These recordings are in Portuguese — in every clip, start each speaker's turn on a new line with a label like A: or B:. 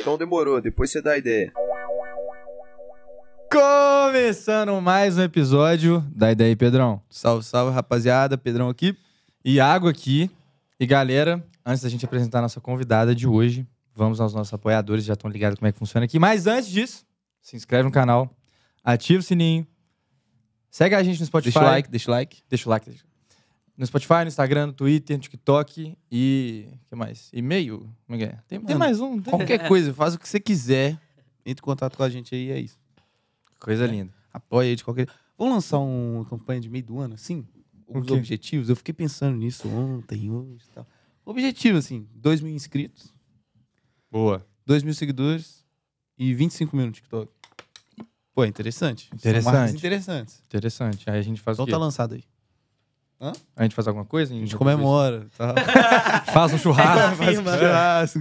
A: Então demorou, depois você dá a ideia.
B: Começando mais um episódio da Ideia aí, Pedrão.
C: Salve, salve, rapaziada. Pedrão aqui.
B: Iago aqui. E galera, antes da gente apresentar a nossa convidada de hoje, vamos aos nossos apoiadores, já estão ligados como é que funciona aqui. Mas antes disso, se inscreve no canal, ativa o sininho, segue a gente no Spotify.
C: Deixa o like, deixa o like.
B: Deixa o like. deixa- No Spotify, no Instagram, no Twitter, no TikTok e. O que mais? E-mail? Como é que é? Tem, tem
C: Mano,
B: mais um. Tem...
C: Qualquer coisa, faz o que você quiser. Entre em contato com a gente aí, é isso.
B: Coisa linda.
C: Apoia aí de qualquer... Vamos lançar uma campanha de meio do ano, assim? Os
B: quê?
C: objetivos. Eu fiquei pensando nisso ontem, hoje e tal. Objetivo, assim, 2 mil inscritos,
B: Boa.
C: 2 mil seguidores e 25 mil no TikTok. Pô, é interessante. São
B: Interessante.
C: marcas interessantes.
B: Interessante. Aí a gente faz
C: Então
B: o quê?
C: tá lançado aí.
B: A gente faz alguma coisa?
C: A gente comemora. Tá?
B: Faz um churrasco.
C: Faz um churrasco.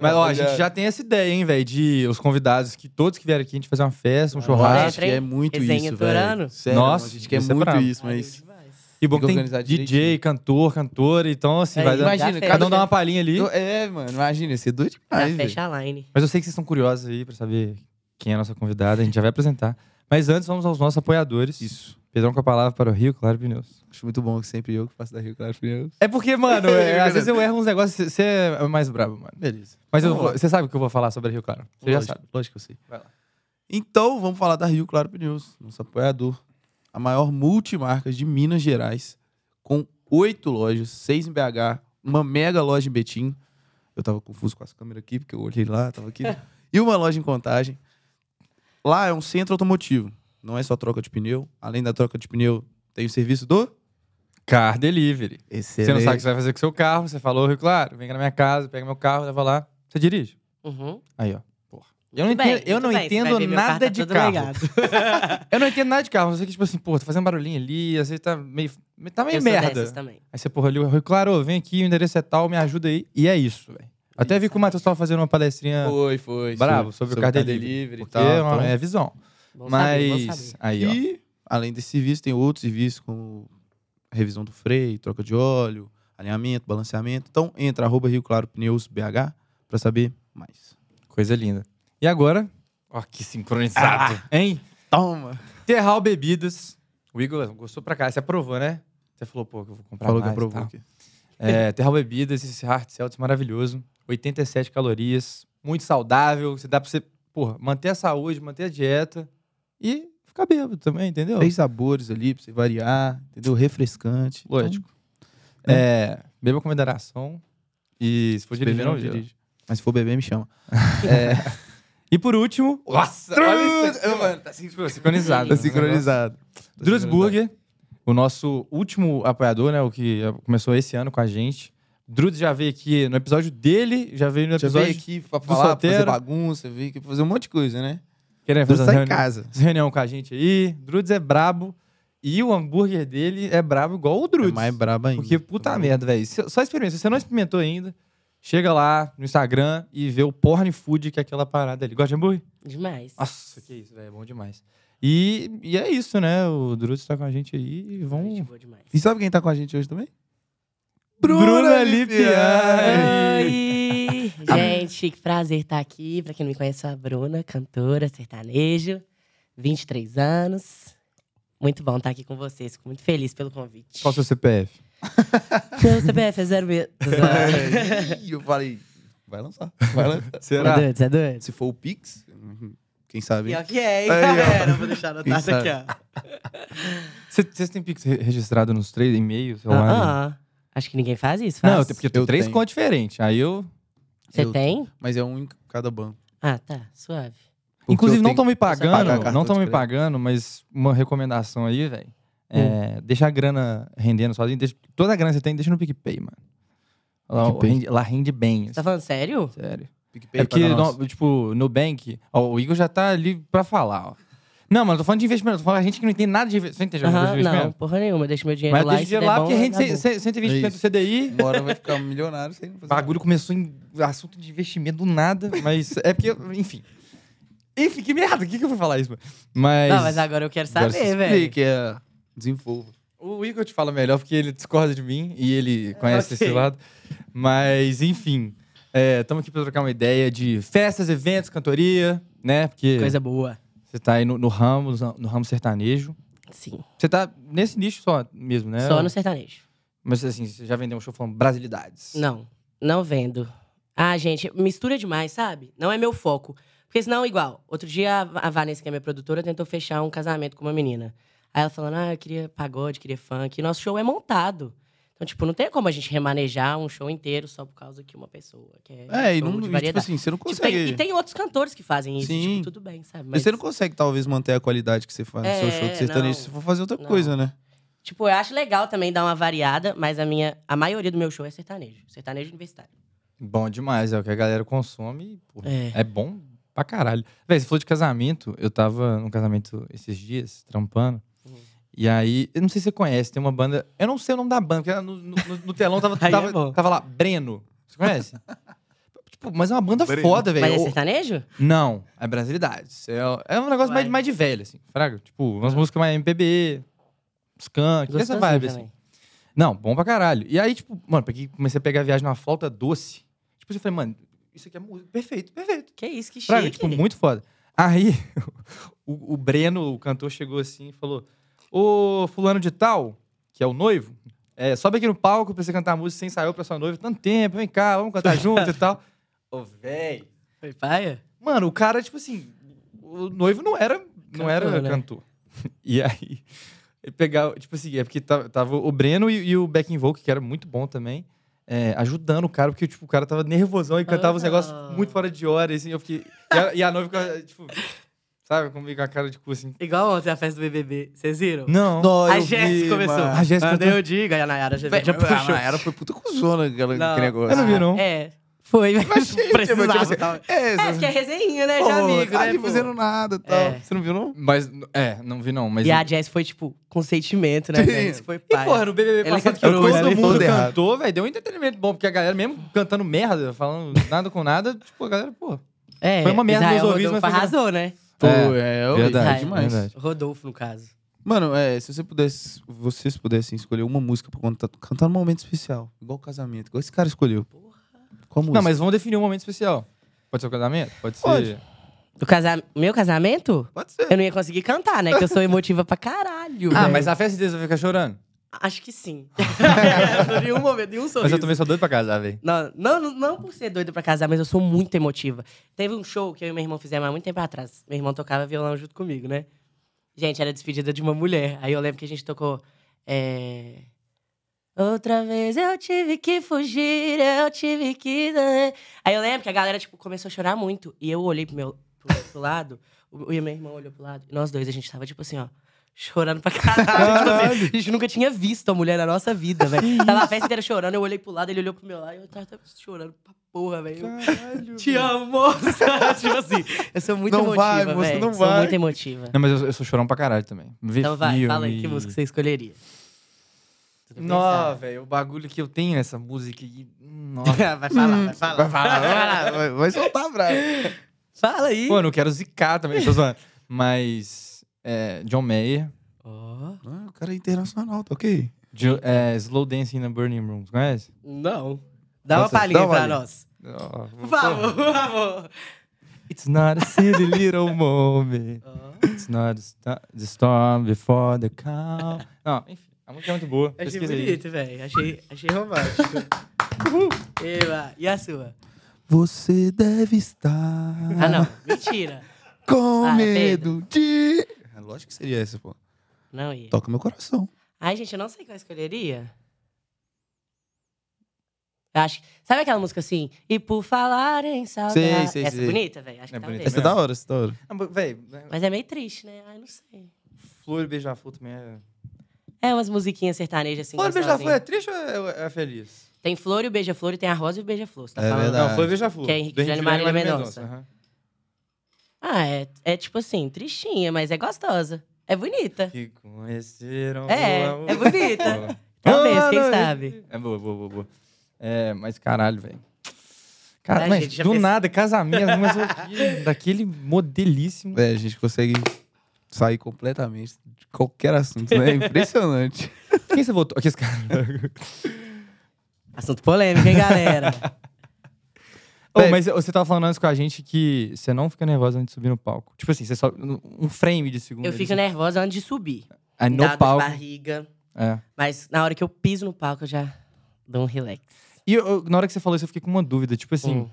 B: Mas ó, a
C: Rapaziada.
B: gente já tem essa ideia, hein, velho, de os convidados que todos que vieram aqui a gente fazer uma festa, um churrasco.
C: churrasco, é muito
D: Resenha
C: isso,
D: Torano.
C: velho. Sério,
B: Nossa,
C: a gente quer
B: isso é
C: muito
B: brabo.
C: isso, mas...
B: Que bom que
C: Tem que
B: tem
C: organizar
B: DJ,
C: direitinho.
B: cantor, cantora, então assim,
D: É,
B: vai dando-
C: imagina,
D: já
B: cada um
D: fecha-
B: dá uma palhinha ali.
C: Eu- É, mano, imagina, ia ser doido demais,
D: Já
C: velho.
D: fecha a line.
B: Mas eu sei que vocês estão curiosos aí pra saber quem é a nossa convidada, a gente já vai apresentar. Mas antes, vamos aos nossos apoiadores.
C: Isso.
B: Pedrão com a palavra para o Rio Claro Pneus.
C: Acho muito bom que sempre eu que faço da Rio Claro Pneus.
B: É porque, mano, é, às vezes eu erro uns negócios, você- você é mais brabo, mano.
C: Beleza.
B: Mas eu
C: Vamos
B: vou-
C: lá.
B: você sabe o que eu vou falar sobre a Rio Claro. Você já
C: lógico,
B: sabe.
C: Lógico que eu sei.
B: Vai lá.
C: Então, vamos falar da Rio Claro Pneus, nosso apoiador. A maior multimarca de Minas Gerais, com oito lojas, seis em BH, uma mega loja em Betim. Eu tava confuso com as câmeras aqui, porque eu olhei lá, tava aqui. e uma loja em Contagem. Lá é um centro automotivo. Não é só troca de pneu. Além da troca de pneu, tem o serviço do...
B: Car Delivery.
C: Excelente.
B: Você não sabe o que você vai fazer com o seu carro, você falou, Rio Claro, vem aqui na minha casa, pega meu carro, leva lá, você dirige.
D: Uhum.
B: Aí, ó. Porra. Eu não
D: Muito bem,
B: entendo, eu
D: muito
B: não
D: bem, você
B: entendo
D: vai ver, meu
B: nada
D: carro tá
B: de
D: todo
B: carro.
D: legado.
B: Eu não entendo nada de carro. Eu sei que, tipo assim, porra, tá fazendo barulhinho ali, às vezes tá meio. Tá meio
D: Eu sou dessas
B: merda.
D: também.
B: Aí você, porra, ali, eu- claro, ô, vem aqui, o endereço é tal, me ajuda aí. E é isso, velho. Até vi que o Matheus tava fazendo uma palestrinha
C: Foi, foi.
B: brabo Ah, sobre, o card delivery.
C: e
B: porque
C: tal.
B: é, uma-
C: então.
B: é a visão.
D: Bom saber, bom
B: Mas.
D: saber.
B: aí, ó.
C: E, além desse serviço, tem outros serviços como revisão do freio, troca de óleo, alinhamento, balanceamento. Então, entra arroba Rio Claro Pneus BH pra saber mais.
B: Coisa linda. E agora? Ó, que sincronizado.
C: Ah!
B: Hein?
C: Toma!
B: Terral Bebidas. O Igor gostou pra cá. Você aprovou, né? Você falou, pô, que eu vou comprar
C: Falou que
B: mais tá. e
C: aprovou
B: tal.
C: aqui.
B: É, Terral Bebidas, esse hard seltzer maravilhoso. 87 calorias, muito saudável. Você dá pra você, porra, manter a saúde, manter a dieta e ficar bêbado também, entendeu?
C: Três sabores ali pra você variar, entendeu? Refrescante. Então,
B: Lógico. É, beba com moderação e se for dirigir,
C: beber
B: não
C: não
B: dirige.
C: dirige. Mas se for beber, me chama.
B: E por último... Nossa, olha isso aqui,
C: Mano,
B: mano. Tá sincronizado. sincronizado.
C: Tá
B: né?
C: sincronizado.
B: Drusburger, o nosso último apoiador, né? O que começou esse ano com a gente. Druds já veio aqui no episódio dele, já veio no
C: Já veio
B: episódio...
C: aqui pra
B: do
C: falar, pra fazer
B: solteiro.
C: bagunça, veio aqui pra fazer um monte de coisa, né?
B: Querendo
C: Drudes
B: fazer
C: tá
B: uma
C: em casa.
B: Essa reunião com a gente aí. Drudes é brabo. E o hambúrguer dele é brabo igual o Drudes.
C: É mais braba ainda. Tá
B: porque puta merda, velho. Se- Só experiência. Se você não experimentou ainda, chega lá no Instagram e vê o Porn Food, que é aquela parada ali. Gosta de hambúrguer?
D: Demais.
B: Nossa, que isso, velho. É bom demais. E, e é isso, né? O Drudes tá com a gente aí e
D: Gente
B: vão.
D: boa demais.
C: E sabe quem tá com a gente hoje também?
B: Bruna Lipiani.
D: Oi! Gente, que prazer estar aqui. Pra quem não me conhece, eu sou a Bruna, cantora, sertanejo, 23 anos. Muito bom estar aqui com vocês. Fico muito feliz pelo convite.
B: Qual o seu CPF?
D: Meu CPF é zero mesmo.
C: Ih, eu falei, vai lançar. Vai lançar.
D: É doido, é doido.
C: Se for o Pix, quem sabe. hein?
D: Pior que é, hein,
C: Aí, ó.
D: galera? Vou deixar
C: Isso
D: anotado
B: é
D: aqui, ó.
B: Vocês têm Pix re- registrado nos três e-mails? sei lá, né?
D: Ah, ah. Acho que ninguém faz isso, faz?
B: Não, porque tem
C: Ah, Eu
B: três
C: tenho.
B: contas diferentes. Aí eu
D: Você
C: Eu-
D: tem?
C: Mas é um em cada banco.
D: Ah, tá. Suave.
C: Porque
B: Inclusive,
C: eu
B: não
C: tenho-
B: estão me
C: pagar
B: pagando,
C: cartão
B: não estão
C: de
B: me
C: crédito.
B: pagando, mas uma recomendação aí, velho. É, Deixa a grana rendendo sozinho. Deixa, toda a grana que você tem, deixa no PicPay, mano. Lá,
C: PicPay?
B: rende, lá rende bem.
D: Você tá
B: assim,
D: falando sério?
B: sério.
C: PicPay
B: É porque,
C: paga
B: no-
C: nós.
B: tipo, Nubank, ó, o Igor já tá ali pra falar, ó. Não, mano, eu tô falando de investimento. Tô falando a gente que não entende nada de investimento. Você entende alguma coisa
D: Aham,
B: de
D: não,
B: investimento?
D: porra nenhuma. Deixa meu dinheiro
B: Mas
D: lá.
B: deixa o
D: se
B: dinheiro
D: der
B: lá,
D: bom,
B: porque rende
D: dá bom.
B: cem- cem- 120% do
C: Isso.
B: CDI.
C: Uma hora vai ficar milionário sem fazer
B: O bagulho começou em assunto de investimento do nada, mas é porque, enfim. Enfim, que merda, o que, que eu vou falar isso, mano? Mas.
D: Não, mas agora eu quero
B: é Agora se
D: saber, velho.
C: Explique, é. Desenvolva.
B: O Igor te fala melhor porque ele discorda de mim e ele conhece
D: ok.
B: esse lado. Mas, enfim. Estamos aqui para trocar uma ideia de festas, eventos, cantoria, né? Porque
D: Coisa boa.
B: você tá aí no, no ramo, no ramo sertanejo.
D: Sim.
B: Você tá nesse nicho só mesmo, né?
D: Só no sertanejo.
B: Mas assim, você já vendeu um show falando brasilidades.
D: Não, não vendo. Ah, gente, mistura demais, sabe? Não é meu foco. Porque senão, é igual, outro dia a a Vanessa, que é minha produtora, tentou fechar um casamento com uma menina. Aí ela falando, ah, eu queria pagode, queria funk. E nosso show é montado. Então, tipo, não tem como a gente remanejar um show inteiro só por causa que uma pessoa quer.
C: É, e
D: show
C: não,
D: de
C: e, tipo
D: variedade.
C: assim, você não
D: Tipo,
C: consegue.
D: tem- e tem outros cantores que fazem isso,
C: Sim.
D: tipo, tudo bem, sabe?
C: Mas você não consegue, talvez, manter a qualidade que você faz no seu
D: É,
C: show de sertanejo
D: não.
C: se for fazer outra
D: Não.
C: coisa, né?
D: Tipo, eu acho legal também dar uma variada, mas a minha a maioria do meu show é sertanejo, sertanejo universitário.
B: Bom demais, é o que a galera consome e, pô,
D: É.
B: é. bom pra caralho. Véi, você falou de casamento, eu tava num casamento esses dias, trampando.
D: Uhum.
B: E aí, eu não sei se você conhece, tem uma banda. Eu não sei o nome da banda, porque ela no, no- no- no telão tava,
D: Aí é
B: tava,
D: bom.
B: tava lá, Breno. Você conhece? tipo, mas é uma banda
A: Breno.
B: foda,
D: Mas é
B: velho.
D: sertanejo?
B: Não, é brasilidades. É, é um negócio mais,
D: Uai.
B: mais de velho, assim, fraga. Tipo, umas músicas mais MPB, skunk, essa
D: Uhum. Gostosinho
B: vibe, assim.
D: também.
B: Não, bom pra caralho. E aí, tipo, mano, peguei, comecei a pegar a viagem numa flauta doce. Tipo, eu falei, mano, isso aqui é música. Perfeito, perfeito.
D: Que isso, que chique.
B: Fraga, tipo, muito foda. Aí, o, o Breno, o cantor, chegou assim e falou: Ô, fulano de tal, que é o noivo, é, sobe aqui no palco pra você cantar a música, você ensaiou pra sua noiva tanto tempo, vem cá, vamos cantar junto e tal. Ô, véi.
D: Foi paia?
B: Mano, o cara, tipo assim, o noivo não era, não
D: Cantor,
B: era
D: né?
B: cantor. E aí, ele pegava, tipo assim, é porque tava, tava o Breno e, e o backing vocal, que era muito bom também, é, ajudando o cara, porque tipo, o cara tava nervosão e cantava os
D: Ah.
B: negócios muito fora de hora, e assim, eu fiquei... E a, e a noiva ficava, tipo, sabe, comigo com a cara de cu, assim...
D: Igual ontem a festa do BBB, vocês viram?
B: Não,
C: Não,
D: a
C: eu
D: Jéssica
C: vi,
D: começou.
C: mano.
B: A Jéssica
D: Quando
B: cantou.
D: eu digo, aí a Nayara já,
C: Véi,
D: já
C: mas a
D: puxou.
C: Nayara foi puta cuzona aquela,
D: Não.
C: que negócio.
B: Eu não vi, não.
D: É, foi, mas
C: Achei,
D: precisava.
B: tá?
C: tipo assim,
D: tava-
C: É,
D: É, que é resenha, né, de
C: pô,
D: amigo,
C: tá
D: né,
C: ali
D: pô.
C: fazendo nada e tal.
D: É.
C: Você não viu, não?
B: Mas, é, não vi não, mas...
D: E a Jess foi, tipo, com sentimento, né,
C: Sim.
D: velho? Isso foi
B: E,
D: paia.
B: porra, no BBB
D: Ela
B: passado que
D: cantou,
B: todo
C: ela
B: mundo
C: todo errado.
B: cantou, velho, deu um entretenimento bom, porque a galera, mesmo cantando merda, falando nada com nada, tipo, a galera, pô...
D: É,
B: foi uma merda
D: Israel
B: nos ouvidos,
D: Rodolfo
B: mas foi
D: arrasou, né?
C: Pô,
B: É,
C: é, eu
B: verdade,
C: vi demais.
B: verdade.
D: Rodolfo, no caso.
C: Mano, é, se você pudesse, vocês pudessem escolher uma música pra cantar, cantar num momento especial, igual casamento, igual esse cara escolheu. Qual música?
B: Não, mas vamos definir um momento especial. Pode ser o casamento? Pode ser.
C: Pode.
D: Do casa... Meu casamento?
C: Pode ser.
D: Eu não ia conseguir cantar, né? Que eu sou emotiva pra caralho.
B: Ah,
D: velho.
B: mas a festa inteira você vai ficar chorando.
D: Acho que sim. Não, nenhum momento, nenhum sorriso.
B: Mas eu também sou doido pra casar, velho.
D: Não, não, não- não por ser doida pra casar, mas eu sou muito emotiva. Teve um show que eu e meu irmão fizemos há muito tempo atrás. Meu irmão tocava violão junto comigo, né? Gente, era despedida de uma mulher. Aí eu lembro que a gente tocou. é, Outra vez eu tive que fugir, eu tive que. Aí eu lembro que a galera, tipo, começou a chorar muito. E eu olhei pro meu pro, pro lado, o, e meu irmão olhou pro lado. E nós dois, a gente tava, tipo assim, ó, chorando pra caralho. tipo assim, a gente nunca tinha visto a mulher na nossa vida, velho. Tava a festa inteira chorando, eu olhei pro lado, ele olhou pro meu lado e eu tava, tava chorando pra porra, velho. Eu,
C: Caralho.
D: Te amo, moça! tipo assim, eu sou muito
C: Não vai,
D: emotiva,
C: moça,
D: velho.
C: não
D: sou
C: vai.
D: muito emotiva.
B: Não, mas eu, eu sou chorão pra caralho também. Ver
D: Então vai,
B: filme.
D: fala aí, que música você escolheria? Tudo bem,
B: Nossa,
D: Sara?
B: velho, o bagulho que eu tenho essa música. e- Nossa.
D: vai falar, vai falar.
C: Vai falar, vai, falar, vai- vai soltar, bravo.
D: Fala aí.
B: Pô, eu não quero zicar também, tô zoando. Mas. é, John Mayer.
D: Ó.
C: Ah, o cara é internacional, tá ok?
B: Jo- é, Slow Dancing in a Burning Room, conhece?
D: Não. Dá
C: Nossa,
D: uma palhinha
C: dá uma
D: pra
C: palhinha.
D: nós.
B: Oh,
D: Por favor, por favor.
B: It's not a silly little moment.
D: Oh.
B: It's not a sta- the storm before the calm. Não, enfim, a música é muito boa.
D: Achei
B: pesquisa aí.
D: bonito, velho. Achei, achei romântico. Eba, e a sua?
C: Você deve estar
D: Ah, não. Mentira.
C: com
D: Ah,
C: medo de. É, lógico que seria essa, pô.
D: Não ia.
C: Toca meu coração.
D: Ai, gente, eu não sei qual eu escolheria. Eu Acho, sabe aquela música assim? E por falar em saudade.
C: Sei, sei,
D: Essa
C: sei.
D: é bonita, velho. Acho
B: É
D: que
B: bonita
D: talvez.
B: mesmo.
C: Essa é da hora, essa é da hora.
B: Não, Ah, mas, Véi,
D: Mas é meio triste, né? Ai, não sei.
B: Flor e Beija-Flor também é.
D: É umas musiquinhas sertanejas assim.
B: Flor e Beija-Flor é
D: gostosinhas.
B: triste ou é, é feliz?
D: Tem flor e o beija-flor e tem a rosa e o beija-flor. Você tá
C: É
D: falando?
C: verdade.
B: Não, Flor e Beija-Flor.
D: Que é Henrique
B: Do
D: Juliano e
B: Juliano
D: Marília
B: Marília
D: Mendonça.
B: aham.
D: Ah, é, é tipo assim, tristinha, mas é gostosa. É bonita.
B: Que conheceram.
D: É,
B: o amor.
D: é bonita.
B: Ah,
D: Talvez, quem
B: não,
D: sabe?
B: É boa, boa, boa. boa. É, mas caralho, velho. Cara,
D: Ai,
B: mas
D: gente, já
B: do
D: pensei-
B: nada, casamento, mas eu- que- daquele modelíssimo.
C: É, a gente consegue sair completamente de qualquer assunto, né? É impressionante.
B: Quem você votou? Aqui, esse cara.
D: Assunto polêmico, hein, galera?
B: Ô,
C: Véi,
B: mas você tava falando antes com a gente que você não fica nervosa antes de subir no palco. Tipo assim, você só. Um frame de segundo.
D: Eu
B: ali,
D: fico
B: você-
D: nervosa antes de subir.
B: Aí É no
D: Me dá dor de
B: palco.
D: barriga.
B: É.
D: Mas na hora que eu piso no palco, eu já dou um relax.
B: E eu- eu- na hora que você falou isso, eu fiquei com uma dúvida. Tipo assim,
D: Hum.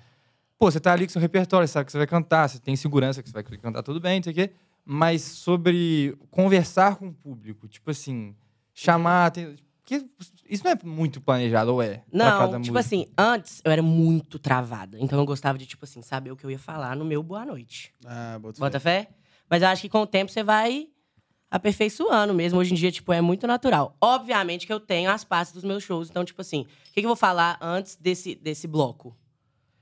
B: pô, você tá ali com seu repertório, sabe que você vai cantar, você tem segurança que você vai cantar tudo bem, não sei o quê. Mas sobre conversar com o público, tipo assim, chamar. Tem, porque isso não é muito planejado, ou é? pra
D: Não,
B: cada
D: tipo
B: música?
D: assim, antes eu era muito travada. Então eu gostava de, tipo assim, saber o que eu ia falar no meu boa noite.
C: Ah, bota
D: Bota fé? Mas eu acho que com o tempo você vai aperfeiçoando mesmo. Hoje em dia, tipo, é muito natural. Obviamente que eu tenho as partes dos meus shows. Então, tipo assim, o que, que eu vou falar antes desse, desse bloco?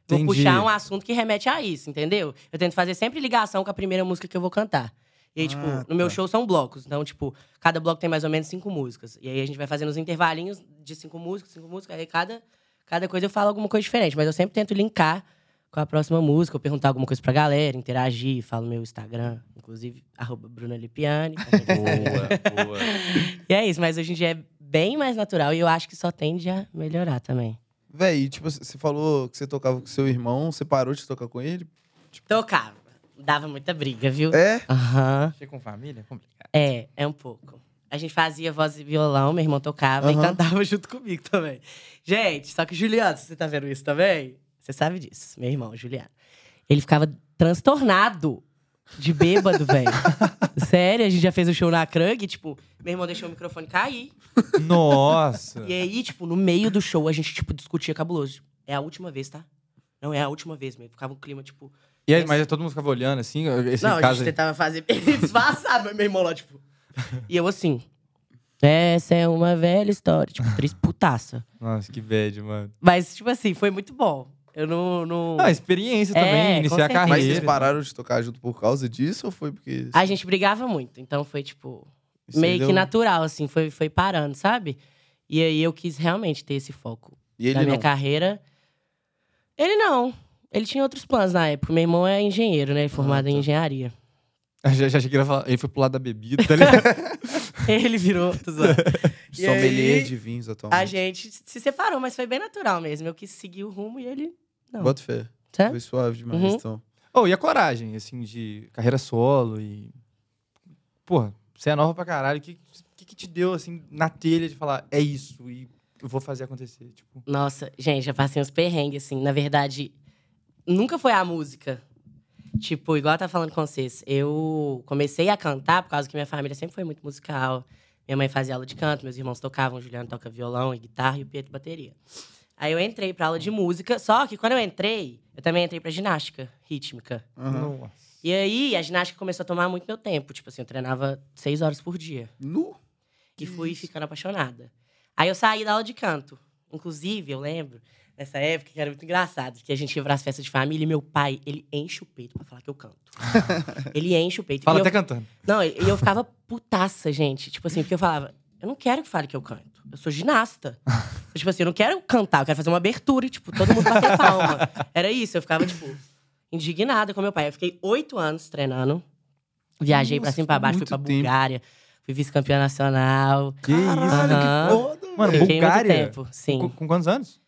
D: Vou
B: Entendi.
D: puxar um assunto que remete a isso, entendeu? Eu tento fazer sempre ligação com a primeira música que eu vou cantar. E aí, tipo,
C: Ah,
D: no meu
C: tá.
D: show são blocos. Então, tipo, cada bloco tem mais ou menos cinco músicas. E aí a gente vai fazendo os intervalinhos de cinco músicas, cinco músicas. Aí cada, cada coisa eu falo alguma coisa diferente. Mas eu sempre tento linkar com a próxima música, ou perguntar alguma coisa pra galera, interagir, falo meu Instagram, inclusive, arroba Bruna Lipiani.
B: Boa, boa.
D: e é isso, mas hoje em dia é bem mais natural e eu acho que só tende a melhorar também.
C: Véi, e, tipo, você falou que você tocava com seu irmão, você parou de tocar com ele?
D: Tocava. Dava muita briga, viu?
C: É?
D: Aham.
B: Mexer com família é complicado.
D: É, é um pouco. A gente fazia voz e violão, meu irmão tocava e
C: Aham.
D: cantava junto comigo também. Gente, só que o Juliano, se você tá vendo isso também? Você sabe disso, meu irmão, Juliano. Ele ficava transtornado de bêbado, velho. Sério, a gente já fez o show na Krug, tipo, meu irmão deixou o microfone cair.
B: Nossa!
D: E aí, tipo, no meio do show, a gente, tipo, discutia cabuloso. Tipo, É a última vez, tá? Não, é a última vez, mesmo. Ficava um clima, tipo,
B: E aí, mas é todo mundo ficava olhando assim, esse
D: não, a
B: caso.
D: gente tentava fazer pra ele disfarçar, mas meu irmão lá, tipo. E eu assim. Essa é uma velha história, tipo, triste putaça.
B: Nossa, que bad, mano.
D: Mas, tipo assim, foi muito bom. Eu não. não-
B: Ah, experiência
D: É,
B: também,
D: com
B: iniciar a
D: certeza.
B: carreira.
C: Mas vocês pararam de tocar junto por causa disso ou foi porque.
D: A gente brigava muito, então foi, tipo,
C: isso
D: meio
C: deu-
D: que natural, assim, foi, foi parando, sabe? E aí eu quis realmente ter esse foco
C: E
D: na
C: ele
D: minha
C: não.
D: carreira. Ele não. Ele tinha outros planos na época. Meu irmão é engenheiro, né? Ele é Formado em engenharia.
B: Já, já achei que ele, ia falar- ele foi pro lado da bebida, tá ligado?
D: Ele virou. tô zoando. E
C: Sommelier
D: aí-
C: de vinhos atualmente.
D: A gente se separou, mas foi bem natural mesmo. Eu quis seguir o rumo e ele. Não.
C: Bota fé.
D: Sabe?
C: Foi suave demais,
D: Uhum.
C: então.
B: oh, e a coragem, assim, de carreira solo e. Porra, você é nova pra caralho. O que, que, que te deu, assim, na telha de falar, é isso, e eu vou fazer acontecer? Tipo,
D: Nossa, gente, já passei uns perrengues, assim. Na verdade, nunca foi a música. Tipo, igual eu tava falando com vocês, eu comecei a cantar por causa que minha família sempre foi muito musical. Minha mãe fazia aula de canto, meus irmãos tocavam, o Juliano toca violão e guitarra e o Pietro bateria. Aí eu entrei pra aula de música, só que quando eu entrei, eu também entrei pra ginástica rítmica.
C: Aham.
B: nossa.
D: E aí a ginástica começou a tomar muito meu tempo. Tipo assim, eu treinava seis horas por dia.
C: Nu.
D: E fui ficando apaixonada. Aí eu saí da aula de canto. Inclusive, eu lembro, nessa época, que era muito engraçado, que a gente ia pras festas de família e meu pai, ele enche o peito pra falar que eu canto. ele enche o peito.
B: Fala
D: e eu,
B: até cantando.
D: Não, e eu ficava putaça, gente. Tipo assim, porque eu falava, eu não quero que fale que eu canto. Eu sou ginasta. Eu, tipo assim, eu não quero cantar, eu quero fazer uma abertura e, tipo, todo mundo bater palma. Era isso, eu ficava, tipo, indignada com meu pai. Eu fiquei oito anos treinando. Viajei pra
C: Nossa,
D: cima e pra
C: ficou
D: baixo, fui pra
C: muito tempo.
D: Bulgária. Fui vice-campeã nacional.
B: Que
C: Caralho,
D: Aham.
C: que foda. velho.
B: Mano,
D: Fiquei
B: Bulgária?
D: muito tempo, sim.
B: Com, com quantos anos?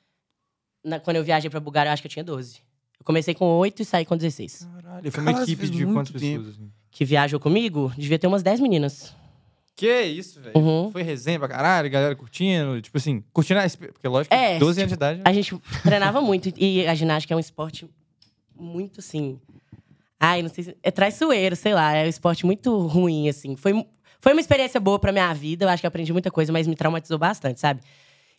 D: Na- quando eu viajei pra Bulgária, eu acho que eu tinha 12. Eu comecei com 8 e saí com 16.
B: Caralho, foi uma
C: Caralho,
B: equipe
C: fez
B: de
C: muito
B: quantas
C: tempo.
B: pessoas? Assim?
D: Que viajou comigo, devia ter umas 10 meninas.
B: Que isso, velho.
D: Uhum.
B: Foi resenha pra caralho, galera curtindo. Tipo assim, curtindo a... exp- Porque lógico,
D: É,
B: 12 anos de idade... né?
D: A gente treinava muito. E a ginástica é um esporte muito, assim... Ai, não sei se... É traiçoeiro, sei lá. É um esporte muito ruim, assim. Foi, mu- foi uma experiência boa pra minha vida. Eu acho que eu aprendi muita coisa, mas me traumatizou bastante, sabe?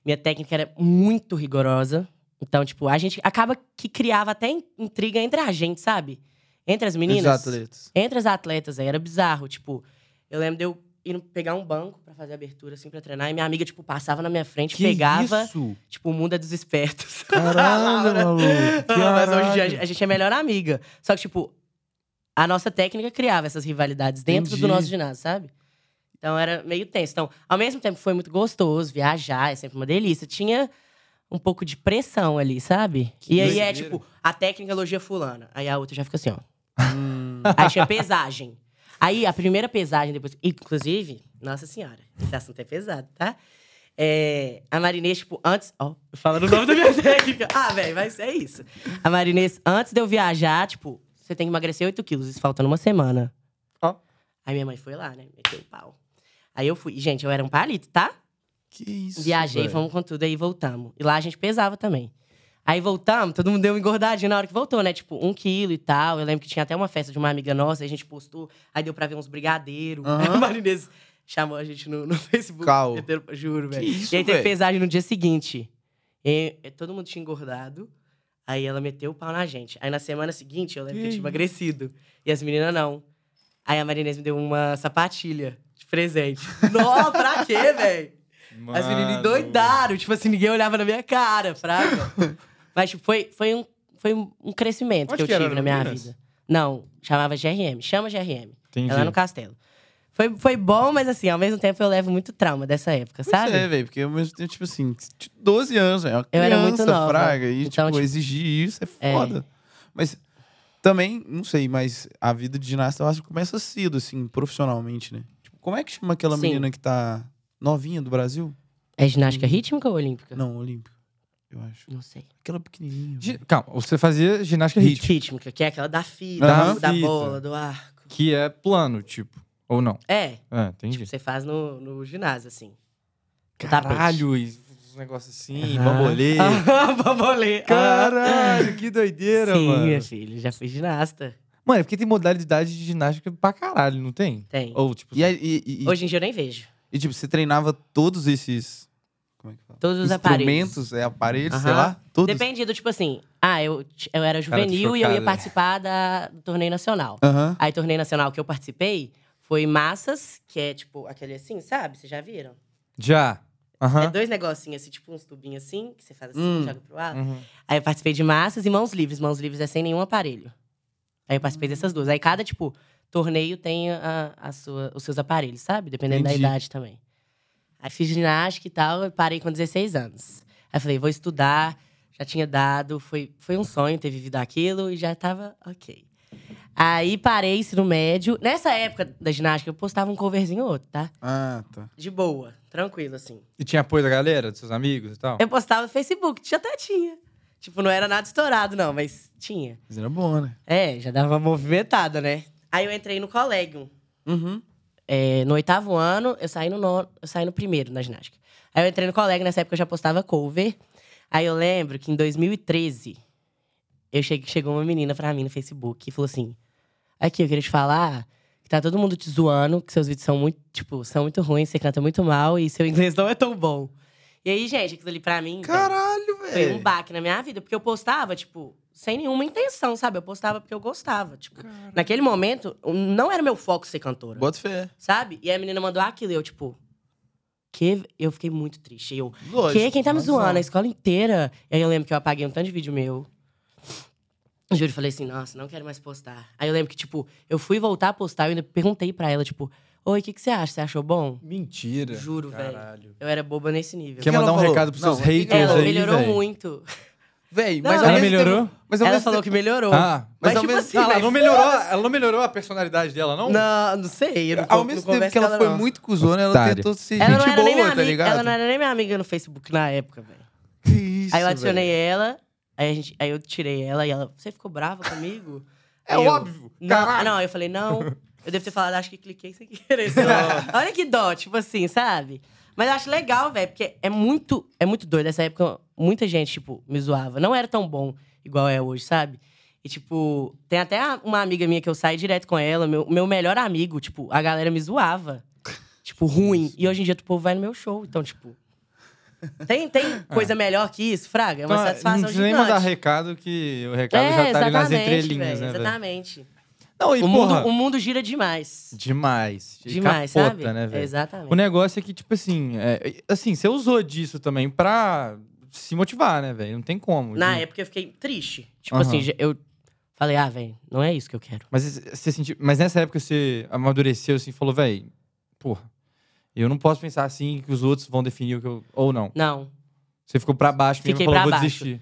D: Minha técnica era muito rigorosa. Então, tipo, a gente acaba que criava até in- intriga entre a gente, sabe? Entre as meninas.
C: Os atletas.
D: Entre as atletas, aí era bizarro. Tipo, eu lembro de eu ir no- pegar um banco pra fazer abertura, assim, pra treinar. E minha amiga, tipo, passava na minha frente, pegava.
B: isso?
D: Tipo, o mundo é dos espertos.
C: Caralho,
D: Laura.
C: maluco.
D: Ah, Mas hoje em dia a
C: caralho.
D: gente- a gente é melhor amiga. Só que, tipo, a nossa técnica criava essas rivalidades dentro do
C: Entendi.
D: nosso ginásio, sabe? Então era meio tenso. Então, ao mesmo tempo, foi muito gostoso viajar, é sempre uma delícia. Tinha um pouco de pressão ali, sabe? e aí
B: doideira.
D: é tipo, a técnica elogia fulana. Aí a outra já fica assim, ó.
C: Hum,
D: Aí tinha pesagem. Aí a primeira pesagem depois. Inclusive, nossa senhora, esse assunto é pesado, tá? É, a Marinês, tipo, antes. Ó, falando o nome da minha técnica. Ah, velho, mas é isso. A Marinês, antes de eu viajar, tipo, você tem que emagrecer 8 quilos, isso faltando uma semana.
B: Ó.
D: Aí minha mãe foi lá, né? Meteu o pau. Aí eu fui. E, Gente, eu era um palito, tá?
C: Que isso.
D: Viajei,
C: velho.
D: fomos com tudo, aí voltamos. E lá a gente pesava também. Aí voltamos, todo mundo deu uma engordadinha na hora que voltou, né? Tipo, um quilo e tal. Eu lembro que tinha até uma festa de uma amiga nossa, aí a gente postou, aí deu pra ver uns brigadeiros.
C: Aham.
D: Aí o Marinês chamou a gente no, no Facebook.
C: Cal.
D: Meteu- Juro,
C: Que
D: velho.
C: isso,
D: E aí teve
C: velho.
D: pesagem no dia seguinte. E, e todo mundo tinha engordado. Aí ela meteu o pau na gente. Aí na semana seguinte, eu lembro que eu
B: Que
D: tinha emagrecido. E as meninas não. Aí a Marinês me deu uma sapatilha de presente. Nossa, pra quê, velho? As meninas doidaram, tipo assim, ninguém olhava na minha cara, fraca. Mas tipo, foi, foi, um, foi um um crescimento
B: Onde
D: que eu
B: que era?
D: tive na
B: No
D: minha
B: Minas?
D: vida. Não, chamava GRM, chama GRM.
B: Entendi.
D: É lá no castelo. Foi, foi bom, mas assim, ao mesmo tempo eu levo muito trauma dessa época,
C: Pois
D: sabe?
C: é, velho, porque eu mesmo tenho, tipo assim, 12 anos, velho. uma
D: Eu era muito
C: criança,
D: nova.
C: fraga, e,
D: Então,
C: tipo,
D: tipo,
C: exigir isso é
D: é.
C: foda. Mas também, não sei, mas a vida de ginasta eu acho que começa cedo, assim, profissionalmente, né? Tipo, como é que chama aquela
D: Sim.
C: menina que tá novinha do Brasil?
D: É ginástica rítmica ou olímpica?
C: Não, olímpico, eu acho.
D: Não sei.
C: Aquela pequenininha.
B: Gi-
C: velho.
B: Calma, você fazia ginástica rítmica,
D: Rítmica, que é aquela da fita,
C: Aham.
D: da
B: Fita.
D: bola, do arco.
B: que é plano, tipo. Ou não?
D: É,
B: Ah,
D: tipo,
B: entendi.
D: você faz no, no ginásio, assim. No tapete.
B: Caralho, e uns negócios assim,
D: Aham.
B: bambolê.
D: Aham, Bambolê.
B: Caralho, que
D: Ah. Sim,
B: doideira,
D: minha
B: mano.
D: filha, já fui ginasta.
B: Mano, é porque tem modalidade de ginástica pra caralho, não tem?
D: Tem.
B: Ou, tipo,
C: E, aí- e, e- e-
D: Hoje em dia eu nem vejo.
C: e, tipo, você treinava todos esses... Como é que fala?
D: Todos os aparelhos.
C: Instrumentos, é, aparelhos, sei
D: Aham.
C: lá. Todos.
D: Dependia do tipo assim. Ah, eu, t- eu
B: Cara,
D: era
B: tô
D: juvenil e eu ia
B: chocado,
D: participar da, do torneio nacional.
C: Aham.
D: Aí, torneio nacional que eu participei foi massas, que é tipo aquele assim, sabe? Vocês já viram?
B: já.
D: É
B: Aham.
D: dois negocinhos assim, tipo uns tubinhos assim, que você faz assim,
C: Hum.
D: joga pro ar.
B: Uhum.
D: Aí eu participei de massas e mãos livres. Mãos livres é sem nenhum aparelho. Aí eu participei dessas duas. Aí cada, tipo, torneio tem a, a sua, os seus aparelhos, sabe? Dependendo
C: Entendi.
D: da idade também. Aí fiz ginástica e tal, eu parei com 16 anos. Aí falei, vou estudar, já tinha dado, foi, foi um sonho ter vivido aquilo e já tava ok. Aí parei ensino médio. Nessa época da ginástica, eu postava um coverzinho ou outro, tá?
C: Ah, tá.
D: De boa, tranquilo, assim.
B: E tinha apoio da galera, dos seus amigos e tal?
D: Eu postava no Facebook, já até tinha. Tipo, não era nada estourado, não, mas tinha.
C: Mas era bom, né?
D: É, já dava uma movimentada, né? Aí eu entrei no colégio.
C: Uhum.
D: É, no oitavo ano, eu saí no, nono, eu saí no primeiro na ginástica. Aí eu entrei no colégio, nessa época eu já postava cover. Aí eu lembro que em 2013, eu cheguei, chegou uma menina pra mim no Facebook e falou assim: Aqui, eu queria te falar que tá todo mundo te zoando, que seus vídeos são muito, tipo, são muito ruins, você canta muito mal e seu inglês não é tão bom. E aí, gente, aquilo ali pra mim. então, velho,
C: Caralho,
D: foi
C: velho.
D: um baque na minha vida, porque eu postava, tipo, sem nenhuma intenção, sabe? Eu postava porque eu gostava. Tipo, naquele momento, não era meu foco ser cantora,
C: Bota fé.
D: sabe? E a menina mandou aquilo e eu, tipo. Que eu fiquei muito triste. E Eu,
C: Lógico.
D: que? Quem tá me
C: razão.
D: zoando? A escola inteira. E aí eu lembro que eu apaguei um tanto de vídeo meu. Eu Juro, eu falei assim, nossa, não quero mais postar. Aí eu lembro que, tipo, eu fui voltar a postar, eu ainda perguntei pra ela, tipo, oi, o que, que você acha? Você achou bom?
B: Mentira.
D: Juro, velho.
B: Caralho.
D: Eu era boba nesse nível.
B: Quer
C: que
B: mandar
C: ela
B: um
C: falou?
B: recado pros
C: Não,
B: seus
C: ela
B: haters
D: Ela
B: aí,
D: melhorou
B: velho?
D: muito.
C: Véi,
D: Não,
C: mas ao
B: Ela
C: mesmo tempo-
B: melhorou?
C: Mas ao
D: Ela
C: mesmo
D: falou
C: tempo-
D: que melhorou.
B: Ah,
D: Mas,
C: Mas ao
D: tipo
C: mesmo-
D: assim,
B: Ah, ela
D: velho,
B: não melhorou, ela não melhorou a personalidade dela, não?
D: Não, não sei. Eu não,
C: Ao
D: con-
C: mesmo
D: não
C: tempo
D: converso
C: que
D: com
C: ela, foi
D: não.
C: muito cuzona, ela
B: Otário.
C: tentou ser
D: Ela não
C: gente
D: era nem minha
C: boa, tá
D: amiga.
C: ligado?
D: ela não era nem minha amiga no Facebook na época, velho.
C: Que isso,
D: Aí eu adicionei
C: velho.
D: ela, aí, a gente, aí eu tirei ela e ela, você ficou brava comigo?
B: É
D: Aí eu,
B: óbvio.
D: Não, ah,
B: Caralho.
D: não, eu falei, não. Eu devo ter falado, acho que cliquei sem querer. sei lá. Olha que dó, tipo assim, sabe? Mas eu acho legal, velho, porque é muito, é muito doido. Nessa época, muita gente, tipo, me zoava. Não era tão bom igual é hoje, sabe? E, tipo, tem até a- uma amiga minha que eu saio direto com ela, meu, meu melhor amigo, tipo, a galera me zoava. Tipo, ruim. E hoje em dia o povo vai no meu show. Então, tipo. Tem, tem coisa melhor que isso, Fraga? É uma
B: É. Então,
D: satisfação
B: não
D: gigante.
B: precisa nem mandar recado que o recado
D: é,
B: já tá ali nas
D: exatamente,
B: entrelinhas,
D: véi,
B: né? velho?
D: Exatamente.
B: Não, e
D: O
B: porra,
D: mundo, o mundo gira demais.
B: demais.
D: Demais,
B: Capota,
D: sabe?
B: né, velho?
D: Exatamente.
B: O negócio é que, tipo assim, é, assim, você usou disso também pra se motivar, né, velho? Não tem como.
D: Na
B: De-
D: época eu fiquei triste. Tipo
B: Aham.
D: assim, já- eu falei, ah, velho, não é isso que eu quero.
B: Mas você sentiu. Mas nessa época você amadureceu assim e falou, velho, porra, eu não posso pensar assim que os outros vão definir o que eu. Ou não.
D: Não,
B: Você ficou pra baixo mesmo e
D: Fiquei
B: falou,
D: pra
B: vou
D: baixo.
B: desistir.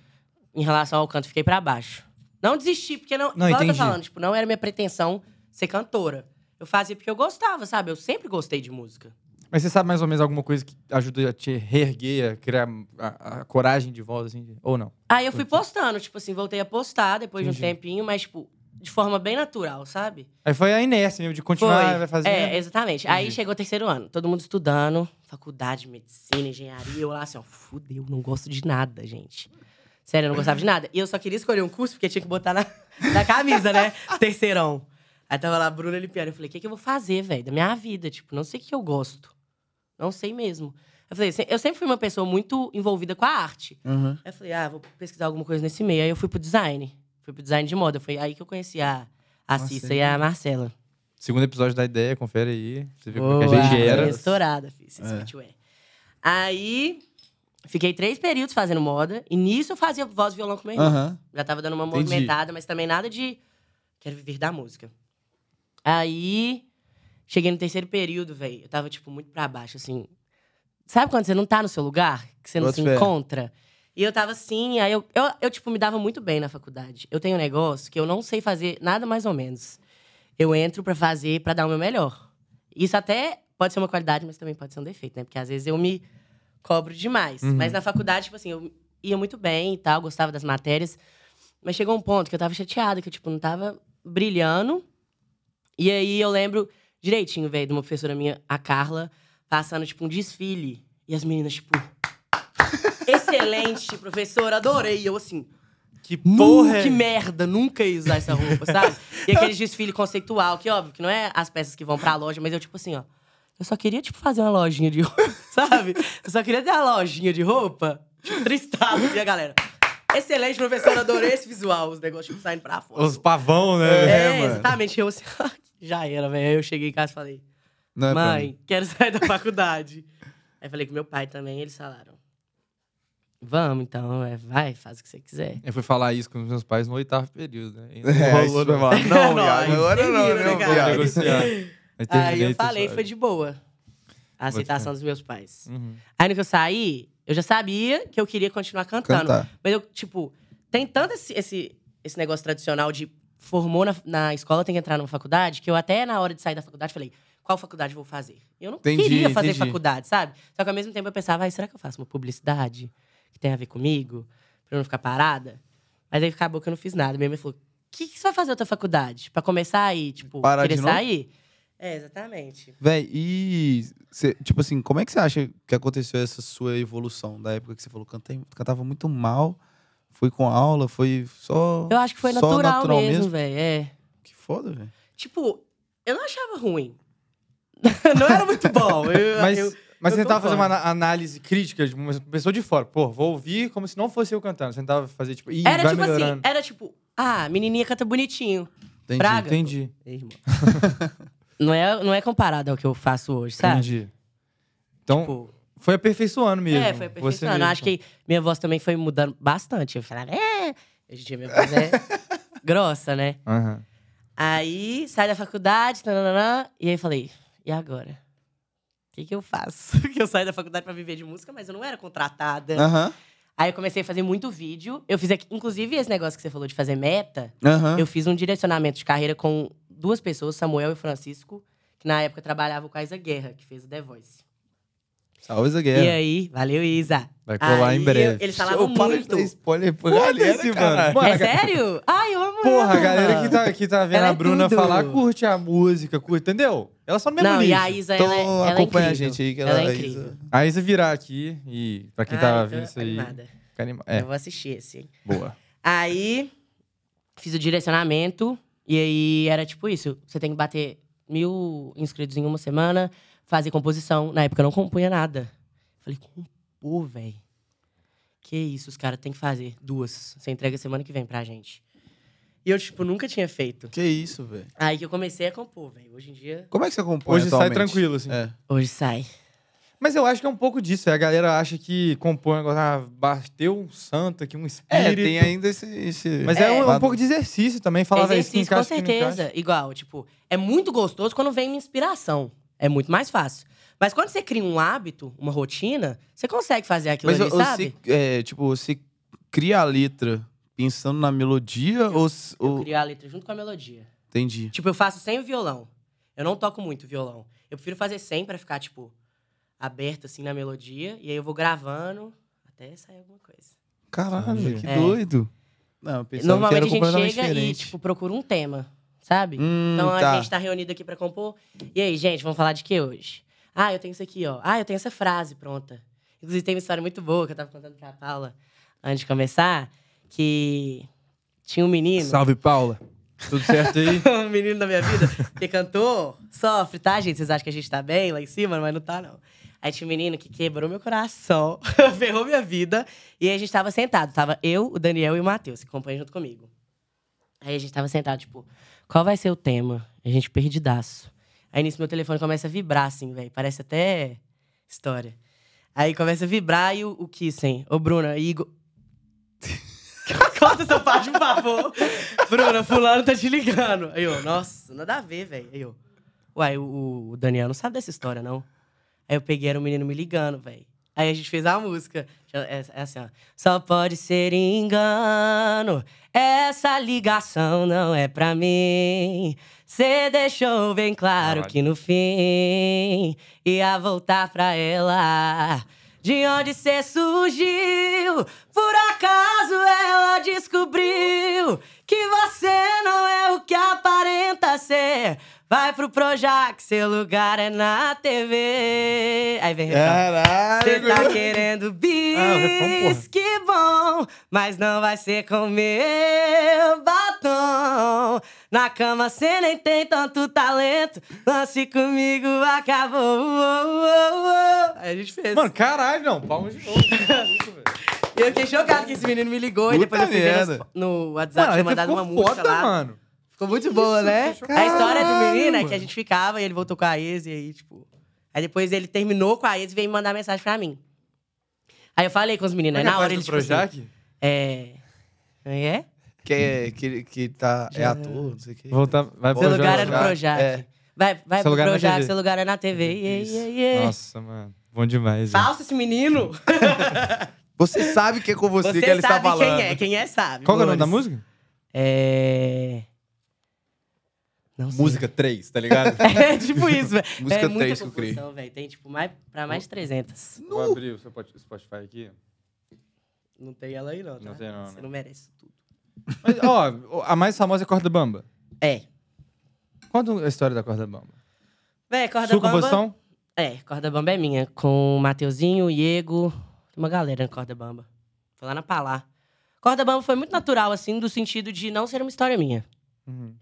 D: em relação ao canto, fiquei pra baixo. Não desisti, porque não.
B: Não,
D: igual eu
B: entendi.
D: tô falando, tipo, não era minha pretensão ser cantora. Eu fazia porque eu gostava, sabe? Eu sempre gostei de música.
B: Mas você sabe mais ou menos alguma coisa que ajuda a te reerguer, a criar a, a coragem de volta, assim? de- Ou não?
D: Aí eu fui postando, tipo assim, voltei a postar depois de um
B: Entendi.
D: tempinho, mas, tipo, de forma bem natural, sabe?
B: Aí foi a inércia mesmo, de continuar,
D: Foi.
B: vai fazer.
D: É, exatamente. Aí
B: Entendi.
D: chegou o terceiro ano, todo mundo estudando, faculdade, medicina, engenharia. Eu lá assim, ó, fudeu, não gosto de nada, gente. Sério, eu não gostava de nada. E eu só queria escolher um curso porque tinha que botar na, na camisa, né? Terceirão. Aí tava lá, Bruna Limpiano. Eu falei, o que, que eu vou fazer, velho, da minha vida? Tipo, não sei o que eu gosto. Não sei mesmo. Eu falei, se- eu sempre fui uma pessoa muito envolvida com a arte.
C: Uhum.
D: Aí eu falei, ah, vou pesquisar alguma coisa nesse meio. Aí eu fui pro design. Fui pro design de moda. Foi aí que eu conheci a, a Cissa e a Marcela.
B: Segundo episódio da ideia, confere aí. Você vê como é que a
D: Boa,
B: gente era.
D: Estourada, fiz
C: É.
D: Aí, fiquei três períodos fazendo moda. E nisso eu fazia voz e violão com meu irmão.
C: Aham.
D: Já tava dando uma
C: Entendi.
D: movimentada, mas também nada de... Quero viver da música. Aí, cheguei no terceiro período, velho. Eu tava, tipo, muito pra baixo, assim. Sabe quando você não tá no seu lugar? Que você não
C: Boto
D: se
C: fé.
D: encontra? E eu tava assim, aí eu, eu, eu, tipo, me dava muito bem na faculdade. Eu tenho um negócio que eu não sei fazer nada mais ou menos. Eu entro pra fazer, pra dar o meu melhor. Isso até pode ser uma qualidade, mas também pode ser um defeito, né? Porque às vezes eu me cobro demais.
B: Uhum.
D: Mas na faculdade, tipo assim, eu ia muito bem e tal, gostava das matérias. Mas chegou um ponto que eu tava chateada, que eu, tipo, não tava brilhando. E aí eu lembro direitinho, velho, de uma professora minha, a Carla, passando, tipo, um desfile. E as meninas, tipo. Excelente, professora, adorei. E eu assim.
B: Que
D: Porra!
C: é
B: porra!
D: Que merda, nunca ia usar essa roupa, sabe? E aquele desfile conceitual, que óbvio, que não é as peças que vão pra loja, mas eu, tipo assim, ó. Eu só queria, tipo, fazer uma lojinha de roupa, sabe? Eu só queria ter uma lojinha de roupa. Tipo, tristado, e a galera. Excelente, professora, adorei esse visual. Os negócios, tipo, saindo pra fora.
B: Os pavão, né?
D: É,
C: mano.
D: exatamente. Eu assim, já era, velho. Aí eu cheguei em casa e falei,
C: Não é pra mim.
D: mãe, quero sair da faculdade. Aí falei com meu pai também, eles falaram. Vamos, então, é, vai, faz o que você quiser.
B: Eu fui falar isso com os meus pais no oitavo período, né? E não
C: É,
B: rolou,
C: isso
B: não.
C: foi- Não,
D: Não,
C: viado,
D: aí
C: agora
D: termina,
C: não,
D: né,
C: não,
D: cara?
B: Vou
C: viado.
B: negociar.
D: Aí eu
B: terminei
D: falei,
B: essa
D: foi de boa. A
B: Boa
D: aceitação dos meus pais.
B: história. Uhum.
D: Aí no que eu saí, eu já sabia que eu queria continuar cantando.
C: Cantar.
D: Mas eu, tipo, tem tanto esse, esse, esse negócio tradicional de formou na, na escola, tem que entrar numa faculdade, que eu até na hora de sair da faculdade falei, qual faculdade eu vou fazer? Eu não
C: Entendi,
D: queria fazer
C: entendi.
D: faculdade, sabe? Só que ao mesmo tempo eu pensava, "Ai, será que eu faço uma publicidade que tem a ver comigo? Pra eu não ficar parada? Mas aí acabou que eu não fiz nada. Minha mãe falou, o que, que você vai fazer outra faculdade? Pra começar aí, tipo,
C: Parar de
D: querer
C: novo?
D: sair? É, exatamente.
C: Véi, e cê- tipo assim, como é que você acha que aconteceu essa sua evolução da época que você falou cantei, cantava muito mal, foi com aula, foi só
D: Eu acho que foi
C: só
D: natural, mesmo, velho. É.
C: Que foda, velho.
D: Tipo, eu não achava ruim. não era muito bom. Eu,
B: Mas,
D: eu-
B: mas você
D: eu
B: tentava fazer uma
D: concordo.
B: ana- análise crítica de uma pessoa de fora. Pô, vou ouvir como se não fosse eu cantando. Você tentava fazer tipo. Ih,
D: era
B: vai
D: tipo assim,
B: melhorando.
D: era tipo, ah, menininha canta bonitinho.
C: Entendi.
D: Braga.
B: Entendi.
D: Ei, irmão. não, é, não é comparado ao que eu faço hoje, sabe?
B: Entendi. Então,
D: Tipo,
B: foi aperfeiçoando mesmo.
D: é, foi
B: você
D: aperfeiçoando.
B: mesmo.
D: Acho que minha voz também foi mudando bastante. Eu falava, é. Hoje em dia minha voz é grossa, né?
B: Aham.
D: Aí sai da faculdade, tananana, e aí falei, e agora? O que, que eu faço? Porque eu saí da faculdade pra viver de música, mas eu não era contratada.
C: Aham.
D: Aí eu comecei a fazer muito vídeo. Eu fiz aqui, inclusive esse negócio que você falou de fazer meta,
B: Ah.
C: Aham.
D: eu fiz um direcionamento de carreira com duas pessoas, Samuel e Francisco, que na época trabalhavam com a Isa Guerra, que fez o The Voice.
C: Salve essa
B: É.
D: E
C: guerra.
D: aí, valeu Isa.
B: Vai colar
D: Aí
B: em breve.
D: eu- eles falavam
C: Ô, para de
D: muito.
C: dar spoiler pra
B: Foda-se,
C: galera,
B: mano.
C: cara.
B: Mano,
D: é sério? Ai, eu amo
B: Porra, a
D: ela.
B: galera que tá, que tá vendo
D: Ela
B: a
D: é
B: Bruna
D: tudo.
B: falar, curte a música, curte, entendeu? Ela só no mesmo
D: Não,
B: nicho.
D: e a Isa,
C: Então
D: ela, é- ela é
C: acompanha
D: incrível.
C: a gente aí, que
D: ela,
C: ela,
D: é incrível.
B: A Isa virar aqui e pra quem
D: Ai,
B: tá
D: Ah, eu tô
B: vendo isso aí,
D: animada.
B: fica anima- É,
D: Eu vou assistir esse, hein?
B: boa.
D: Aí, fiz o direcionamento. E aí, era tipo isso. Você tem que bater mil inscritos em uma semana, fazer composição. Na época, eu não compunha nada. Falei, compor, velho. Que isso, os caras têm que fazer. Duas. Você entrega semana que vem pra gente. E eu, tipo, nunca tinha feito.
C: Que isso, velho.
D: Aí que eu comecei a compor, velho. Hoje em dia...
C: Como é que você compõe
B: Hoje sai
C: atualmente?
B: tranquilo, assim.
C: É.
D: Hoje sai.
B: Mas eu acho que é um pouco disso. é, A galera acha que compõe agora, ah, bateu um santo aqui, um
C: É,
B: espírito.
C: tem ainda esse... esse-
B: Mas é, um,
C: lado-
B: um pouco de exercício também, falar "Véi, isso que
D: Exercício,
B: encaixa,
D: com
B: isso que não
D: certeza. Igual, tipo, é muito gostoso quando vem uma inspiração. É muito mais fácil. Mas quando você cria um hábito, uma rotina, você consegue fazer aquilo
C: Mas
D: ali,
C: você,
D: sabe?
C: é, tipo, você cria a letra pensando na melodia ou... s-
D: Eu
C: ou-
D: crio a letra junto com a melodia.
C: Entendi.
D: Tipo, eu faço sem o violão. Eu não toco muito violão. Eu prefiro fazer sem pra ficar, tipo, aberta, assim, na melodia. E aí eu vou gravando até sair alguma coisa.
C: Caralho,
B: Entendi.
C: que
D: É.
C: doido. Não, eu pensava que
D: Normalmente
C: era
D: a gente
C: é
D: chega
C: um completamente diferente.
D: e, tipo, procura um tema, sabe?
C: Hum,
D: Então
C: tá.
D: a gente tá reunido aqui pra compor. E aí, gente, vamos falar de que hoje? Ah, eu tenho isso aqui, ó. Ah, eu tenho essa frase pronta. Inclusive, tem uma história muito boa que eu tava contando pra Paula antes de começar. Que tinha um menino.
B: Salve, Paula. Tudo certo aí?
D: um menino da minha vida que cantou, sofre, tá, gente? Vocês acham que a gente tá bem lá em cima, mas não tá, não. Aí tinha um menino que quebrou meu coração, ferrou minha vida. E aí a gente tava sentado. Tava eu, o Daniel e o Matheus, que acompanha junto comigo. Aí a gente tava sentado, tipo, qual vai ser o tema? A gente perdidaço. Aí nisso meu telefone começa a vibrar, assim, velho. Parece até história. Aí começa a vibrar e o, o Kissen. Ô, Bruna, Igor. Corta essa parte, por favor. Bruna, fulano tá te ligando. Aí eu, nossa, nada a ver, velho. Aí eu, uai, o, o Daniel não sabe dessa história, não. Aí eu peguei, era um menino me ligando, velho. Aí a gente fez a música. É, é assim, ó. Só pode ser engano. Essa ligação não é pra mim. Cê deixou bem claro
B: Caralho.
D: que no fim ia voltar pra ela. De onde cê surgiu? Por acaso ela descobriu que você não é o que aparenta ser. Vai pro Projac, seu lugar é na TV. Aí
B: É.
D: vem o refrão. Cê
C: Caralho,
D: tá
C: meu-
D: querendo
B: Ah, o refrão, porra.
D: bis, que bom, mas não vai ser com meu batom. Na cama cê nem tem tanto talento, lance comigo acabou. uou, uou, uou. Aí a gente fez.
B: Mano, caralho, não. Palmas de novo.
D: e eu fiquei chocado que esse menino me ligou e
C: Puta
D: depois eu fui ver
C: merda.
D: nas- no WhatsApp
B: Mano,
D: tinha
B: ele
D: mandado
B: ficou
D: uma música
B: foda,
D: lá.
B: mano.
D: Ficou muito boa, né?
B: que
D: A
C: chocado.
D: história do menino é
C: Caralho,
D: que a gente ficava e ele voltou com a ex, e aí, tipo. Aí depois ele terminou com a ex e veio me mandar mensagem pra mim. Aí eu falei com os meninos,
B: é
D: aí na hora ele tipo, assim, É. É?
C: que, é- que, que tá, é ator, não sei o quê.
B: Voltar, vai
D: Seu
C: Projac,
D: lugar é no
C: Projac,
D: Projac.
C: é.
D: Vai, vai
B: Seu
D: pro
B: lugar é na
D: Projac,
B: TV.
D: seu lugar é na TV. Yeah,
C: Isso.
D: yeah, yeah.
B: Nossa, mano. Bom demais. hein?
D: Falso esse menino.
C: Você sabe que é com você,
D: Você
C: que ele está
D: sabe
C: falando.
D: quem é, quem é sabe.
B: tá Qual que é o nome da
D: Flores.
B: música?
D: É. Não sei.
B: 3, tá ligado?
D: É tipo isso, velho.
C: Música
D: é muita
C: três que eu criei.
D: confusão, velho. Tem, tipo, mais, pra mais de 300.
B: Vou abrir o seu pot- Spotify aqui.
D: Não tem ela aí, não, tá?
B: Não tem não,
D: Você
B: né?
D: não merece tudo.
B: Mas, ó, a mais famosa é Corda Bamba.
D: É.
B: Conta a história da Corda Bamba.
D: Véi, corda
B: Sua
D: bamba.
B: composição?
D: É, corda bamba é minha. Com o Mateuzinho, o Diego. Tem uma galera na corda bamba. Foi lá na Palá. Corda bamba foi muito natural, assim, do sentido de não ser uma história minha.
B: Uhum.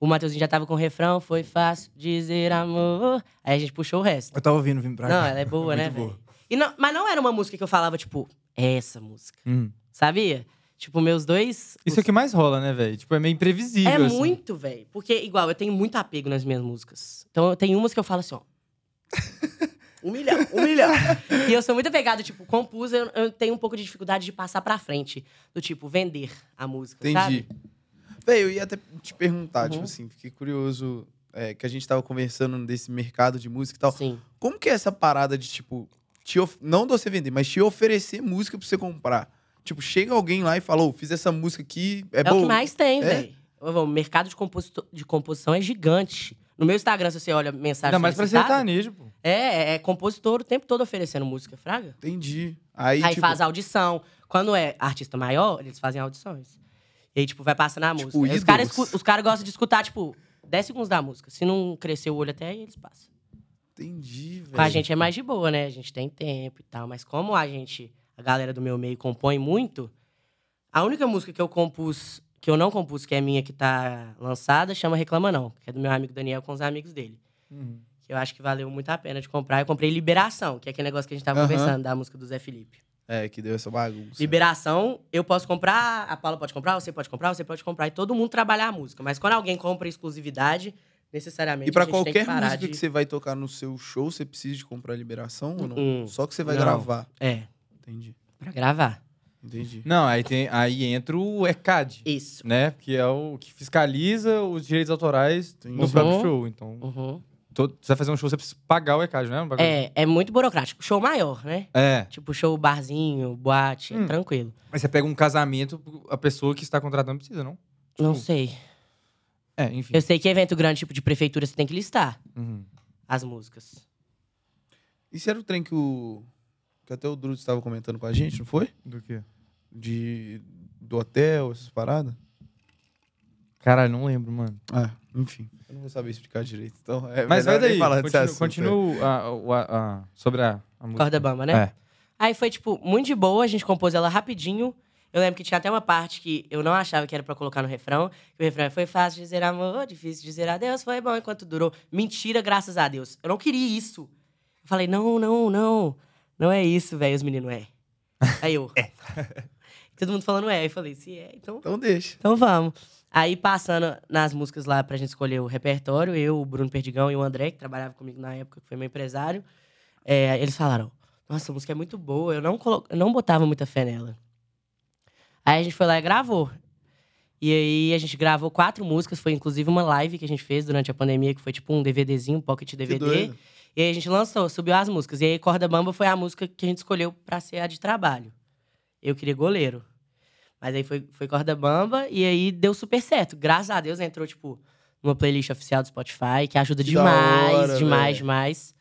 D: O Mateuzinho já tava com o refrão, foi fácil dizer amor. Aí a gente puxou o resto.
B: Eu tava ouvindo, vim pra
D: Não, ela é boa, né,
B: Muito boa.
D: velho? E não- Mas não era uma música que eu falava, tipo, é essa música.
B: Uhum.
D: Sabia? Tipo, meus dois.
B: Isso é o que mais rola, né, velho? Tipo, é meio imprevisível.
D: É
B: assim.
D: muito, velho. Porque, igual, eu tenho muito apego nas minhas músicas. Então, eu tenho umas que eu falo assim, ó. Um milhão, um milhão. e eu sou muito apegada, tipo, compus, eu, eu tenho um pouco de dificuldade de passar pra frente. Do tipo, vender a música,
C: Entendi.
D: sabe?
C: Véi, eu ia até te perguntar, tipo
D: Uhum.
C: assim, fiquei curioso é, que a gente tava conversando desse mercado de música e
B: Então,
C: tal.
D: Sim.
C: Como que é essa parada de, tipo, te of- não de você vender, mas te oferecer música pra você comprar? Tipo, chega alguém lá e fala, ô, fiz essa música aqui, é,
D: É,
C: boa.
D: o que mais tem,
C: É?
D: velho. O mercado de, composito- de composição é gigante. No meu Instagram, se você olha a mensagem
B: Ainda mais pra tá
D: solicitada,
B: sertanejo, pô.
D: É, é, é compositor o tempo todo oferecendo música, fraga.
C: Entendi. Aí,
D: aí
C: tipo,
D: faz audição. Quando é artista maior, eles fazem audições. E aí, tipo, vai passando a
C: Tipo,
D: música. Aí Os caras
C: ídolos.
D: escu- os caras gostam de escutar, tipo, 10 segundos da música. Se não crescer o olho até aí, eles passam.
C: entendi, velho.
D: Com a gente é mais de boa, né? A gente tem tempo e tal. Mas como a gente, a galera do meu meio compõe muito, a única música que eu compus, que eu não compus, que é minha, que tá lançada, chama Reclama Não, que é do meu amigo Daniel com os amigos dele
B: Uhum.
D: que eu acho que valeu muito a pena de comprar. Eu comprei Liberação, que é aquele negócio que a gente tava
C: Aham.
D: conversando da música do Zé Felipe.
C: É, que deu essa bagunça.
D: Liberação, eu posso comprar, a Paula pode comprar, você pode comprar, você pode comprar, e todo mundo trabalhar a música. Mas quando alguém compra exclusividade, necessariamente
C: E pra
D: a gente tem
C: qualquer
D: que parar
C: música
D: de...
C: que você vai tocar no seu show, você precisa de comprar liberação ou não?
D: Hum,
C: Só que você vai
B: Não.
C: gravar.
D: É,
C: Entendi.
D: pra gravar.
C: Entendi.
B: Não, aí, tem, aí entra o ECAD,
D: Isso.
B: né? Que é o que fiscaliza os direitos autorais no
C: Uhum.
B: próprio show. Então,
D: Uhum.
B: todo, você vai fazer um show, você precisa pagar o ECAD, né? Um bagulho-
D: É, é muito burocrático. Show maior, né?
B: É.
D: Tipo, show barzinho, boate,
B: Hum.
D: tranquilo.
B: Mas você pega um casamento, a pessoa que está contratando precisa, não?
D: Não
B: Tipo,
D: sei.
B: É, enfim.
D: Eu sei que evento grande, tipo de prefeitura, você tem que listar
B: Uhum.
D: as músicas.
C: Isso era o trem que o. Que até o Drudo estava comentando com a gente, não foi?
B: Do quê?
C: De. Do hotel, essas paradas?
B: Caralho, não lembro, mano.
C: Ah, enfim. Eu não vou saber explicar direito. Então, é
B: Mas vai
C: melhor
B: daí.
C: nem falar desse
B: Continua,
C: assunto aí.
B: continua a- o- a- a- sobre a, a música.
D: Corda Bamba, né?
B: É.
D: Aí foi, tipo, muito de boa, a gente compôs ela rapidinho. Eu lembro que tinha até uma parte que eu não achava que era pra colocar no refrão. Que o refrão é, foi fácil dizer amor, difícil dizer adeus, foi bom enquanto durou. Mentira, graças a Deus. Eu não queria isso. Eu falei, não, não, não. Não é isso, velho, os meninos, é. Aí eu... é. Todo mundo falando é. Eu falei, se é, então...
C: Então deixa.
D: Então vamos. Aí passando nas músicas lá pra gente escolher o repertório, eu, o Bruno Perdigão e o André, que trabalhava comigo na época, que foi meu empresário, é, eles falaram: Nossa, a música é muito boa, eu não, colo... eu não botava muita fé nela. Aí a gente foi lá e gravou. E aí a gente gravou quatro músicas, foi inclusive uma live que a gente fez durante a pandemia, que foi tipo um DVDzinho, um pocket
C: Que
D: DVD.
C: doido.
D: E aí a gente lançou, subiu as músicas. E aí Corda Bamba foi a música que a gente escolheu pra ser a de trabalho. Eu queria goleiro. Mas aí foi, foi Corda Bamba e aí deu super certo. Graças a Deus entrou, tipo, numa playlist oficial do Spotify, que ajuda
C: Que da
D: demais,
C: hora,
D: demais,
C: velho.
D: demais.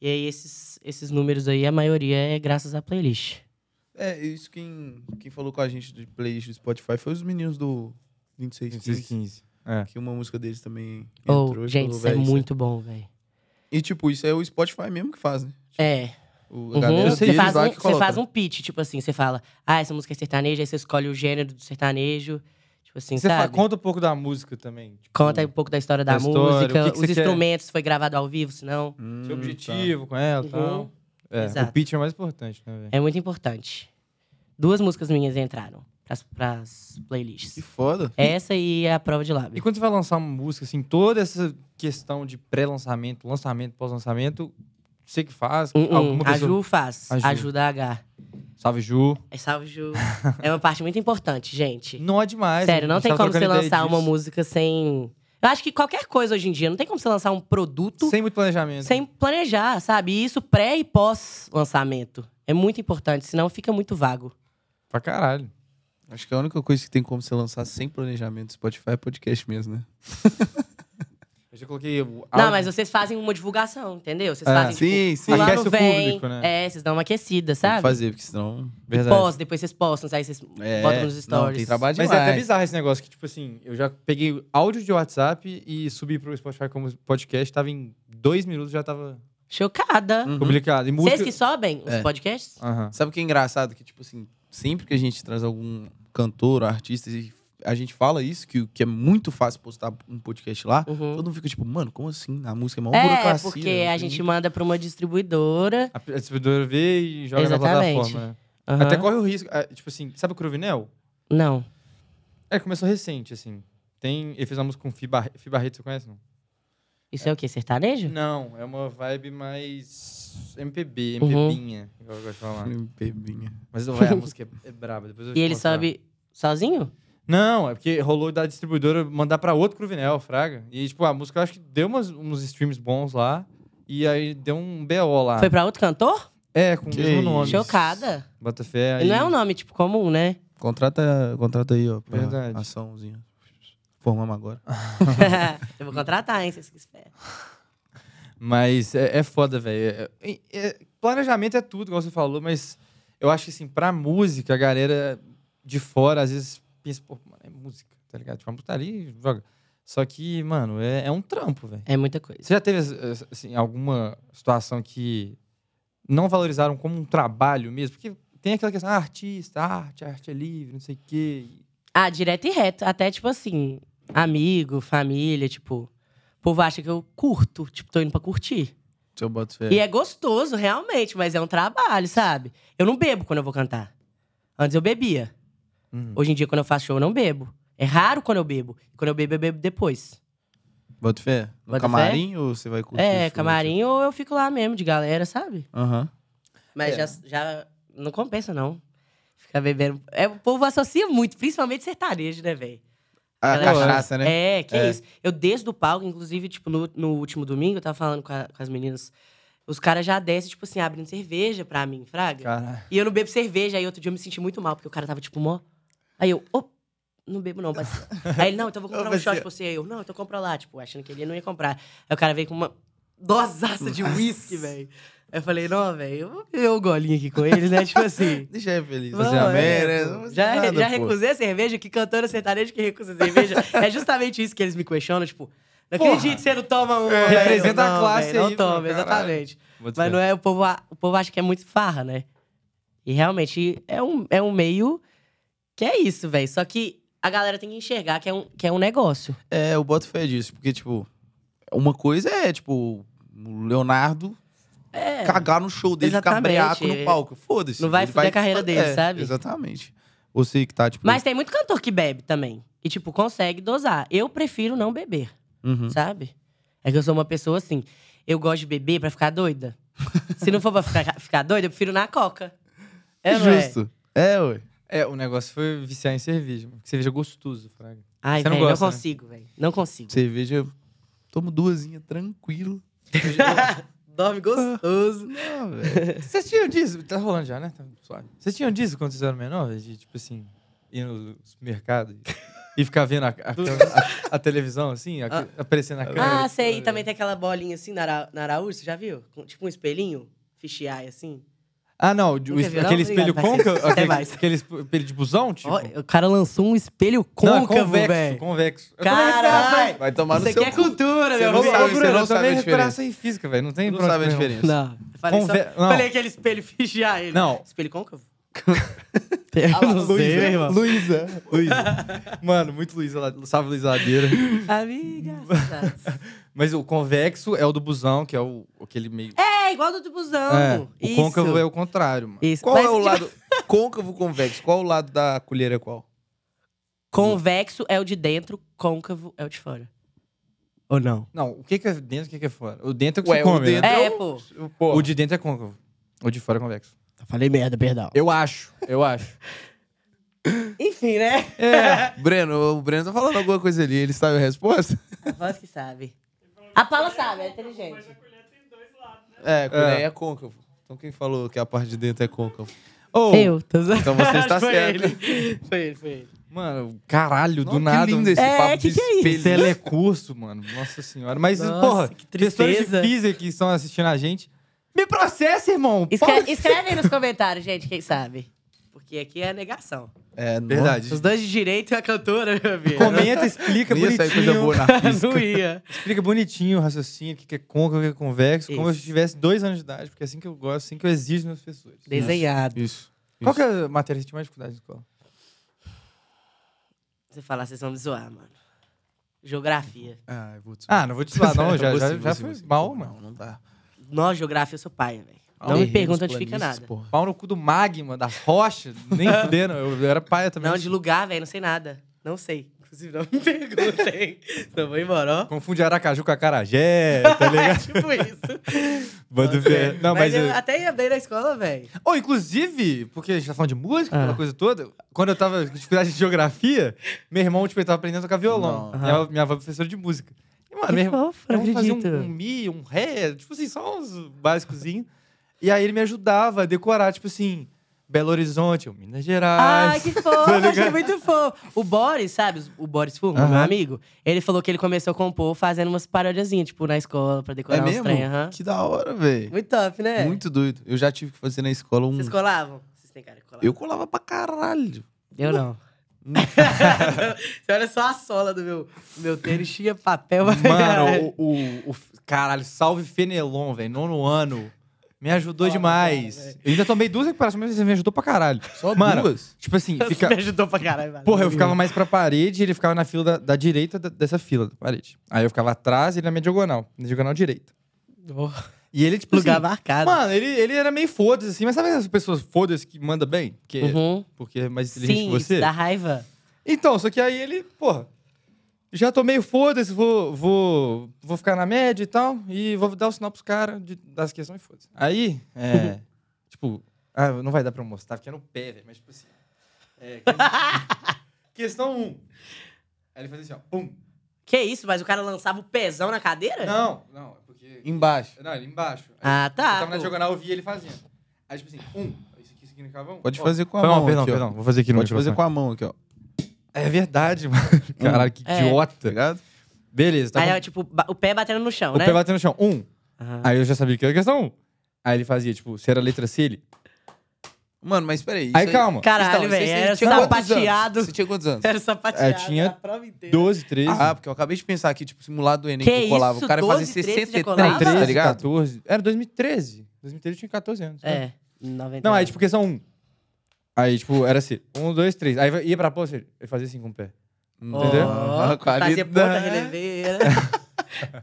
D: E aí esses, esses números aí, a maioria é graças à playlist.
C: É, isso quem, quem falou com a gente de playlist do Spotify foi os meninos do 26 15,
B: 15. É.
C: Que uma música deles também entrou.
D: Ou,
C: tipo, e
D: gente,
C: falou,
D: isso é
C: "Véi,
D: muito bom, velho.
C: E tipo, isso é o Spotify mesmo que faz, né?
D: É.
C: O, a
D: Uhum,
C: galera
D: Você
C: deles
D: faz,
C: lá
D: um,
C: que
D: você
C: coloca.
D: faz um pitch, tipo assim, você fala, ah, essa música é sertaneja, aí você escolhe o gênero do sertanejo. Tipo assim,
B: Você
D: sabe?
B: fa- conta um pouco da música também. tipo,
D: Conta aí um pouco da história
B: da
D: da,
B: história,
D: música,
B: o que que
D: os
B: você quer.
D: instrumentos, se foi gravado ao vivo, se não.
C: Hum,
B: Seu
C: tá.
B: objetivo com ela e
D: Uhum.
B: tal. É,
D: Exato.
B: o pitch é o mais importante, né, velho?
D: É muito importante. Duas músicas minhas entraram pras, pras
C: Que
D: playlists.
C: foda.
D: Essa e a prova de
B: E
D: lábio.
B: quando você vai lançar uma música, assim, toda essa questão de pré-lançamento, lançamento, pós-lançamento, você que faz,
D: Hum, hum,
B: alguma
D: A
B: pessoa...
D: Ju faz.
B: A Ju.
D: Ajuda a H.
B: Salve, Ju.
D: É salve, Ju. é uma parte muito importante, gente.
B: Não é demais.
D: Sério,
B: a
D: não
B: gente
D: tem
B: tava
D: como você
B: trocando ideia
D: lançar uma
B: disso.
D: música sem. Eu acho que qualquer coisa hoje em dia, não tem como você lançar um produto
B: Sem muito planejamento.
D: Sem planejar, sabe? E Isso pré e pós lançamento. É muito importante, senão fica muito vago.
B: Pra caralho.
C: Acho que a única coisa que tem como você lançar sem planejamento do Spotify é podcast mesmo, né?
B: Eu já coloquei o
D: Não,
B: áudio-
D: mas vocês fazem uma divulgação, entendeu? Vocês
B: É.
D: fazem
C: Sim,
D: tipo,
C: sim.
D: fulano
B: Aquece o
D: vem,
B: público, né?
D: É, vocês dão uma aquecida,
C: Tem que
D: sabe?
C: fazer, né? porque senão.
B: Verdade.
D: Pós, depois vocês postam, aí vocês
C: É,
D: botam nos
C: não,
D: stories.
C: tem trabalho
B: Mas
C: demais.
B: é até bizarro esse negócio, que tipo assim, eu já peguei áudio de WhatsApp e subi pro Spotify como podcast, tava em dois minutos já tava
D: Chocada.
C: Uhum.
B: publicado. E Hum. música...
D: Vocês que sobem os
C: É.
D: podcasts?
B: Aham.
C: Sabe o que é engraçado? Que, tipo assim, sempre que a gente traz algum cantor, artista, e a gente fala isso, que, que é muito fácil postar um podcast lá,
D: Uhum.
C: todo mundo fica tipo, mano, como assim? A música é uma
D: É,
C: burocracia.
D: porque a gente manda pra uma distribuidora.
B: A a distribuidora vê e joga
D: Exatamente.
B: na plataforma. né?
D: Aham.
B: Até corre o risco. ah, Tipo assim, sabe o Cruvinel?
D: Não.
B: É, começou recente, assim. Tem, ele fez uma música com Fi, Barre- Fi Barreto, você conhece? Não?
D: Isso é, o quê? Sertanejo?
B: não, é uma vibe mais MPB,
D: Uhum.
B: MPBinha, igual eu gosto de falar.
C: Bebinha.
B: Mas ué, a música é, é braba. Depois eu
D: E
B: te
D: ele
B: mostrar.
D: sobe sozinho?
B: Não, é porque rolou da distribuidora mandar pra outro Cruvinel, Fraga. E, tipo, a música eu acho que deu umas- uns streams bons lá. E aí deu um BO lá.
D: Foi pra outro cantor?
B: É, com
C: Que
B: o mesmo
C: isso.
B: nome.
D: Chocada.
B: Bota fé.
D: E
B: Aí...
D: Não é um nome, tipo, comum, né?
C: Contrata, contrata aí, ó, pra
B: Verdade.
C: açãozinha. Formamos agora.
D: eu vou contratar, hein? Se vocês quiserem.
B: Mas é, é foda, velho. É- é- é- planejamento é tudo, igual você falou, mas eu acho que, assim, pra música, a galera de fora, às vezes, pensa, pô, mano, é música, tá ligado? Tipo, a música tá ali e joga. Só que, mano, é, é um trampo, velho.
D: É muita coisa.
B: Você já teve, as- as- assim, alguma situação que não valorizaram como um trabalho mesmo? Porque tem aquela questão, ah, artista, arte, arte é livre, não sei o quê.
D: Ah, direto e reto. Até, tipo assim, amigo, família, tipo. O povo acha que eu curto, tipo, tô indo pra curtir.
C: Se eu boto fé.
D: E é gostoso, realmente, mas é um trabalho, sabe? Eu não bebo quando eu vou cantar. Antes eu bebia.
B: Uhum.
D: Hoje em dia, quando eu faço show, eu não bebo. É raro quando eu bebo. Quando eu bebo, eu bebo depois.
C: Boto fé? No
D: Bota
C: camarim ou você vai curtir? o
D: é,
C: show,
D: camarim ou eu fico lá mesmo, de galera, sabe?
C: tipo? Aham.
D: Mas
B: É.
D: já, já não compensa, não. Ficar bebendo. É, o povo associa muito, principalmente sertanejo, né, velho?
C: A
D: Galera,
C: cachaça, né?
D: É, que isso. Eu desço do palco, inclusive, tipo, no, no último domingo, eu tava falando com, a- com as meninas. Os caras já descem, tipo assim, abrindo cerveja pra mim, fraga.
B: Caralho.
D: E eu não bebo cerveja, aí outro dia eu me senti muito mal, porque o cara tava, tipo, mó. Aí eu, ô, não bebo não, parceiro. aí ele, não, então eu vou comprar um
C: Ô,
D: shot
C: parceiro.
D: pra você. Aí eu, não, então compra lá, tipo, achando que ele não ia comprar. Aí o cara veio com uma dosaça de uísque, velho. Aí eu falei, não, velho, eu vou beber um golinho aqui com eles, né? Tipo assim.
C: Deixa eu feliz.
D: Vamos,
C: Fazer a
D: é,
C: merda.
D: pô.
C: não faz
D: já
C: nada,
D: já
C: pô.
D: recusei a cerveja, que cantora sertanejo que recusa a cerveja. é justamente isso que eles me questionam, tipo, não
B: Porra.
D: acredito que você não toma um.
C: É,
D: velho.
B: representa a
D: Não,
B: classe
D: velho,
B: aí,
D: Não toma,
B: pô, caralho.
D: exatamente.
B: Vou dizer.
D: Mas não é, o povo, a- o povo acha que é muito farra, né? E realmente é um, é um meio que é isso, velho. Só que a galera tem que enxergar que é um, que é um negócio.
C: É, eu boto fé disso, porque, tipo, uma coisa é, tipo, o Leonardo
D: É.
C: cagar no show dele, ficar
D: Exatamente,
C: breaco no
D: é.
C: palco. Foda-se.
D: Não vai
C: ele
D: fuder a carreira dele,
C: É,
D: sabe?
C: Exatamente. Você que tá, tipo.
D: Mas tem muito cantor que bebe também. E, tipo, consegue dosar. Eu prefiro não beber,
C: Uhum.
D: sabe? É que eu sou uma pessoa assim. Eu gosto de beber pra ficar doida. Se não for pra ficar, ficar doida, eu prefiro na coca. É, não é?
C: Justo. É, ué.
B: É, o negócio foi viciar em cerveja. mano. Cerveja é gostoso, Fraga.
D: Ai,
B: Você não
D: velho, não
B: gosta, né?
D: consigo, velho. Não consigo.
C: Cerveja, tomo duasinha, tranquilo.
D: Dorme gostoso.
C: Não, velho.
B: Vocês tinham disso? Tá rolando já, né? Tá suave. Vocês tinham disso quando vocês eram menores? De, tipo assim, ir no supermercado e, e ficar vendo a, a câmera- a- a televisão, assim, a-
D: Ah.
B: aparecendo a câmera.
D: Ah, sei. E também tem aquela bolinha assim na, Ara- na Araújo, você já viu? Com- tipo um espelhinho, fish eye, assim.
B: Ah, não. de- o
D: Nunca
B: es-
D: viu, não?
B: aquele espelho
D: Obrigado,
B: côncavo.
D: Marcelo. Até
B: Aquele,
D: mais.
B: aquele esp- espelho de busão, tipo.
D: Ó, o cara lançou um espelho
B: Não, é
D: côncavo,
B: convexo,
D: velho.
B: convexo. Eu também recuperar
D: Caralho!
C: Vai tomar no
D: Isso aqui
C: seu
D: é
C: cu.
D: cultura,
C: Você
D: meu
C: não
D: amigo.
C: sabe, você não
B: eu também
C: sabe a diferença.
B: recuperação em física, velho. Não tem
C: Não
B: pra onde
C: sabe a
B: correr,
C: diferença.
D: Não, falei,
B: Conve-
D: só,
B: não.
D: falei aquele espelho figiar ele.
B: Não.
D: Espelho côncavo?
B: Ah lá,
D: né?
B: Luísa,
C: Luísa.
B: Luísa. Mano, muito Luísa. lá- Salve, Luísa Ladeira.
D: Amiga.
B: Mas o convexo é o do busão, que é o, aquele meio...
D: É igual do tubuzão.
B: o
D: Isso.
B: côncavo é o contrário, mano.
D: Isso.
C: Qual
D: Mas,
C: é o
D: tipo,
C: lado côncavo convexo? Qual o lado da colher é qual?
D: Convexo é o de dentro, côncavo é o de fora. Ou não?
B: Não, o que que é dentro e o que que é fora? O dentro é o que
C: Ué,
B: você
C: o
B: come, né?
C: dentro-
D: É,
C: Não.
D: pô.
C: Pô,
B: O de dentro é côncavo. O de fora é convexo.
D: Falei merda, perdão.
B: Eu acho, eu acho.
D: Enfim, né?
B: É.
C: Breno, o Breno tá falando alguma coisa ali, ele sabe a resposta?
D: A voz que sabe. A Paula sabe, é inteligente.
C: É, colher
B: É.
C: é. côncavo. Então quem falou que a parte de dentro é côncavo?
B: Ou,
D: Eu, tô zoando.
C: Então você está
D: Foi
C: certo.
D: ele. Foi ele, foi ele.
B: Mano, caralho,
C: Nossa,
B: do
C: que
B: nada. um
C: lindo
B: mano.
C: esse
D: É,
C: papo
D: que
C: de
D: que é isso?
C: espelho.
B: Telecurso, mano. Nossa senhora. Mas,
D: Nossa,
B: porra,
D: que
B: pessoas de
D: tristeza.
B: física que estão assistindo a gente, me processa, irmão.
D: Escre-
B: Porra.
D: escreve aí nos comentários, gente, quem sabe. Porque aqui é negação.
C: É, não.
B: Verdade.
D: Os dois de direito e a cantora, meu amigo.
B: Comenta, explica
C: Não ia sair coisa
B: bonitinho.
C: boa na física.
D: Não ia.
B: Explica bonitinho o raciocínio, o que que é côncavo, o que é convexo. Como
D: Isso.
B: se eu tivesse dois anos de idade, porque é assim que eu gosto, assim que eu exijo nas pessoas.
D: Desenhado.
C: Isso.
B: Qual que é a matéria que você tinha mais dificuldade na escola?
D: Você falar, vocês vão me zoar, mano. Geografia.
C: Ah, eu vou te...
B: Ah, não vou te falar, não. Já,
C: Você,
B: já,
C: você,
B: já
C: você,
B: foi
C: você.
B: mal, mano.
C: Não, não dá.
D: Nós, geografia, eu sou pai, velho. Não me
C: Terrenos,
B: é
D: pergunta onde fica
C: planícies,
D: nada.
C: porra.
B: Pau no cu do magma, das rochas. Nem fudendo. Eu, eu era paia também.
D: Não, de lugar, velho, não sei nada. Não sei. Inclusive, não me perguntem. Então vou embora, ó.
B: Confunde Aracaju com Acarajé, tá
D: É
B: ligado?
D: tipo isso.
B: Bando ver. Não, mas...
D: eu
B: eu-
D: até ia bem na escola, velho.
B: Ou, inclusive, porque a gente tá falando de música,
D: Ah.
B: aquela coisa toda, quando eu tava com dificuldade de geografia, meu irmão, tipo, ele tava aprendendo a tocar violão.
C: Não.
B: Minha, minha avó é professora de música. E, mano, meu irmão,
D: fofo,
B: Então, fazia um, um mi, um ré, tipo assim, só uns básicozinhos. e aí ele me ajudava a decorar, tipo assim, Belo Horizonte, ou Minas Gerais.
D: Ai, que fofo, achei muito fofo. O Boris, sabe? O Boris Furman, meu
B: Aham.
D: amigo, ele falou que ele começou a compor fazendo umas parodiazinhas, tipo, na escola, pra decorar
C: É
D: uns
C: mesmo?
D: trem. aham.
C: Que da hora, velho.
D: Muito top, né?
C: Muito doido. Eu já tive que fazer na escola um.
D: Vocês colavam? Vocês têm cara que colava.
C: Eu colava pra caralho.
D: Eu não. Você olha só a sola do meu, do meu tênis, tinha papel. pra caralho.
B: Mano, o, o- o- Caralho, salve Fenelon, velho. Nono ano. Me ajudou
D: Foda,
B: demais.
D: cara, velho.
B: eu ainda tomei duas recuperações, mas ele me ajudou pra caralho.
C: Só
B: Mano,
C: duas.
B: Tipo assim,
D: Você
B: fica.
D: me ajudou pra caralho. valeu.
B: Porra, eu ficava mais pra parede e ele ficava na fila da, da direita da- dessa fila da parede. Aí eu ficava atrás e ele na minha diagonal, na diagonal direita.
D: Oh,
B: E ele, tipo,
D: lugar
B: assim,
D: marcado.
B: Mano, ele, ele era meio foda-se, assim, mas sabe essas pessoas foda-se que manda bem? Porque,
D: Uhum.
B: porque é mais inteligente
D: Sim,
B: que você?
D: isso dá raiva.
B: Então, só que aí ele, porra, já tô meio foda-se, vou, vou, vou ficar na média e tal, e vou dar o sinal pros caras de- das questões e foda-se. Aí, é, tipo, ah, não vai dar pra eu mostrar, porque é no pé, velho, mas tipo assim. é, questão 1. Um. Aí ele fazia assim, ó, um.
D: Que isso, mas o cara lançava o pezão na cadeira?
B: Não, não, é porque.
C: Embaixo.
B: Não, ele embaixo. Aí
D: Ah,
B: eu
D: tá.
B: tava na
D: pô.
B: diagonal, eu via ele fazendo. Aí, tipo assim, um. Isso aqui significava um.
C: Pode
B: Ó,
C: fazer com a
B: Foi mal,
C: mão.
B: perdão,
C: aqui, ó.
B: perdão. Vou fazer aqui no
C: Pode fazer com a mão aqui, ó.
B: É verdade, mano. Caralho, que
D: É.
B: idiota.
C: Tá ligado?
B: Beleza, tá
D: Aí
B: bom.
D: é tipo, ba- o pé batendo no chão,
B: O
D: né?
B: pé bateu no chão. Um.
D: Aham.
B: Aí eu já sabia que era questão 1. Aí ele fazia, tipo, se era letra C, ele.
C: Mano, mas peraí. isso
B: Aí calma.
C: isso
D: Caralho,
C: aí
D: velho,
C: você
D: era
C: tinha quantos anos?
D: sapateado.
C: Você tinha quantos anos?
D: Era sapateado.
B: É, tinha
D: a prova inteira.
B: 12, 13.
C: Ah, porque eu acabei de pensar aqui, tipo, simulado do Enem
D: Que
C: que, eu colava.
D: isso,
C: o cara
D: 12,
C: fazia
D: 13 já
C: 63,
D: colava?
B: não, 13,
C: tá ligado?
B: 14. Era 2013. 2013 eu tinha 14 anos. né?
D: É, 90.
B: Não, aí, tipo, questão 1. Aí, tipo, era assim: 1, 2, 3. Aí vai- ia pra pose, ele fazia assim com o pé. entendeu?
D: Ó, fazia ponta releveira.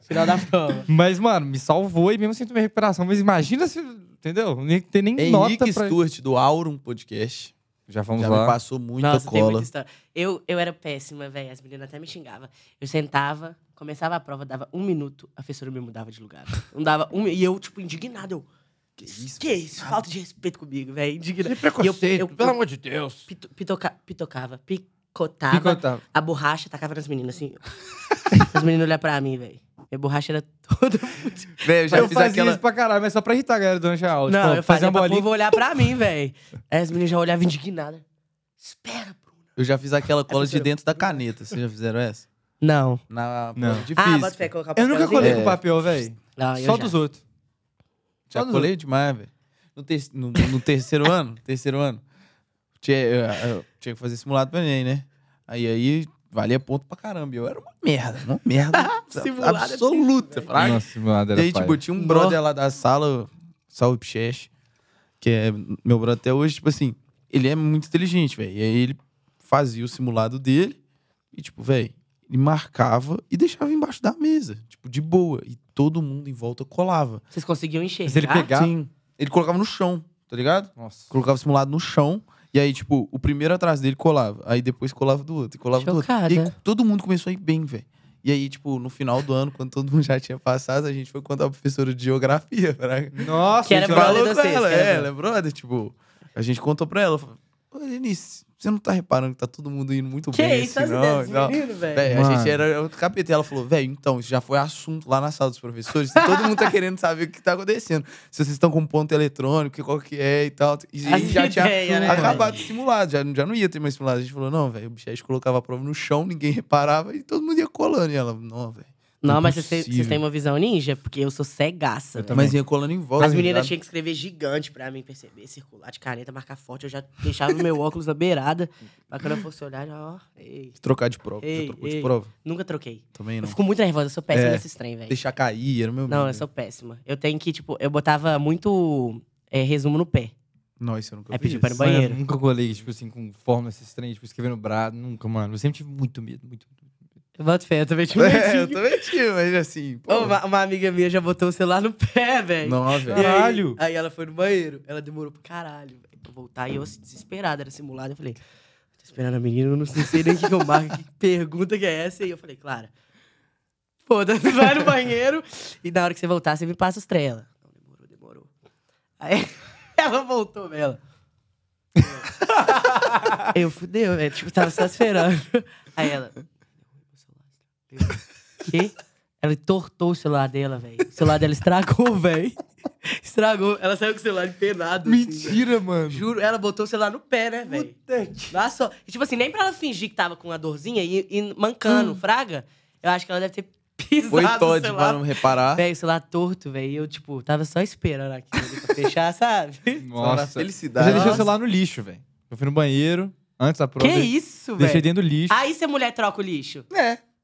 D: Final da prova.
B: Mas, mano, me salvou e mesmo assim tomei recuperação. Mas imagina se. Entendeu? Nem tem nem nota
C: Henrique
B: pra.
C: Stewart, do Aurum Podcast,
B: Já fomos
C: já me
B: lá.
C: passou muita
D: Nossa, tem muita
C: cola.
D: história. Eu, eu era péssima, velho. As meninas até me xingavam. Eu sentava, começava a prova, dava um minuto, a professora me mudava de lugar. Não dava um mi- E eu, tipo, indignado. Eu,
C: Que isso,
D: que é isso? Falta de respeito comigo, velho. Indignado.
B: preconceito,
D: eu-
B: pelo amor de Deus.
D: Pito- pitoca- pitocava, picotava
B: Picotava.
D: a borracha, tacava nas meninas, assim. As meninas olhavam pra mim, velho. Minha borracha era toda fudida.
C: Velho, eu já
B: eu
C: fiz
B: fazia
C: aquela...
B: isso pra caralho, mas só pra irritar a galera durante a aula.
D: Não,
B: tipo, fazia
D: eu fazia
B: uma
D: pra
B: bolinha.
D: povo olhar pra mim, velho. Aí as meninas já olhavam indignadas. Espera, Bruno.
C: Eu já fiz aquela cola de dentro da caneta. Vocês já fizeram essa?
D: Não.
C: Na
B: Não.
C: de
D: Ah,
C: física.
D: bota fé, colocar
B: Eu nunca colei
C: É.
B: com papel, velho.
D: Não, eu
B: Só
D: já.
B: dos outros.
C: Já
B: Todos
C: colei demais, velho. No, ter- no- no terceiro ano, terceiro ano, tinha, eu- eu tinha que fazer simulado pra Enem, né? Aí, aí, valia ponto pra caramba. E Eu era uma merda, uma merda
D: Simulado é
C: absoluta. "Ah, fraga.
B: Nossa, mano,
C: E
B: era
C: aí, tipo,
B: paia.
C: tinha um
D: Nó.
C: brother lá da sala, salve Pichesh, que é meu brother até hoje, tipo assim, ele é muito inteligente, velho. E aí ele fazia o simulado dele e, tipo, velho, ele marcava e deixava embaixo da mesa, tipo, de boa. E todo mundo em volta colava.
D: Vocês conseguiam enxergar?
B: Mas ele pegava.
C: Sim. Ele colocava no chão, tá ligado?
B: Nossa.
C: Colocava o simulado um no chão. E aí, tipo, o primeiro atrás dele colava. Aí depois colava do outro. E colava
D: Chocada.
C: do outro. E aí, todo mundo começou a ir bem, velho. E aí, tipo, no final do ano, quando todo mundo já tinha passado, a gente foi contar a professora de geografia, fraga.
B: Nossa,
D: Que era
B: gente,
D: brother
B: olha-
C: Falou
D: da
C: com
D: Cesca,
C: ela,
D: né?
C: é, ela é brother, tipo. A gente contou pra ela. falou, Ô, Lenice, você não tá reparando que tá todo mundo indo muito
D: Que
C: bem
D: isso,
C: assim, não?
D: as ideias
C: e
D: dos
C: tal?"
D: meninos, velho.
C: Véi, a
B: Mano.
C: gente era o capeta. E Ela falou, velho, então, isso já foi assunto lá na sala dos professores. Todo mundo tá querendo saber o que tá acontecendo. Se vocês estão com ponto eletrônico, qual que é e tal. E a
D: As
C: gente já tinha
D: ideias, né,
C: acabado o simulado, já, já não ia ter mais simulado. A gente falou, não, velho, o bicho colocava a prova no chão, ninguém reparava e todo mundo ia colando. E ela, não, velho.
D: Não, mas vocês
C: Impossível.
D: vocês têm uma visão ninja? Porque eu sou cegaça, velho.
C: Mas ia colando em volta.
D: As meninas
C: ligado?
D: tinham que escrever gigante pra mim perceber, circular de caneta, marcar forte. Eu já deixava meu óculos na beirada. Pra quando eu fosse olhar, já, ó. ei.
C: Trocar de prova.
D: Ei,
C: já trocou
D: ei.
C: de prova?
D: Nunca troquei.
C: Também
D: Eu
C: não.
D: fico muito nervosa, eu sou péssima
C: É.
D: nesses trem, velho.
C: Deixar cair, era o meu
D: Não,
C: medo.
D: eu sou péssima. Eu tenho que, tipo, eu botava muito é, resumo no pé.
C: Não, isso eu nunca
D: Aí
C: fiz.
D: pediu é pra ir no
B: Mano,
D: banheiro.
B: eu nunca colei, tipo assim, com forma esses trem, tipo, escrevendo brado. Nunca, mano. Eu sempre tive muito medo, muito medo.
D: Eu boto fé, eu também tinha um
C: É, eu
D: medinho.
C: também tinha, mas assim... pô.
D: Ô, uma, uma amiga minha já botou o celular no pé, velho.
C: Não,
D: E
C: velho.
D: aí-
B: Caralho!
D: Aí, ela foi no banheiro, ela demorou pro caralho, velho, pra voltar. E eu, assim, desesperada, era simulado. Eu falei, tô esperando a menina, eu não sei sei nem o que que eu marco, que pergunta que é essa. E eu falei, Clara, foda-se, vai no banheiro. E na hora que você voltar, você me passa os trela. Não, demorou, demorou. Aí ela voltou, velho. ela. eu fudeu, velho. Tipo, tava só esperando. Aí ela. Eu, que? Ela entortou o celular dela, velho. O celular dela estragou, velho. Estragou. Ela saiu com o celular empenado. assim, velho.
B: Mentira, mano.
D: Juro, ela botou o celular no pé, né, velho?
B: Puta que-
D: Lá só. E, tipo assim, nem pra ela fingir que tava com uma dorzinha e, e mancando, fraga. Eu acho que ela deve ter pisado
C: Foi
D: o
C: Todd pra
D: celular.
C: não reparar.
D: Véi, o celular torto, velho. E eu, tipo, tava só esperando aquilo ali pra fechar, sabe?
C: Nossa,
B: Nossa. Eu já
C: felicidade.
B: deixei o
D: Nossa.
B: celular no lixo, velho. Eu fui no banheiro, antes da prova.
D: que
B: eu
D: isso,
B: Deixei
D: velho? Ah.
B: dentro do lixo.
D: Aí se a mulher troca o lixo.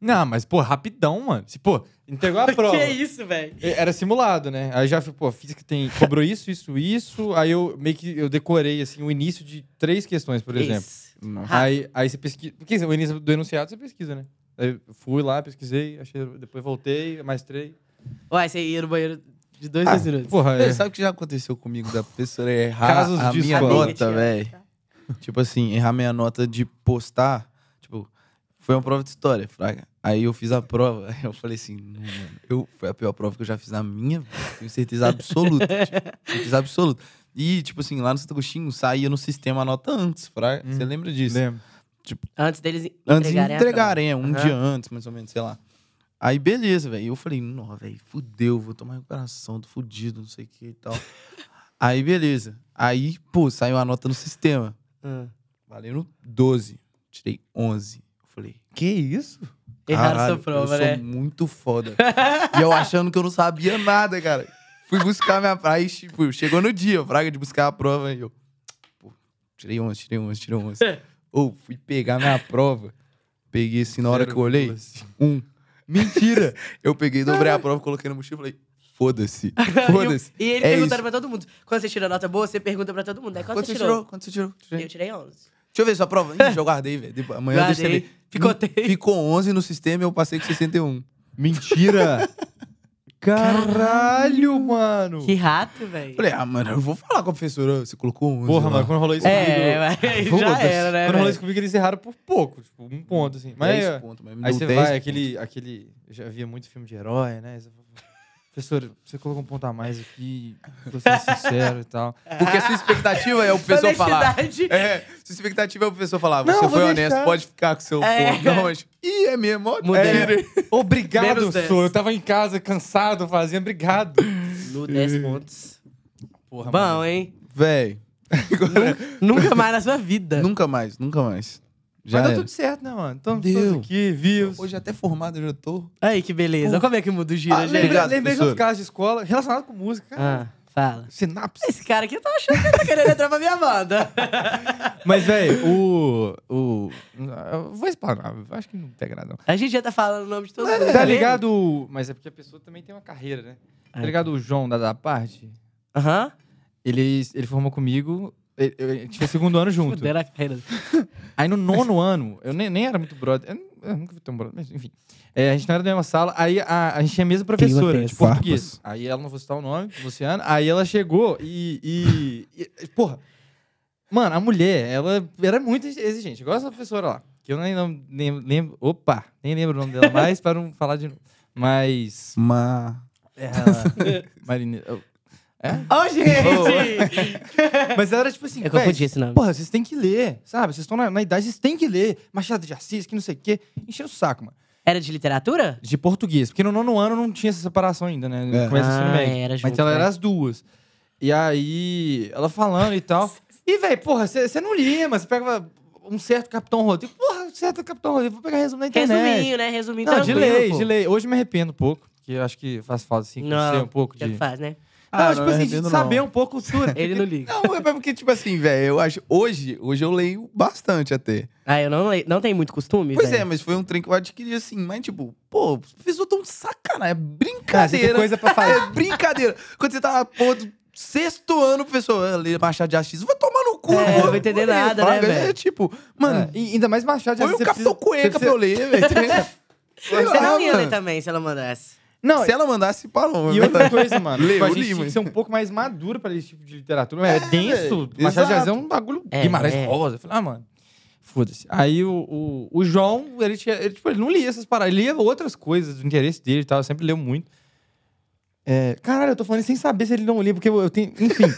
B: Não, mas, pô, rapidão, mano. Se, pô, entregou
C: é
B: a prova.
D: Que isso, velho?
B: E- Era simulado, né? Aí já, fui, pô, física tem. Cobrou isso, isso, isso. Aí eu meio que eu decorei, assim, o início de três questões, por exemplo.
D: Isso.
C: Nossa.
B: Aí, aí você pesquisa. Porque assim, o início do enunciado você pesquisa, né? Aí eu fui lá, pesquisei, achei, depois voltei, mais três.
D: Ué, você ia no banheiro de dois,
C: Ah,
D: dois minutos.
B: Porra, é.
C: Velho, Sabe o que já aconteceu comigo da professora errar
B: Casos
C: a
B: de
C: minha
B: escola.
C: nota, velho? Tipo assim, errar minha nota de postar. Tipo, foi uma prova de história, fraga. Aí eu fiz a prova, aí eu falei assim, não, mano, eu, foi a pior prova que eu já fiz na minha vida. Tenho certeza absoluta. tipo, certeza absoluta. E, tipo assim, lá no Santo Agostinho saía no sistema a nota antes, fraga.
B: Hum.
C: Você lembra disso?
B: Lembro.
D: Antes deles
C: Antes de entregarem,
D: entregarem a
C: é, um
D: Aham.
C: dia antes, mais ou menos, sei lá. Aí, beleza, velho. Eu falei, não, velho, fudeu, vou tomar recuperação, tô fudido, não sei o que e tal. Aí, beleza. Aí, pô, saiu a nota no sistema.
D: prova. Ah.
C: Valendo 12. Tirei 11. Falei,
E: Que isso?
D: Erraram
C: Caralho,
D: sua prova,
C: eu
D: né?
C: sou um- muito foda. e eu achando que eu não sabia nada, cara. Fui buscar minha praia e, tipo, chegou no dia, a praga de buscar a prova. E eu, pô, tirei 11, tirei 11, tirei 11. Ou fui pegar minha prova. Peguei assim, na hora que eu olhei, um. Mentira! Eu peguei, dobrei a prova, coloquei no mochila e falei, foda-se, foda-se.
D: E ele
C: É
D: perguntando
C: isso.
D: pra todo mundo. Quando você tirou nota boa, você pergunta pra todo mundo. Aí quando,
C: Quanto
D: você
C: você
D: tirou?
C: tirou? Quanto você tirou? Tirei.
D: Eu tirei 11.
C: Deixa eu ver sua prova. Ih, eu guardei, velho. Depois- Amanhã deixa eu
D: Guardei.
C: ver.
D: Picotei.
C: Ficou 11 no sistema e um. eu passei com 61.
E: Mentira! Caralho, mano!
D: Que rato, velho.
C: Falei, ah, mano, eu vou falar com a professora. Você colocou 11.
B: Porra,
C: lá.
B: mano, quando rolou isso
D: É,
B: comigo.
D: mas aí já
B: Foda-se.
D: era, né?
B: Quando rolou
D: velho?
B: isso comigo, eles erraram por pouco, tipo, um ponto, assim. Mas
C: 10
B: aí,
C: pontos, mas me
B: aí
C: deu
B: você
C: 10
B: vai,
C: pontos.
B: aquele, aquele. Eu já via muito filme de herói, né? Você fala, Professor, você colocou um ponto a mais aqui, tô sendo sincero e tal.
C: Porque a
B: Ah!
C: sua expectativa é o professor falar.
D: Honestidade.
C: É, sua expectativa é o professor falar. Você
B: Não, vou
C: foi honesto,
B: deixar.
C: pode ficar com seu
D: É.
C: ponto. Não, mas... Ih, é mesmo, ó,
D: Mudei.
C: tira.
B: Obrigado,
D: Menos dez.
B: sou. Eu tava em casa, cansado, fazendo, obrigado.
D: No 10 pontos.
B: Porra,
D: Bom, hein?
C: Véi,
D: Nunca mais na sua vida.
C: nunca mais, nunca mais.
B: Já
C: Já
B: Mas deu
C: era.
B: tudo certo, né, mano? Estamos
C: Deu.
B: todos aqui, vivos.
C: Hoje até formado eu já tô.
D: Aí, que beleza. Olha como é que muda o giro, é
C: Ah,
D: gente.
B: lembrei
C: Obrigado,
B: lembrei de
C: professor.
B: outros casos de escola relacionado com música, cara.
D: Ah, fala.
B: Sinapse.
D: Esse cara aqui tá achando que ele tá querendo entrar pra minha banda.
B: Mas, velho, o. o eu vou explanar, eu acho que não pega nada, não.
D: A gente já tá falando o nome de todo mundo.
B: Tá
D: vendo?
B: ligado. o- Mas é porque a pessoa também tem uma carreira, né? Tá ligado o João da, da parte?
D: Aham.
B: Ele, ele formou comigo. Ele, eu- a gente fez segundo ano junto.
D: Fuderam a carreira.
B: Aí no nono ano, eu nem, nem era muito brother. Eu, nu- eu nunca vi tão brother, mas enfim. É, a gente não era da mesma sala. Aí a, a gente tinha a mesma professora de
D: tese.
B: português. Aí ela, não vou citar o nome, Luciana. Aí ela chegou e. e- e- porra. Mano, a mulher, ela era muito exigente. Igual essa professora lá. Que eu nem não- nem lembro. Opa! Nem lembro o nome dela mais para não falar de novo. Mas.
C: Mas...
D: É,
B: Ela. Marine. oh.
D: Ô, gente!
B: Mas ela era tipo assim.
D: Eu
B: "Véi,
D: confundi esse nome.
B: Porra, vocês têm que ler, sabe? Vocês estão na, na idade, vocês têm que ler. Machado de Assis, que não sei o quê. Encheu o saco, mano.
D: Era de literatura?
B: De português. Porque no nono ano não tinha essa separação ainda, né?
C: É.
B: No começo do ensino
D: Ah,
B: médio.
D: era
B: Mas
D: junto,
B: ela
D: né?
B: era assim, as duas. E aí, ela falando e tal. E, velho, porra, você não lia, mas você pega um certo Capitão Rodrigo. Porra, um certo Capitão Rodrigo. Vou pegar resumo na internet.
D: Resuminho, né? Resuminho
B: Não, de
D: tranquilo,
B: lei,
D: pô.
B: de lei. Hoje eu me arrependo um pouco. Que eu acho que faz falta, assim,
D: Não,
B: conhecer um pouco
D: Já que
B: de...
D: faz, né?
B: Ah,
C: Ah,
B: tipo
C: não me
B: assim, de
C: arrependo,
B: saber
C: não.
B: um pouco a cultura.
D: Ele não liga.
C: Não, é porque, tipo assim, velho, eu acho... Hoje, hoje eu leio bastante até.
D: Ah, eu não, le- não tenho muito costume,
C: Pois é,
D: velho.
C: mas foi um trem que eu adquiri assim, mas tipo, pô, os professores tão sacanagem, é
B: Cara, você tem
C: brincadeira.
B: coisa pra falar.
C: É brincadeira. Quando você tá, pô, do sexto ano, professor, ah, ler Machado de Assis, vai tomar no cu.
D: É,
C: pô.
D: não vou entender
C: ler,
D: nada,
C: Fraga.
D: né, velho? um
C: É tipo, mano,
B: É, e ainda mais Machado de
C: foi
B: Assis,
C: o
B: você
C: Capitão
B: precisa- você
C: Cueca pra eu ler, velho. Sei
D: tá Você né, então?
C: lá,
D: não ia
C: mano.
D: ler também se ela mandasse.
B: Não,
C: Se ela mandasse, né? parou.
B: e outra coisa, mano.
C: Lê,
B: tipo, a
C: eu
B: gente
C: li,
B: tinha que
C: mas-
B: ser um pouco mais maduro pra esse tipo de literatura. É, denso.
C: velho,
B: Machado de Assis
C: exato.
B: é um bagulho
D: É,
B: Guimarães
D: é.
B: Rosa. Eu falei, ah, mano, foda-se. Aí o, o, o João, ele, tinha, ele, tipo, ele não lia essas paradas. Ele lia outras coisas do interesse dele e tal. Eu sempre leu muito. É, caralho, eu tô falando sem saber se ele não lia, porque eu, eu tenho... Enfim.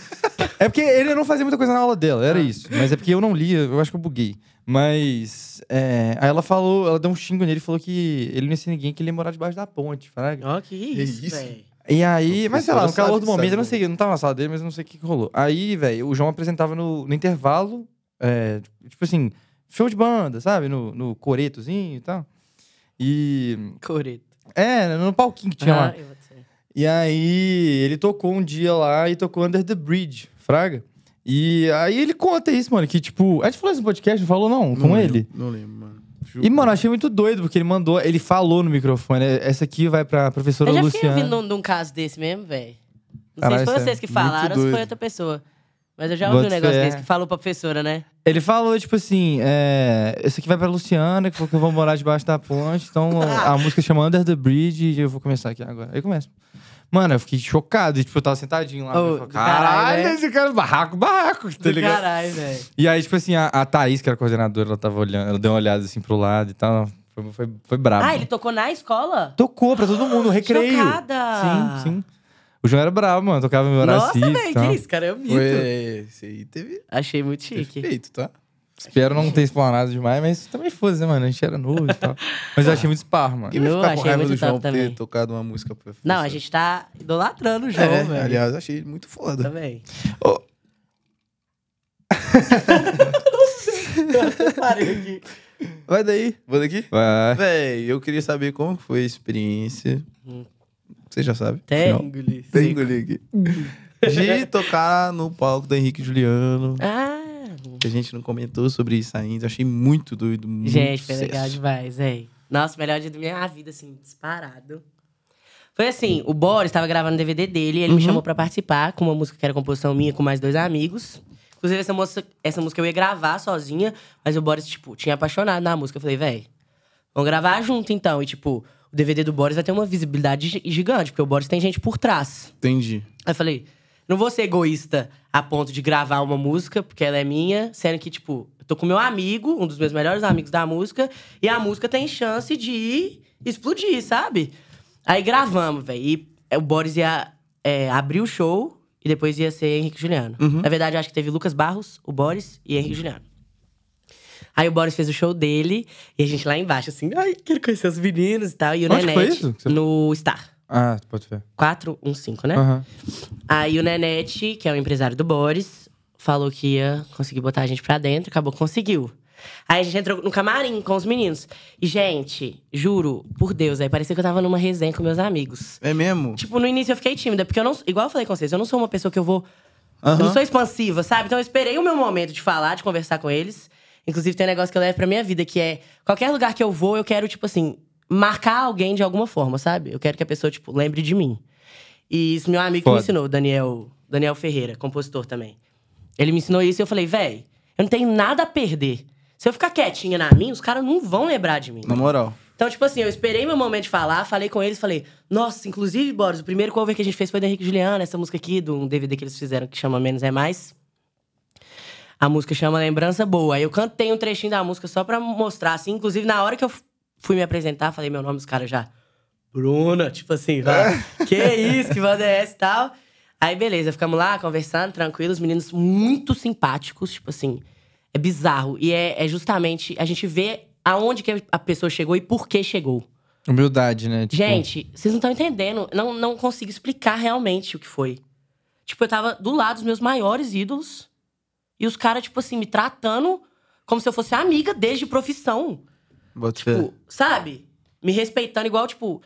B: é porque ele não fazia muita coisa na aula dela,
C: Ah.
B: era isso. Mas é porque eu não lia, eu acho que eu buguei. Mas... é, aí ela falou, ela deu um xingo nele e falou que ele não ia ser ninguém, que ele ia morar debaixo da ponte, ah, fraga.
D: Ó, que isso,
C: isso?
D: velho.
B: E aí,
C: O
B: mas sei lá, no
C: professor
B: calor
C: sabe
B: do momento, eu não
C: disso,
B: sei, eu não tava na sala dele, mas eu não sei o que, que rolou. Aí, velho, o João apresentava no, no intervalo, é, tipo assim, show de banda, sabe? No, no coretozinho e tal. E.
D: Coreto.
B: É, no palquinho que tinha lá.
D: Ah, eu vou dizer.
B: E aí, ele tocou um dia lá e tocou Under the Bridge, Fraga. E aí ele conta isso, mano, que tipo. A gente falou isso no podcast, não falou não, com ele.
C: Não lembro, mano.
B: E, mano, eu achei muito doido, porque ele mandou, ele falou no microfone. Essa aqui vai pra professora
D: Eu já fiquei
B: Luciana.
D: ouvindo num- de um caso desse mesmo, velho. Não
B: Caralho,
D: sei se
B: isso
D: foi
B: é
D: vocês que
C: muito
D: falaram ou se
C: doido.
D: foi outra pessoa. Mas eu já ouvi um
B: Bota fé.
D: negócio desse que falou pra professora, né?
B: Ele falou, tipo assim, é, esse aqui vai pra Luciana, que falou que eu vou morar debaixo da ponte, então
D: Ah.
B: a a música chama Under the Bridge e eu vou começar aqui agora. Aí começa. Mano, eu fiquei chocado, e, tipo, eu tava sentadinho lá.
D: Oh,
B: eu falei,
D: do
B: caralho,
D: caralho, né?"
B: esse cara, é barraco, barraco, tá
D: Do
B: ligado?
D: Caralho, velho.
B: E aí, tipo assim, a, a Thaís, que era a coordenadora, ela tava olhando, ela deu uma olhada assim pro lado e tal, foi, foi, foi brabo.
D: Ah, ele tocou na escola?
B: Tocou pra todo mundo, recreio.
D: Chocada!
B: Sim, sim. O João era brabo, mano, tocava em
D: Nossa,
B: Horaci
D: velho,
B: e tal.
C: então.
D: que isso, cara? É um mito.
C: Foi, esse aí teve
D: Achei muito chique.
C: feito, tá?
B: Espero não ter explanado demais, mas também foda, né, mano? A gente era novo e tal. Mas eu achei muito par, mano.
C: Quem vai
D: Eu
C: ficar com
D: achei
C: raiva
D: muito
C: do João
D: top
C: por
D: também.
C: ter tocado uma música pra
D: Não, a
C: professora?
D: gente tá idolatrando o João,
C: É,
D: velho.
C: aliás, achei ele muito foda.
D: Também.
C: Ô.
D: Parei aqui.
E: Vai daí.
C: Vou daqui?
B: É.
E: Vai.
C: Véi, eu queria saber como que foi a experiência.
D: Hum.
C: Você já sabe.
D: Até
C: Não.
D: engoli.
C: Tem um engolir aqui. De tocar no palco do Henrique Juliano.
D: Ah,
C: que A gente não comentou sobre isso ainda. Achei muito doido. Muito
D: gente, foi
C: sucesso.
D: legal demais, hein? Nossa, o melhor dia da minha vida, assim, disparado. Foi assim, o Boris estava gravando o DVD dele, ele me chamou pra participar com uma música que era composição minha com mais dois amigos. Inclusive, essa, moça, essa música eu ia gravar sozinha, mas o Boris, tipo, tinha apaixonado na música. Eu falei, véi, vamos gravar junto então. E, tipo, o DVD do Boris vai ter uma visibilidade gi- gigante, porque o Boris tem gente por trás.
C: Entendi.
D: Aí eu falei, não vou ser egoísta a ponto de gravar uma música, porque ela é minha, sendo que, tipo, eu tô com meu amigo, um dos meus melhores amigos da música, e a música tem chance de explodir, sabe? Aí gravamos, velho. E é, o Boris ia é, abrir o show e depois ia ser Henrique e Juliano.
B: Uhum.
D: Na verdade, eu acho que teve Lucas Barros, o Boris e Henrique e Juliano. Aí o Boris fez o show dele e a gente lá embaixo, assim, ai, quero conhecer os meninos e tal. E o
B: Onde que foi
D: Nenete
B: isso que você-
D: no Star.
B: Ah, pode ver.
D: 415, né?
B: Aham.
D: Aí o Nenete, que é o empresário do Boris, falou que ia conseguir botar a gente pra dentro, acabou que conseguiu. Aí a gente entrou no camarim com os meninos. E, gente, juro, por Deus, aí parecia que eu tava numa resenha com meus amigos.
C: É mesmo?
D: Tipo, no início eu fiquei tímida, porque eu não. Igual eu falei com vocês, eu não sou uma pessoa que eu vou. Eu
C: Aham.
D: não sou expansiva, sabe? Então eu esperei o meu momento de falar, de conversar com eles. Inclusive, tem um negócio que eu levo pra minha vida, que é qualquer lugar que eu vou, eu quero, tipo assim, marcar alguém de alguma forma, sabe? Eu quero que a pessoa, tipo, lembre de mim. E isso meu amigo
B: Foda.
D: me ensinou, Daniel, Daniel Ferreira, compositor também. Ele me ensinou isso e eu falei, véi, eu não tenho nada a perder. Se eu ficar quietinha na minha, os caras não vão lembrar de mim.
C: Na moral.
D: Então, tipo assim, eu esperei meu momento de falar, falei com eles, falei, nossa, inclusive, Boris, o primeiro cover que a gente fez foi do Henrique e Juliano, essa música aqui, de um DVD que eles fizeram que chama Menos é Mais. A música chama Lembrança Boa. Aí eu cantei um trechinho da música só pra mostrar, assim. Inclusive, na hora que eu f- fui me apresentar, falei meu nome, os caras já. Bruna, tipo assim, vai. que isso, que banda é essa e tal. Aí, beleza, ficamos lá conversando, tranquilos, meninos muito simpáticos, tipo assim. É bizarro. E é, é justamente a gente vê aonde que a pessoa chegou e por que chegou.
B: Humildade, né? Tipo,
D: Gente, vocês não estão entendendo. Não, não consigo explicar realmente o que foi. Tipo, eu tava do lado dos meus maiores ídolos. E os caras, tipo assim, me tratando como se eu fosse amiga desde profissão.
C: Bota fé.
B: É.
D: Tipo, sabe? Me respeitando igual, tipo...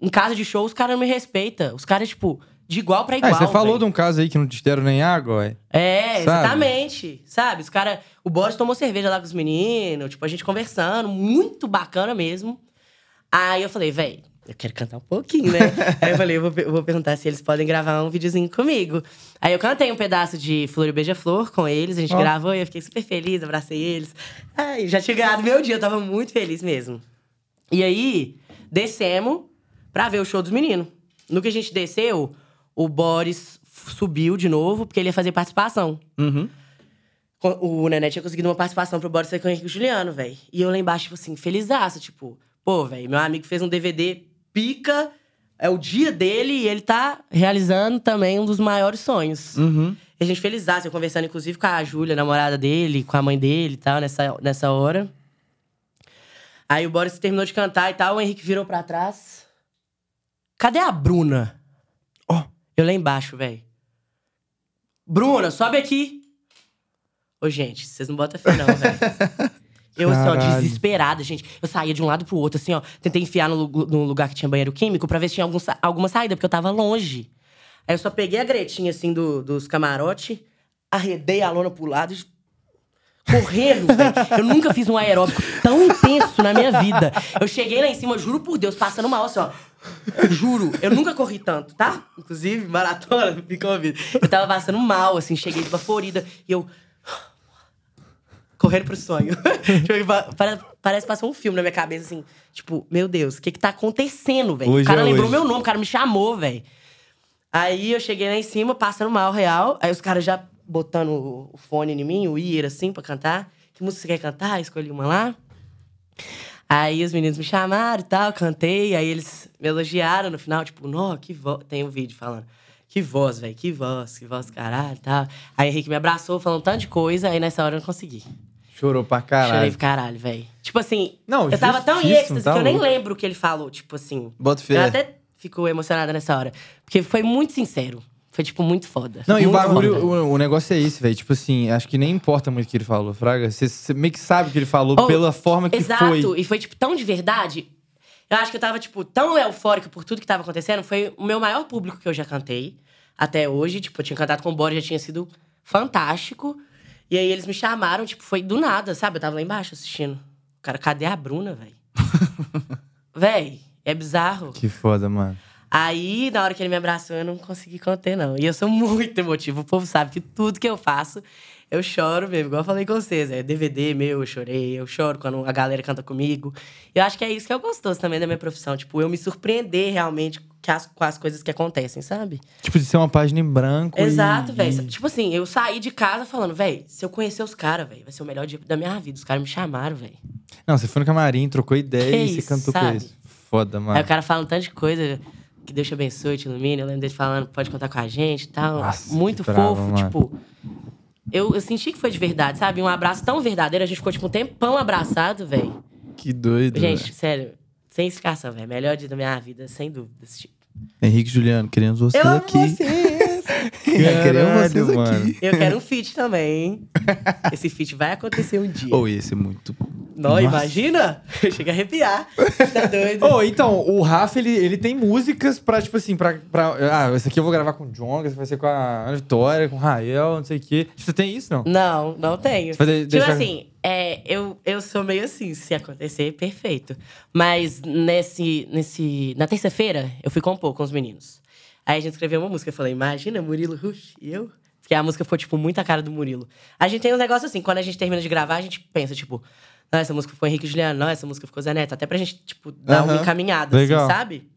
D: Em casa de show, os caras não me respeitam. Os caras, tipo, de igual pra
B: Ah,
D: igual.
B: você falou
D: velho.
B: de um caso aí que não te deram nem água, ué.
D: É,
B: Sabe?
D: exatamente. Sabe? Os caras. O Boris tomou cerveja lá com os meninos, tipo, a gente conversando, muito bacana mesmo. Aí eu falei, véi, eu quero cantar um pouquinho, né? Aí eu falei, eu vou, pe- eu vou perguntar se eles podem gravar um videozinho comigo. Aí eu cantei um pedaço de Flor e Beija-Flor com eles, a gente
B: Ó.
D: gravou e eu fiquei super feliz, abracei eles. Ai, já tinha ganhado meu dia, eu tava muito feliz mesmo. E aí, descemos pra ver o show dos meninos. No que a gente desceu, o Boris f- subiu de novo, porque ele ia fazer participação.
C: Uhum.
D: Co- O Nené tinha conseguido uma participação pro Boris sair com o Henrique e o Juliano, velho. E eu lá embaixo, tipo assim, felizaço. Tipo, pô, velho, meu amigo fez um DVD pica, é o dia dele e ele tá realizando também um dos maiores sonhos.
C: Uhum.
D: E a gente felizaço, eu conversando inclusive com a Júlia, namorada dele, com a mãe dele e tal, nessa, nessa hora. Aí o Boris terminou de cantar e tal, o Henrique virou pra trás. Cadê a Bruna? Ó, eu lá embaixo, velho. Bruna, sobe aqui. Ô, gente, vocês não botam fé não, velho. Eu, assim, ó,
B: Caralho.
D: desesperada, gente. Eu saía de um lado pro outro, assim, ó. Tentei enfiar no, lu- no lugar que tinha banheiro químico pra ver se tinha algum sa- alguma saída, porque eu tava longe. Aí eu só peguei a gretinha, assim, do- dos camarote, arredei a lona pro lado e correndo, velho. Eu nunca fiz um aeróbico tão intenso na minha vida. Eu cheguei lá em cima, juro por Deus, passando mal, assim, ó. Juro, eu nunca corri tanto, tá? Inclusive, maratona, me convida. Eu tava passando mal, assim, cheguei esbaforida. E eu. Correndo pro sonho. Tipo, pa- para- parece que passou um filme na minha cabeça, assim. Tipo, meu Deus, o que que tá acontecendo, velho?
B: Hoje
D: O cara
B: é
D: lembrou
B: hoje.
D: meu nome, o cara me chamou, velho. Aí eu cheguei lá em cima, passando mal, real. Aí os caras já botando o- o fone em mim, o ear, assim, pra cantar. Que música você quer cantar? Escolhi uma lá. Aí os meninos me chamaram e tal, cantei. Aí eles me elogiaram no final, tipo, nó, que voz. Tem um vídeo falando. Que voz, velho, que voz, que voz, caralho e tal. Aí Henrique me abraçou, falando um tanto de coisa, aí nessa hora eu não consegui.
B: Chorou pra
D: Chorei
B: caralho.
D: pro caralho, velho. Tipo assim,
B: Não,
D: eu tava tão em
B: justíssimo,
D: êxtase
B: tá
D: que eu nem
B: louco.
D: lembro o que ele falou, tipo assim.
B: É.
C: Bota
D: Eu
C: fé.
D: até fico emocionada nessa hora. Porque foi muito sincero. Foi, tipo, muito foda.
B: Não, e o
D: Muito
B: bagulho,
D: foda.
B: o, o negócio é esse, velho. Tipo assim, acho que nem importa muito o que ele falou, Fraga. Você- Você meio que sabe o que ele falou
D: Oh,
B: pela forma que
D: Exato.
B: foi.
D: E foi, tipo, tão de verdade. Eu acho que eu tava, tipo, tão eufórica por tudo que tava acontecendo. Foi o meu maior público que eu já cantei até hoje. Tipo, eu tinha cantado com o Boris, já tinha sido fantástico. E aí eles me chamaram, tipo, foi do nada, sabe? Eu tava lá embaixo assistindo. Cara, cadê a Bruna, velho? véi, é bizarro.
B: Que foda, mano.
D: Aí, na hora que ele me abraçou, eu não consegui conter, não. E eu sou muito emotiva. O povo sabe que tudo que eu faço, eu choro mesmo. Igual eu falei com vocês, é DVD meu, eu chorei. Eu choro quando a galera canta comigo. Eu acho que é isso que é o gostoso também da minha profissão. Tipo, eu me surpreender realmente que as- com as coisas que acontecem, sabe?
B: Tipo, de ser uma página em branco. e-
D: Exato, velho. Tipo assim, eu saí de casa falando, velho, se eu conhecer os caras, velho, vai ser o melhor dia da minha vida. Os caras me chamaram, velho.
B: Não, você foi no camarim, trocou ideia
D: Que
B: e você
D: isso,
B: cantou com
D: sabe?
B: isso. Foda, mano.
D: Aí o cara fala um tanto de coisa. Que Deus te abençoe, te ilumine. Eu lembro dele falando, pode contar com a gente e tal.
B: Nossa,
D: Muito
B: que bravo,
D: fofo,
B: mano.
D: tipo. Eu, eu senti que foi de verdade, sabe? Um abraço tão verdadeiro. A gente ficou, tipo, um tempão abraçado, velho.
C: Que
B: É.
C: doido.
D: Gente, sério, sem explicação, velho. Melhor dia da minha vida, sem dúvida. esse Tipo.
C: Henrique e Juliano, queremos você
D: Eu amo
C: aqui.
D: vocês!
C: queremos vocês
B: Caralho, mano.
C: aqui.
D: Eu quero um feat também, hein? Esse feat vai acontecer um dia.
B: Oh,
C: Ou esse é muito.
D: Não, imagina? Eu chego a arrepiar. Tá doido?
E: Ô, então, o Rafa, ele, ele tem músicas pra, tipo assim, pra, pra- Ah, esse aqui eu vou gravar com o John, esse vai ser com a Ana Vitória, com o Rael, não sei o quê. Tipo, Você tem isso, não?
D: Não, não tenho.
B: Fazer-
D: tipo
B: deixar-
D: assim, é, eu, eu sou meio assim, se acontecer, perfeito. Mas nesse, nesse, na terça-feira, eu fui compor com os meninos. Aí a gente escreveu uma música. Eu falei, imagina, Murilo Rush e eu. Porque a música ficou, tipo, muito a cara do Murilo. A gente tem uns negócios assim, quando a gente termina de gravar, a gente pensa, tipo, não, essa música ficou Henrique e Juliano, não, essa música ficou Zé Neto. Até pra gente, tipo, dar uma
C: Aham.
D: encaminhada,
B: Legal.
D: assim, sabe?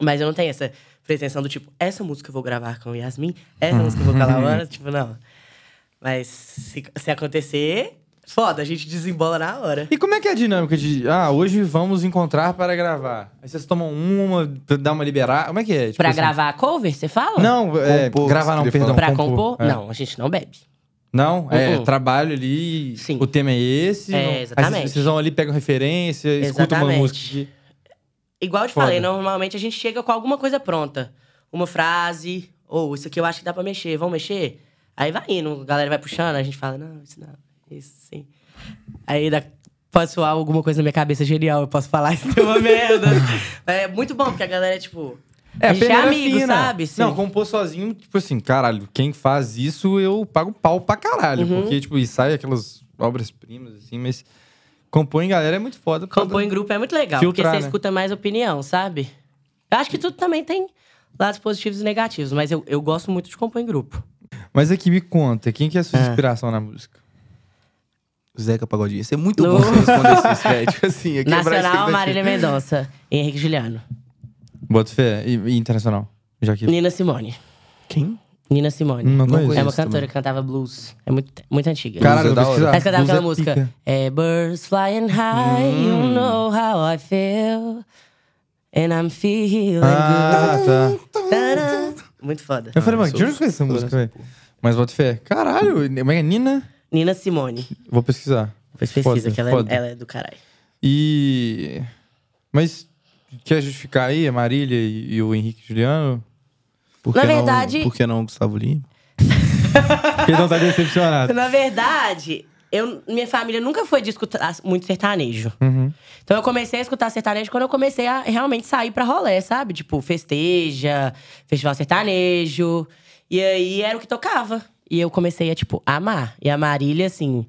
D: Mas eu não tenho essa pretensão do tipo, essa música eu vou gravar com Yasmin, essa música eu vou com a Laura, tipo, não. Mas se, se acontecer, foda, a gente desembola na hora.
B: E como é que é a dinâmica de. Ah, hoje vamos encontrar para gravar. Aí vocês tomam uma, dá uma liberada. Como é que é? Tipo
D: Pra
B: assim-
D: gravar a cover, você fala?
B: Não, é,
C: Compor,
B: gravar não,
C: queria
B: perdão.
C: falar.
D: Pra compor?
B: É.
D: Não, a gente não bebe.
B: Não, é
D: Uhum.
B: trabalho ali,
D: Sim.
B: o tema é esse.
D: É,
B: não- aí
D: exatamente.
B: Vocês vão ali, pegam referência, escutam uma
D: Exatamente.
B: música. que-
D: Igual eu te
B: Foda.
D: falei, normalmente a gente chega com alguma coisa pronta. Uma frase, ou isso aqui eu acho que dá pra mexer, vamos mexer? Aí vai indo, a galera vai puxando, a gente fala, não, isso não, isso sim. Aí dá, pode soar alguma coisa na minha cabeça genial, eu posso falar isso é uma merda. Mas é muito bom, porque a galera é tipo.
B: É,
D: a gente é
B: peneira
D: amigo,
B: fina.
D: sabe? Sim.
B: Não, compor sozinho, tipo assim, caralho, quem faz isso eu pago pau pra caralho.
D: Uhum.
B: Porque, tipo, e sai aquelas obras-primas, assim, mas compor em galera é muito foda. por causa
D: Compor em grupo é muito legal,
B: Filtrar,
D: porque
B: né?
D: você escuta mais opinião, sabe? Eu acho que tudo também tem lados positivos e negativos, mas eu, eu gosto muito de compor em grupo.
B: Mas aqui me conta, quem que é a sua
D: É.
B: inspiração na música?
C: Zeca Pagodinho. Ia ser muito
D: No-
C: bom se responder isso, velho. Tipo assim, ia quebrar a
D: Nacional,
C: expectativa.
D: Marília Mendonça e Henrique Juliano.
B: Bota fé e, e internacional. Já que.
D: Nina Simone.
C: Quem?
D: Nina Simone.
B: Não conheço
D: é uma
C: também.
D: cantora que cantava blues. É muito, muito antiga.
B: Caralho,
C: Blues é da
B: vou
C: hora.
B: pesquisar.
D: Ela cantava
B: Blues
D: aquela
B: é
D: música.
B: pica. Hum.
D: É birds flying high, you know how I feel. And I'm feeling
B: Ah, tá.
D: good. Tadã. Muito foda.
B: Eu falei, mano,
C: sou
B: de onde eu conheço essa música, velho? Mas bota fé. Caralho, como é que é? Nina?
D: Nina Simone.
B: Vou pesquisar.
D: Depois pesquisa,
B: Foda,
D: que ela,
B: foda.
D: é, ela é do caralho.
B: E. Mas. Quer justificar aí a Marília e, e o Henrique Juliano?
C: Por
D: Na
C: que não-
D: verdade-
C: Por que não Gustavo Lima?
B: Porque não tá decepcionado.
D: Na verdade, eu, minha família nunca foi de escutar muito sertanejo.
B: Uhum.
D: Então eu comecei a escutar sertanejo quando eu comecei a realmente sair pra rolê, sabe? Tipo, festeja, festival sertanejo. E aí era o que tocava. E eu comecei a, tipo, amar. E a Marília, assim,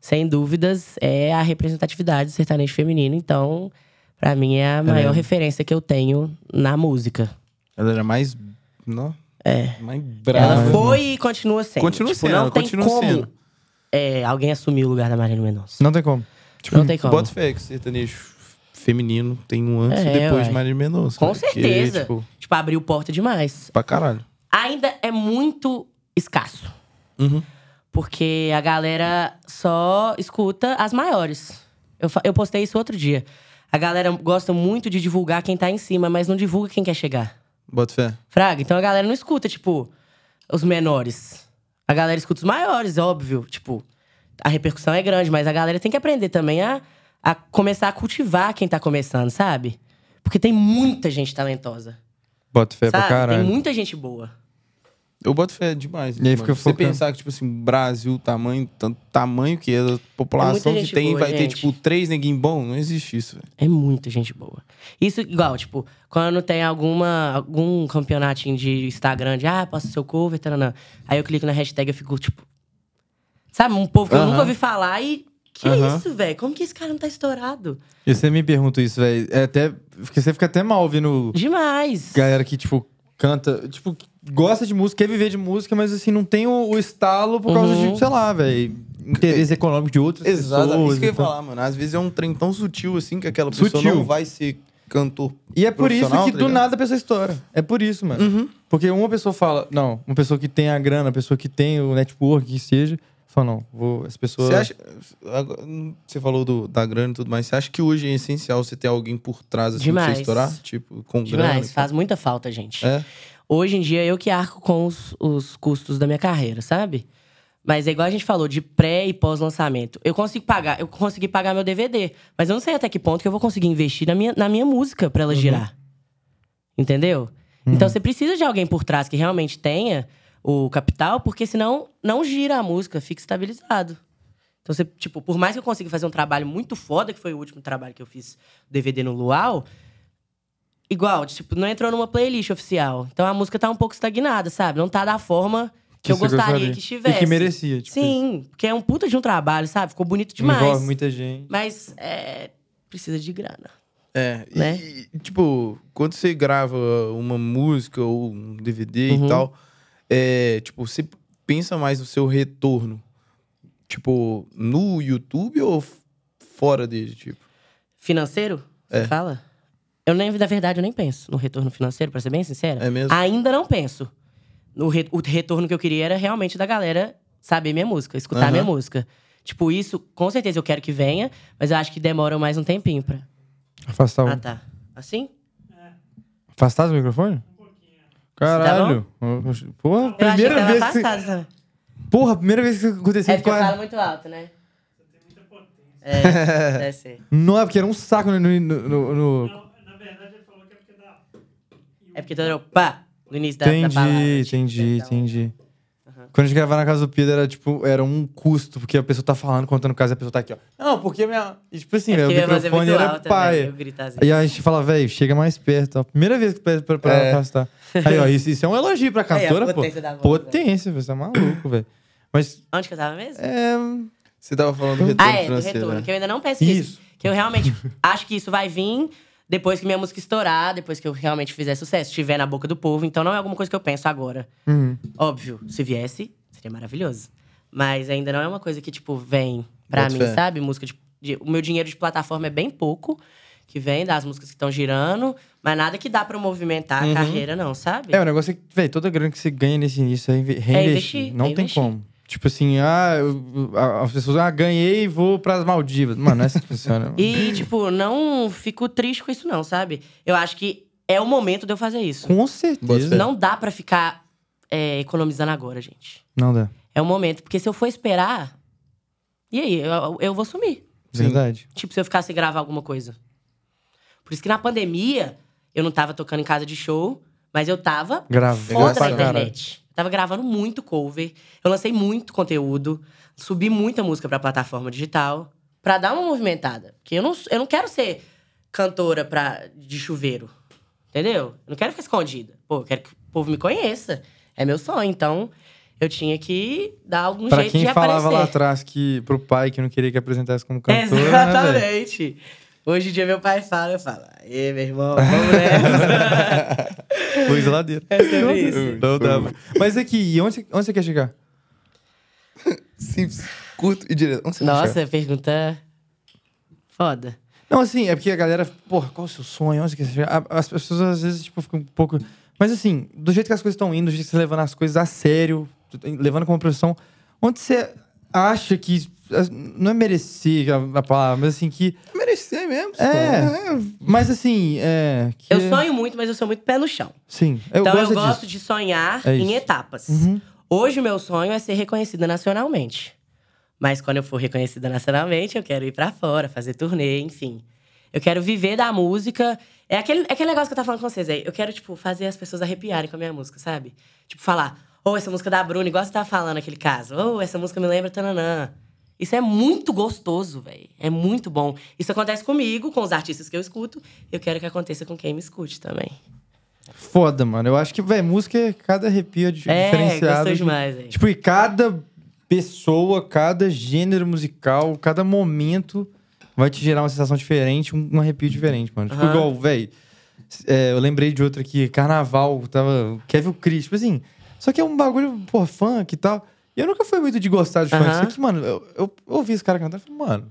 D: sem dúvidas, é a representatividade do sertanejo feminino. Então, pra mim, é
C: Tá
D: a maior referência que eu tenho na música.
C: Ela era mais. Não.
D: É.
C: Mais
D: Ela
C: brava.
D: foi e continua sendo.
C: Continua
D: tipo,
C: sendo,
D: não
C: ela
D: tem
C: continua
D: como
C: sendo.
D: é, alguém assumir o lugar da Marília Mendonça.
B: Não tem como. Tipo,
D: Não tem como.
C: Bota fé que o sertanejo feminino tem um antes
D: É,
C: e depois
D: uai.
C: de Marília Mendonça.
D: Com
C: né? Porque,
D: certeza.
C: tipo,
D: Tipo, abriu porta demais.
C: pra caralho.
D: ainda é muito escasso.
C: Uhum.
D: Porque a galera só escuta as maiores. Eu, fa- eu postei isso outro dia. A galera gosta muito de divulgar quem tá em cima, mas não divulga quem quer chegar.
C: Bota fé.
D: Fraga, então a galera não escuta, tipo, os menores. A galera escuta os maiores, óbvio. Tipo, a repercussão é grande, mas a galera tem que aprender também a, a começar a cultivar quem tá começando, sabe? Porque tem muita gente talentosa.
B: Bota fé pra
D: sabe? Tem
B: caralho.
D: muita gente boa.
C: Eu boto fé demais.
B: E aí
C: mano.
B: fica
C: Se você
B: focando.
C: pensar que, tipo assim, Brasil, tamanho, tanto tamanho que é, a população que
D: gente
C: tem,
D: boa,
C: vai ter,
D: gente.
C: tipo, três neguinho bom, não existe isso, velho.
D: É muita gente boa. Isso, igual, tipo, quando tem alguma, algum campeonatinho de Instagram de ah, posta seu cover, taranã. Aí eu clico na hashtag e fico, tipo. Sabe, um povo que eu
C: Aham.
D: nunca ouvi falar e. Que
C: Aham.
D: isso, velho? Como que esse cara não tá estourado?
B: E você me pergunta isso, velho. É até. Porque você fica até mal ouvindo
D: Demais.
B: galera que, tipo, canta. Tipo, gosta de música, quer viver de música, mas assim, não tem o, o estalo por causa
D: Uhum.
B: de, sei lá, velho. Interesse econômico de outras
C: Exatamente.
B: pessoas.
C: É, Isso que eu ia
B: então.
C: falar, mano. Às vezes é um trem tão sutil, assim, que aquela pessoa
B: Sutil.
C: não vai ser cantor.
B: E é por isso
C: Profissional,
B: que
C: tá
B: do
C: ligado?
B: nada a pessoa estoura. É por isso, mano.
D: Uhum.
B: Porque uma pessoa fala, não, uma pessoa que tem a grana, uma pessoa que tem o network, que seja, fala, não, vou, essa pessoa.
C: Você acha... agora, Você falou do, da grana e tudo mais. Você acha que hoje é essencial você ter alguém por trás, assim, pra
D: Demais.
C: você estourar? Tipo, com grana?
D: Demais.
C: assim?
D: Faz muita falta, gente.
C: É?
D: Hoje em dia eu que arco com os, os custos da minha carreira, sabe? Mas é igual a gente falou, de pré e pós-lançamento. Eu consigo pagar, eu consegui pagar meu DVD, mas eu não sei até que ponto que eu vou conseguir investir na minha, na minha música pra ela girar. Entendeu? Então você precisa de alguém por trás que realmente tenha o capital, porque senão não gira a música, fica estabilizado. Então você, tipo, por mais que eu consiga fazer um trabalho muito foda, que foi o último trabalho que eu fiz DVD no Luau, igual, tipo, não entrou numa playlist oficial. Então a música tá um pouco estagnada, sabe? Não tá da forma que, eu
B: você
D: gostaria, que estivesse.
B: E que merecia, tipo.
D: Sim, porque é um puta de um trabalho, sabe? Ficou bonito
B: isso. Envolve
D: demais.
B: muita gente.
D: Mas é, precisa de grana.
C: É, e,
D: Né?
C: e, tipo, quando você grava uma música ou um DVD
D: Uhum.
C: e tal, é, tipo, você pensa mais no seu retorno, tipo, no YouTube ou f- fora dele, tipo?
D: Financeiro? Você
C: É.
D: fala? Eu nem, na verdade, eu nem penso no retorno financeiro, pra ser bem sincera.
C: É mesmo?
D: Ainda não penso. No re- o retorno que eu queria era realmente da galera saber minha música, escutar
C: Aham.
D: minha música. Tipo, isso, com certeza eu quero que venha, mas eu acho que demora mais um tempinho pra.
B: Afastar, o-
D: Ah, tá. Assim?
B: afastar do microfone?
D: Um
B: Caralho. Porra,
D: tá Eu achei que
B: primeira
D: tava
B: vez que. você-
D: afastado, sabe?
B: Porra, primeira vez que isso aconteceu
D: É porque eu
B: ficou-
D: falo muito alto, né? Você tem muita potência. É, deve ser.
B: Não, é porque era um saco no. no, no- no-
D: É porque todo mundo, pá, no início da, da
B: Entendi,
D: palavra. tipo,
B: entendi,
D: então.
B: entendi. Quando a gente gravava na casa do Pedro, era tipo, era um custo, porque a pessoa tá falando, contando caso, e a pessoa tá aqui, ó. Não, porque minha. e, tipo assim,
D: É
B: velho, o
D: porque eu ia fazer
B: microfone
D: muito
B: era
D: alto,
B: paia.
D: né? Eu gritar assim.
B: E aí a gente fala, velho, chega mais perto. ó. Primeira vez que pede pra, pra
C: É.
B: afastar. Aí, ó, isso, isso é um elogio pra
D: Aí, a
B: cantora, pô.
D: potência da voz, né?
B: Potência, você é maluco, velho. Mas
D: Onde que eu tava mesmo?
B: é.
C: Você tava falando do retorno
D: ah, é, do
C: financeiro,
D: retorno,
C: né?
D: que eu ainda não penso nisso.
B: Isso.
D: Que eu realmente acho que isso vai vir depois que minha música estourar, depois que eu realmente fizer sucesso, estiver na boca do povo. Então não é alguma coisa que eu penso agora.
B: Uhum.
D: Óbvio, se viesse, seria maravilhoso. Mas ainda não é uma coisa que, tipo, vem pra
C: Boto
D: mim,
C: fé.
D: sabe? Música de, de- O meu dinheiro de plataforma é bem pouco, que vem das músicas que estão girando, mas nada que dá pra eu movimentar
C: Uhum.
D: a carreira, não, sabe?
B: É, o negócio é que, velho, toda grana que você ganha nesse início é inve- reinvestir.
D: investir,
B: não
D: é
B: tem
D: investir.
B: como. Tipo assim, ah, eu- eu- a- as pessoas, ah, ganhei e vou pras Maldivas. Mano, não é assim que funciona. mano.
D: E, tipo, não fico triste com isso, não, sabe? Eu acho que é o momento de eu fazer isso.
B: Com certeza.
D: Não dá pra ficar é, economizando agora, gente.
B: Não dá.
D: É o momento. Porque se eu for esperar. E aí? Eu, eu vou sumir.
C: Sim.
B: Verdade.
D: Tipo, se eu ficar sem gravar alguma coisa. Por isso que na pandemia, eu não tava tocando em casa de show, mas eu tava
B: Gravou
D: foda na
B: pra caralho.
D: internet. Eu tava gravando muito cover. Eu lancei muito conteúdo. Subi muita música pra plataforma digital. Pra dar uma movimentada. Porque eu não, eu não quero ser cantora pra, de chuveiro. Entendeu? Eu não quero ficar escondida. Pô, eu quero que o povo me conheça. É meu sonho. Então, eu tinha que dar algum
B: Pra
D: Um jeito
B: quem
D: de
B: falava
D: aparecer.
B: lá atrás que pro pai que não queria que apresentasse como cantora, né, velho?
D: Exatamente. Hoje em dia meu pai fala, eu falo, e meu irmão, vamos nessa.
B: Luiz Ladeira.
D: É sobre isso.
B: Não dá. mano. Então Mas aqui, e onde, você- onde você quer chegar?
C: Simples, curto e direto. Onde você quer chegar?
D: Nossa, pergunta foda.
B: Não, assim, é porque a galera, porra, qual é o seu sonho? Onde você quer chegar? A- As pessoas às vezes, tipo, ficam um pouco. Mas assim, do jeito que as coisas estão indo, do jeito que você tá levando as coisas a sério, tá levando como profissão, onde você acha que. Não é merecer a, a palavra, mas assim, que.
C: Merecer mesmo.
B: É.
C: senhor.
B: Mas assim, é. que-
D: Eu sonho muito, mas eu sou muito pé no chão.
B: Sim, eu
D: então
B: gosto
D: eu gosto
B: disso.
D: de sonhar
B: É
D: em
B: isso.
D: etapas.
B: Uhum.
D: Hoje o meu sonho é ser reconhecida nacionalmente. Mas quando eu for reconhecida nacionalmente, eu quero ir pra fora, fazer turnê, enfim. Eu quero viver da música. É aquele, é aquele negócio que eu tava falando com vocês aí. Eu quero, tipo, fazer as pessoas arrepiarem com a minha música, sabe? Tipo, falar, Ou essa música da Bruna, igual você tava falando naquele caso. Ou essa música me lembra tananã. Isso é muito gostoso, velho. É muito bom. Isso acontece comigo, com os artistas que eu escuto. Eu quero que aconteça com quem me escute também.
B: Foda, mano. Eu acho que, velho, música é cada arrepio di-
D: É,
B: diferenciado.
D: gostou demais, velho.
B: Tipo, e cada pessoa, cada gênero musical, cada momento vai te gerar uma sensação diferente, um, um arrepio diferente, mano. Tipo,
D: Aham.
B: igual, velho. eu lembrei de outra aqui, Carnaval, tava. Kevin o Chris, tipo assim. Só que é um bagulho, pô, funk e tal. E eu nunca fui muito de gostar de funk.
D: Aham.
B: Só que, mano, eu, eu, eu ouvi esse cara cantar e falei, mano,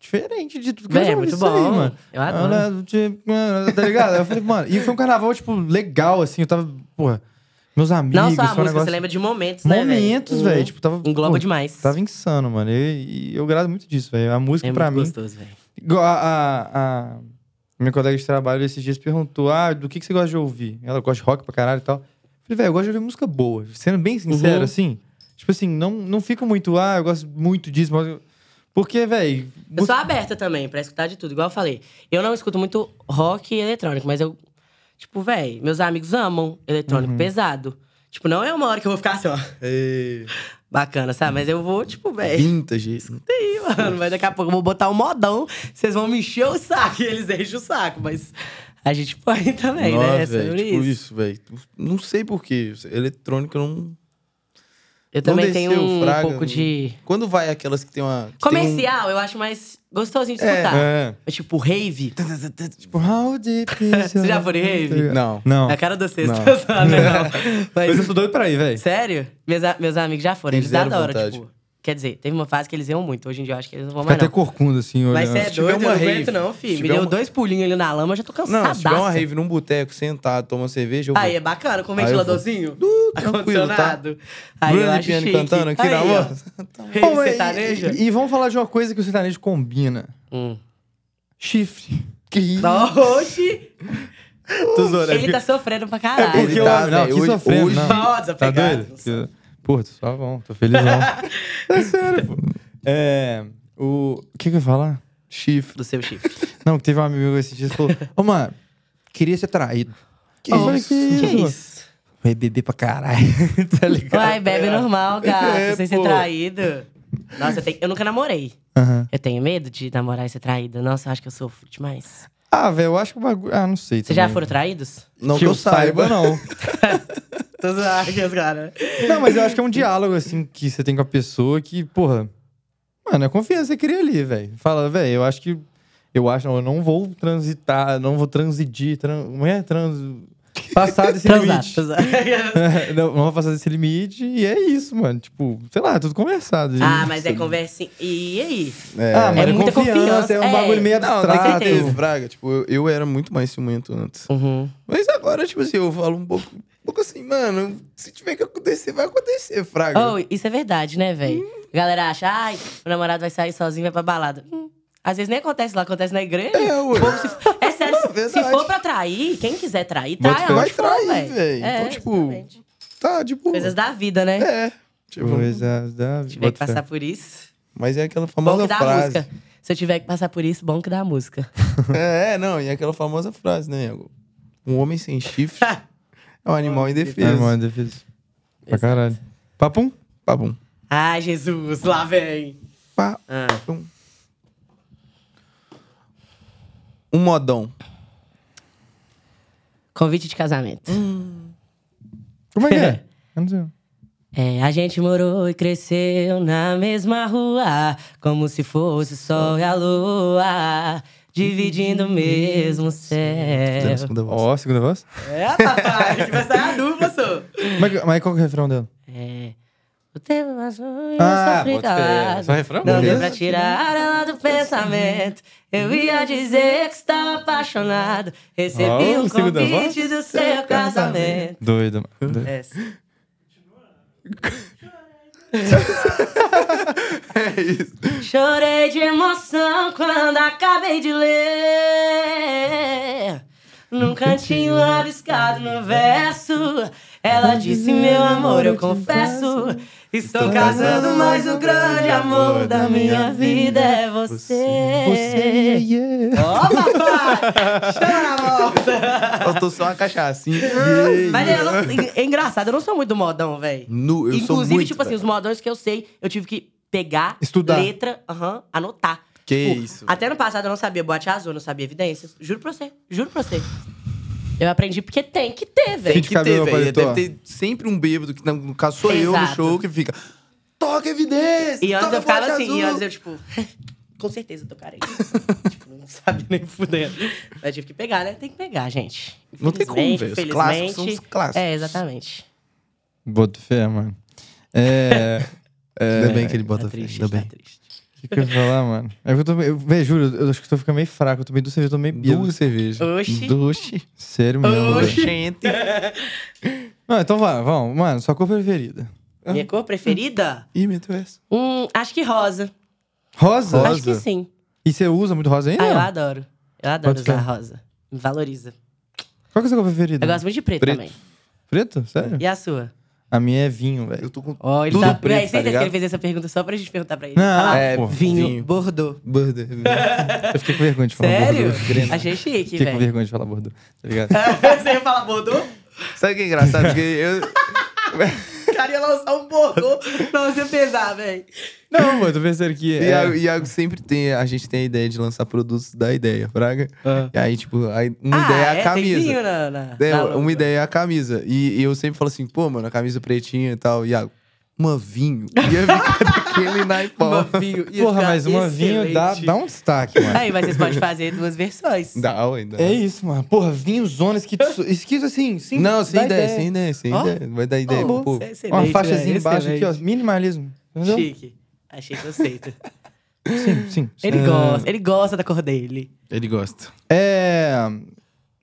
B: diferente de tudo que eu
D: Véi,
B: já
D: é
B: ouvi
D: muito
B: isso aí,
D: bom. tá.
B: mano.
D: eu adoro.
B: Ah, né, tipo, ah, Tá ligado? Eu falei, mano, e foi um carnaval, tipo, legal, assim. Eu tava, porra, meus amigos,
D: Não só
B: foi
D: a
B: um
D: música,
B: negócio-
D: você lembra de momentos, né, velho?
B: Momentos, velho. Tipo, tava.
D: Engloba
B: pô,
D: demais.
B: Tava insano, mano. E, e eu grado muito disso, velho. A música,
D: é
B: pra
D: muito
B: mim.
D: gostoso, velho.
B: Igual a, a- a minha colega de trabalho esses dias perguntou: ah, do que, que você gosta de ouvir? Ela gosta de rock pra caralho e tal. Eu falei, velho, eu gosto de ouvir música boa. Sendo bem sincero,
D: Uhum.
B: assim. Tipo assim, não, não fico muito, ah, eu gosto muito disso, mas. eu-" Porque, velho.
D: Eu
B: música-
D: sou aberta também pra escutar de tudo, igual eu falei. Eu não escuto muito rock e eletrônico, mas eu. Tipo, velho, meus amigos amam eletrônico pesado. Tipo, não é uma hora que eu vou ficar assim, ó.
C: É.
D: Bacana, sabe? Mas eu vou, tipo, velho.
C: Vintage.
D: Ih, mano, mas daqui a pouco eu vou botar um modão, vocês vão me encher o saco e eles enchem o saco, mas a gente põe também, né? É
C: Nossa,
D: sobre
C: velho.
D: isso.
C: Tipo isso, velho. Não sei porquê. Eletrônica não.
D: Eu também
C: desceu
D: tenho um,
C: o fraga,
D: pouco de.
C: Quando vai aquelas que tem uma. que tem um-
D: Comercial, eu acho mais gostosinho de
C: É,
D: escutar.
B: É.
D: Mas, Tipo, rave.
B: Tipo, how deep is
D: Você já
B: your-
D: foi de rave?
C: Não.
B: Não.
D: É a cara do sexto.
C: Não.
D: Não, é não.
B: Mas
D: Mas-
B: eu sou doido pra ir, velho.
D: Sério? Meus, a- meus amigos já foram.
C: Eles
D: Eles,
C: deram
D: adoram,
C: vontade.
D: tipo. Quer dizer, teve uma fase que eles iam muito. Hoje em dia eu acho que eles não vão
B: Fica
D: mais,
B: até
D: não.
B: corcunda, assim,
D: Mas
B: olhando.
D: você é
C: Se tiver
D: doido, eu não
C: uma
D: aguento,
C: rave,
D: não,
C: se
D: filho. Me
C: tiver
D: deu
C: uma-
D: dois pulinhos ali na lama, eu já tô cansadaço.
C: Não, se tiver uma rave num boteco, sentado, toma uma cerveja, eu vou.
D: Aí é bacana, com um
C: Aí eu vou.
D: ventiladorzinho.
C: tranquilo, tá?
D: Acondicionado. Aí eu
C: Bruno
D: acho
C: Lipiani
D: chique.
C: cantando aqui na
D: Aí, ó.
C: voz.
D: Rave
B: Pô, e-
D: sertaneja.
B: e, e vamos falar de uma coisa que o sertanejo combina.
D: Hum.
B: Chifre. Que isso?
D: Oxi!
B: Tô zoando, é
D: Ele tá sofrendo pra caralho.
B: porque eu-
C: tá,
B: não,
C: velho,
B: que
C: hoje-
B: sofrendo,
C: hoje-
B: não.
D: Ó,
B: Tá
D: desapegado.
B: doido? Que- Pô, tô só bom, tô felizão. é sério, pô. É. O. O que que eu ia falar?
C: Chifre.
D: Do seu chifre.
B: Não, que teve um amigo meu esses dias que falou: Ô, mano, queria ser traído.
C: Que
B: Ah, olha
C: isso?
D: Que
B: mano?
D: isso?
B: Vai beber pra caralho. tá ligado?
D: Vai, bebe normal, gato,
B: É,
D: sem ser
B: pô.
D: traído. Nossa, eu, tenho- eu nunca namorei.
B: Aham.
D: Eu tenho medo de namorar e ser traída. Nossa, eu acho que eu sofro demais.
B: Ah, velho, eu acho que o bagulho. Ah, não sei.
D: Vocês já
B: também.
D: foram traídos?
C: Não que eu saiba, não.
B: não.
D: Tô zoando, cara.
B: Não, mas eu acho que é um diálogo, assim, que você tem com a pessoa que, porra. Mano, é confiança que você cria ali, velho. Fala, velho, eu acho que. Eu acho, não, eu não vou transitar, não vou transidir. Tran, não é trans. Passar desse
D: Transar,
B: limite.
D: transar.
B: não, não vou passar desse limite e é isso, mano. Tipo, sei lá, é tudo conversado.
D: ah,
B: E-
D: mas é conversinha. E aí?
C: É.
B: Ah, mano, é
D: muita
B: confiança,
D: confiança,
B: é um
D: é.
B: bagulho meio
C: Não,
B: abstrato.
C: não
D: Com
C: certeza,
D: certeza.
C: Braga. Tipo, eu, eu era muito mais ciumento antes.
D: Uhum.
C: Mas agora, tipo assim, eu falo um pouco, um pouco assim, mano, se tiver que acontecer, vai acontecer, Fraga.
D: Oh, isso é verdade, né, velho? A galera acha, ai, o namorado vai sair sozinho, vai pra balada. Hum, Às vezes nem acontece lá, acontece na igreja.
C: É, ué.
D: O povo se- É sério,
C: Não, é
D: se
C: verdade.
D: for pra trair, quem quiser trair,
B: Bota
D: trai
B: fé.
D: aonde
C: Vai
D: for,
C: trair,
D: velho.
C: velho.
D: É,
C: Então, tipo,
D: exatamente.
C: Tá, de boa.
D: Coisas da vida, né?
C: É. Tipo,
B: Coisas da
D: Tiver que
B: é, Bota fé.
D: passar por isso,
C: mas é aquela
D: bom
C: famosa
D: que dá a
C: frase.
D: música. Se eu tiver que passar por isso, bom que dá a música.
C: É, é, não, e aquela famosa frase, né, Iago? Um homem sem chifre é um animal
B: Ah,
C: indefeso.
B: mano, defesa. Pra caralho. Papum?
C: Papum.
D: Ai, Jesus, lá vem.
C: Pá.
D: Ah,
C: Um modão.
D: convite de casamento.
B: Como é que é? Eu não sei.
D: É, a gente morou e cresceu na mesma rua, como se fosse o sol e a lua, dividindo o mesmo
C: Fizeram a
D: céu.
C: segunda voz.
B: Ó, segunda voz.
D: É, papai, que vai sair a dupla, sou.
B: Mas, mas qual que é o refrão dela?
D: É. O tempo passou e eu
B: Ah,
D: sofri
B: bota fé.
D: calado.
B: Só refrão?
D: Não
B: Beleza.
D: deu pra tirar ela do pensamento. Eu ia dizer que estava apaixonado. Recebi
B: Ó,
D: um
B: segunda
D: convite do seu casamento.
B: Doido, mano. Doido.
D: Essa.
C: É isso.
D: Chorei de emoção quando acabei de ler. Num cantinho rabiscado no verso, Ela disse, meu amor, eu confesso. Estou casando, mas o grande amor da minha vida é você. é.
B: yeah.
D: Ó, papai! Chama na volta!
C: Faltou só uma cachaçinha.
D: Mas eu não- é engraçado, eu não sou muito modão, velho.
C: Nu, né? eu sou
D: Inclusive,
C: muito,
D: tipo assim,
C: velho.
D: os modões que eu sei, eu tive que pegar
B: Estudar.
D: letra, aham, anotar.
C: Que
D: Tipo,
C: isso.
D: Até ano passado eu não sabia boate azul, não sabia evidências. Juro pra você, juro pra você. Eu aprendi porque tem que ter,
C: Tem
D: velho.
B: Gente,
C: que
B: cabelo
C: ter,
B: no
C: velho.
B: paletó.
C: Deve ter sempre um bêbado, que no- no caso sou eu no
D: Exato.
C: show, que fica. Toca evidência!
D: E antes
C: toca
D: eu ficava
C: Boate
D: assim, e
C: Azul."
D: antes eu, tipo, com certeza eu tocarei. tipo, não sabe nem fudendo. Mas tive que pegar, né? Tem que pegar, gente.
C: Não tem como, velho. Os clássicos são os
D: assim, felizmente.
C: clássicos.
D: É, exatamente.
B: Boto fé, mano. É.
C: Ainda bem que ele bota
D: Tá
C: fé,
D: triste,
C: ainda
D: tá
C: bem.
D: triste.
B: O que, que eu ia falar, mano? É que eu tô. Eu, véi, juro, eu acho que eu tô ficando meio fraco. Eu tomei duas cervejas, eu tomei bêbado.
C: Duas cervejas.
D: Oxi.
C: Duas.
B: Sério mesmo.
D: Oxi.
B: velho.
C: Gente.
B: Não, então vai, vamos. Mano, sua cor preferida.
D: Minha cor preferida?
C: Ih, meteu essa.
D: Hum, acho que rosa.
B: Rosa?
D: Acho que sim.
B: E você usa muito rosa ainda?
C: É.
D: Ah, eu adoro. Eu adoro
B: Pode
D: usar
B: ser.
D: rosa. Me valoriza.
B: Qual que é a sua cor
C: Hum.
B: preferida?
D: Eu gosto muito de preto,
B: Preto.
D: também.
B: Preto? Sério?
D: E a sua?
B: A minha é vinho, velho.
C: Eu tô com.
D: Ó, ele
C: Tudo
D: tá.
C: preto,
D: Véi,
C: tá
D: certeza
C: ligado?
D: que ele fez essa pergunta só pra gente perguntar pra ele.
B: Não,
D: Falar,
B: é, pô,
D: Ah, vinho,
C: vinho. um
D: Bordeaux.
C: Burda.
B: Eu fiquei com vergonha de falar
D: Sério?
B: Bordeaux. Grena.
D: Achei chique,
B: Fiquei com
D: velho.
B: vergonha de falar Bordeaux, tá ligado?
D: Você ia falar Bordeaux?
C: Sabe o que é engraçado? Porque eu.
D: O cara ia lançar um Bordeaux pra você pesar, velho.
B: Não, mano, tô pensando que. é-
C: Iago, Iago sempre tem. A gente tem a ideia de lançar produtos da ideia, Fraga.
B: Ah.
C: E aí, tipo, aí uma ideia é a camisa.
D: Ah, Tem vinho né? na, na,
C: É,
D: na
C: uma
D: lousa.
C: ideia é a camisa. E, e eu sempre falo assim, pô, mano, a camisa pretinha e tal. Iago, uma vinho. Ia ficar daquele naipão.
D: Uma vinho. Ia
B: Porra,
D: ficar
B: mas uma vinho dá,
D: excelente.
B: dá um destaque, mano.
D: Aí, mas vocês podem fazer duas versões.
C: Dá, né? ué, dá.
B: É isso, mano. Porra, vinho zona esquisito, esquisito assim, sim.
C: Não, sem
B: dá
C: ideia, sem ideia, sem
D: Ó.
C: ideia. Vai dar ideia
D: Oh,
C: pro povo.
D: isso é excelente,
B: Uma faixazinha
D: velho,
B: embaixo aqui, ó.
D: excelente.
B: Minimalismo. Entendeu?
D: Chique. Achei conceito.
B: Sim, sim.
C: É.
B: sim.
D: Ele gosta, ele gosta da cor dele.
C: Ele gosta.
B: É.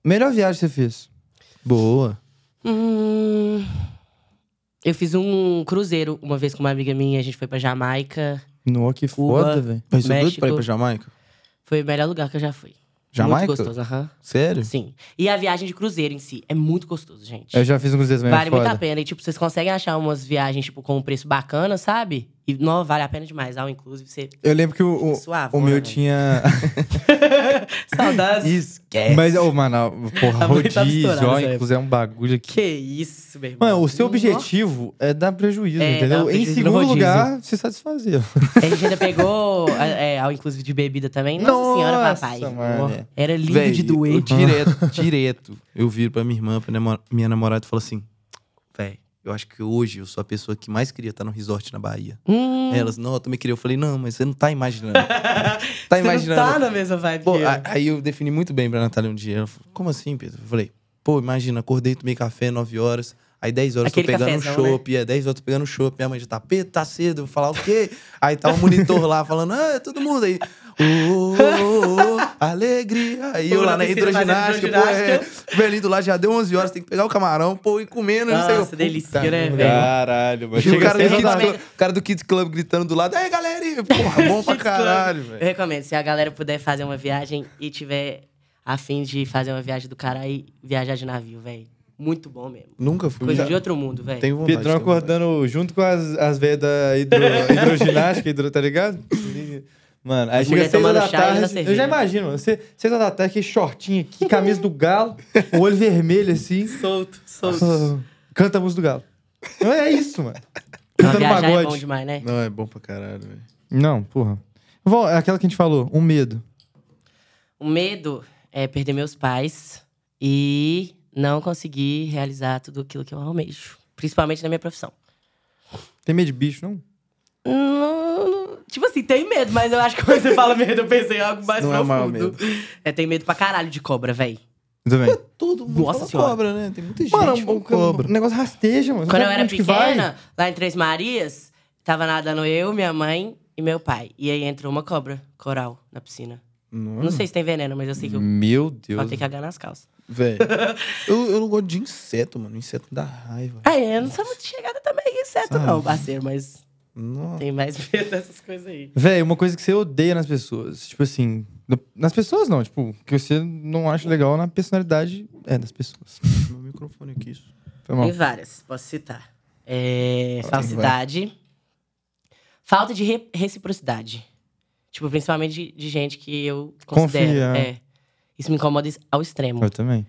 B: Melhor viagem que você fez?
C: Boa.
D: Hum, eu fiz um cruzeiro uma vez com uma amiga minha, a gente foi pra Jamaica.
B: No, que
D: Cuba.
B: foda, velho.
C: Mas você é doido pra ir
D: México.
C: pra Jamaica?
D: Foi o melhor lugar que eu já fui.
C: Jamaica?
D: Muito gostoso, aham.
C: Sério?
D: Sim. E a viagem de cruzeiro em si é muito gostoso, gente.
B: Eu já fiz um cruzeiro também,
D: vale
B: foda.
D: muito a pena. E, tipo, vocês conseguem achar umas viagens, tipo, com um preço bacana, sabe? E, não, vale a pena demais. Ao inclusive, você...
B: Eu lembro que o, o,
D: Sua avó,
B: o meu
D: né?
B: tinha.
D: Saudades. É.
C: Esquece.
B: Mas, ô, mano, porra,
D: A mãe tava estourada
B: rodízio, ó,
D: nessa
B: inclusive é um bagulho aqui.
D: Que isso, meu irmão.
B: Mano, o seu
D: Nossa.
B: objetivo é dar prejuízo,
D: É,
B: entendeu?
D: dar
B: em
D: prejuízo no
B: segundo
D: rodízio.
B: lugar, se satisfazer.
D: A gente ainda pegou, é, é, ao inclusive, de bebida também. Nossa, senhora,
B: Nossa,
D: papai.
B: mano.
D: Era lindo
C: Véi,
D: de
C: eu-
D: doer.
C: Direto, direto. Eu viro pra minha irmã, pra minha namora- minha namorada e falo assim: véi, eu acho que hoje eu sou a pessoa que mais queria estar no resort na Bahia.
D: Hum,
C: Aí Elas, não, eu também queria. Eu falei, não, mas você não tá imaginando. tá
D: você
C: imaginando.
D: não tá na mesma vibe
C: Pô,
D: que eu.
C: a- aí eu defini muito bem pra Natália um dia. Ela falou, como assim, Pedro? Eu falei, pô, imagina, acordei, tomei café, 9 horas. Aí 10 horas
D: Aquele
C: tô pegando um
D: cafezão, né?
C: chopp, é, 10 horas tô pegando um chopp, minha mãe já tá, Pedro, tá cedo, eu vou falar o quê? Aí tá o monitor lá falando, ah, todo mundo aí. Ô, ô, ô, ô, alegria. Aí eu
D: Pô,
C: lá
D: na
C: na
D: piscina fazendo
C: hidroginástica, pô, é, o velhinho do lá já deu 11 horas, tem que pegar o camarão, pô, e comendo, não sei o
D: Nossa, delícia,
C: Puta
D: né,
C: merda.
D: velho?
B: Caralho,
C: E o cara, do
D: seis
C: Kids
D: horas da
C: Club, o cara do Kids Club gritando do lado, aí galerinha, porra, bom pra caralho, velho.
D: Eu recomendo, se a galera puder fazer uma viagem e tiver a fim de fazer uma viagem do caralho, viajar de navio, velho. Muito bom mesmo.
C: Nunca fui.
D: Coisa
C: já.
D: de outro mundo, velho.
C: Tenho vontade.
B: Pedrão
C: tenho vontade.
B: acordando junto com as, as velhas da hidro, hidroginástica, hidro, tá ligado? Mano, aí
D: As
B: chega
D: mulheres
B: seis horas da
D: tomando chá e ainda
B: tarde. Eu
D: cerveja.
B: já imagino, mano. Você, seis horas da tarde, aquele shortinho aqui, camisa do galo, o olho vermelho assim.
D: Solto, solto.
B: só Canta a música do galo. Não é isso, mano.
D: Não,
B: Cantando
D: viajar é bom
B: pagode.
D: demais, né?
C: Não, é bom pra caralho, velho.
B: Não, porra. Bom, é aquela que a gente falou, um medo.
D: O medo é perder meus pais e não conseguir realizar tudo aquilo que eu almejo. Principalmente na minha profissão.
B: Tem medo de bicho, não?
D: Não, não- tipo assim, tem medo, mas eu acho que quando você fala medo, eu pensei em algo mais
C: Não é o
D: profundo.
C: maior
D: É, tem medo pra caralho de cobra, velho.
B: Também. um
C: Todo mundo
D: Nossa
C: fala
D: Senhora.
C: cobra, né? Tem muita gente
B: Mano,
C: que fala
B: o, o negócio rasteja, mano. Você
D: Quando eu
B: sabe
D: era
B: onde que vai?
D: pequena, lá em Três Marias, tava nadando eu, minha mãe e meu pai. E aí entrou uma cobra coral na piscina.
C: Não,
D: Não sei se tem veneno, mas eu sei que eu
B: Meu Deus.
D: ter cagar nas calças.
C: Velho. eu, eu não gosto de inseto, mano. Inseto dá raiva.
D: Aí, É, eu não sou muito chegada também em inseto,
C: Sabe?
D: não, parceiro, mas
C: Nossa.
D: tem mais medo dessas coisas aí.
B: Véi, uma coisa que você odeia nas pessoas. Tipo assim. no- Nas pessoas não, tipo, que você não acha legal na personalidade é das pessoas.
C: Meu microfone aqui, isso.
B: Foi mal.
D: Tem várias, posso citar. É,
B: Fala aí,
D: falsidade. Falta de re- reciprocidade. Tipo, principalmente de, de gente que eu considero.
B: Confia.
D: é. Isso me incomoda es- ao extremo.
B: Eu também.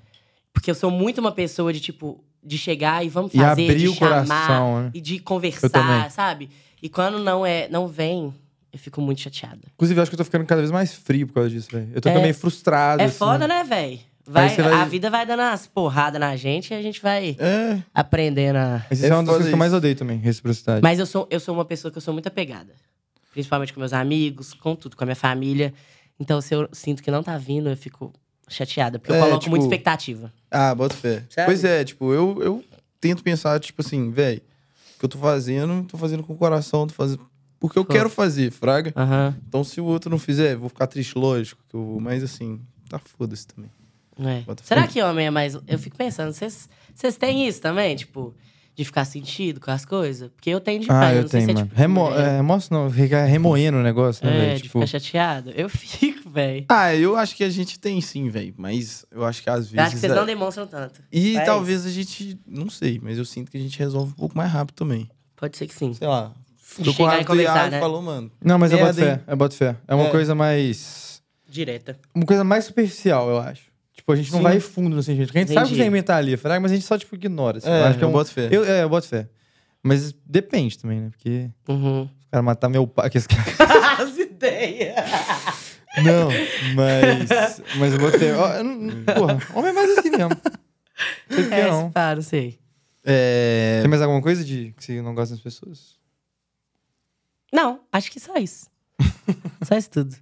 D: Porque eu sou muito uma pessoa de, tipo, de chegar e vamos
B: E
D: fazer,
B: abrir
D: de
B: o
D: chamar,
B: coração, né?
D: e de
B: Eu também.
D: conversar, sabe? E quando não é, não vem, eu fico muito chateada.
B: Inclusive, eu acho que eu tô ficando cada vez mais frio por causa disso, velho. Eu tô
D: É.
B: ficando meio frustrado.
D: é
B: assim.
D: foda, né, velho? Vai,
B: você vai-
D: A vida vai dando umas porradas na gente e a gente vai
C: É.
D: aprendendo a.
B: Mas isso
C: É
B: é, uma das
C: foda
B: coisas que eu mais
C: isso.
B: odeio também, reciprocidade.
D: Mas eu sou, eu sou uma pessoa que eu sou muito apegada. Principalmente com meus amigos, com tudo, com a minha família. Então, se eu sinto que não tá vindo, eu fico chateada. Porque
C: É,
D: eu coloco
C: tipo-
D: muita expectativa.
C: Ah, bota fé.
D: Sabe?
C: Pois é, tipo, eu, eu tento pensar, tipo assim, velho, o que eu tô fazendo, tô fazendo com o coração, tô fazendo. Porque eu
D: Pô.
C: quero fazer, fraga.
D: Aham.
C: Então, se o outro não fizer, eu vou ficar triste, lógico. Que eu, mas assim, tá foda-se também.
D: é.
C: Bota
D: Será
C: fé.
D: que homem é mais. Eu fico pensando, vocês vocês têm isso também? Tipo, de ficar sentido com as coisas? Porque eu tenho de
B: ah,
D: pai,
B: eu
D: não sei
B: tenho,
D: se é
B: mano.
D: tipo.
B: Remo...
D: mulher.
B: É, mostra não, fica remoendo o negócio, né,
D: É,
B: velho?
D: de
B: Tipo,
D: ficar chateado. Eu fico, velho.
C: Ah, eu acho que a gente tem sim, velho. Mas eu acho que às vezes. é
D: Eu acho que
B: é
D: vocês
C: a-
D: não demonstram tanto.
C: E
D: Mas-
C: talvez a gente. Não sei, mas eu sinto que a gente resolve um pouco mais rápido também.
D: Pode ser que sim.
C: Sei lá.
D: De
C: Ficou com
D: chegar e
C: raiva do Iago
D: conversar,
C: e
D: né?
C: falou, mano.
B: não, mas eu boto
C: merda,
B: fé, eu boto fé. É uma
C: É.
B: coisa mais.
D: Direta.
B: Uma coisa mais superficial, eu acho. Tipo, a gente não
C: Sim.
B: vai fundo no sentimento. Porque a gente sabe o que
D: Entendi.
B: tem inventar ali, fraga, mas a gente só, tipo, ignora. assim.
C: É,
B: eu acho que é
C: eu
B: um...
C: boto fé.
B: eu, é, eu boto fé. Mas depende também, né? Porque
D: Uhum.
B: o cara matar meu pai. que esse cara-
D: As ideias.
B: Não, mas. Mas eu boto fé. Ó, eu não- Porra, homem é mais assim mesmo. Não sei por que
D: É,
B: não.
D: se pá, não sei.
C: É.
B: Tem mais alguma coisa de que você não gosta das pessoas?
D: Não, acho que só isso. só isso tudo.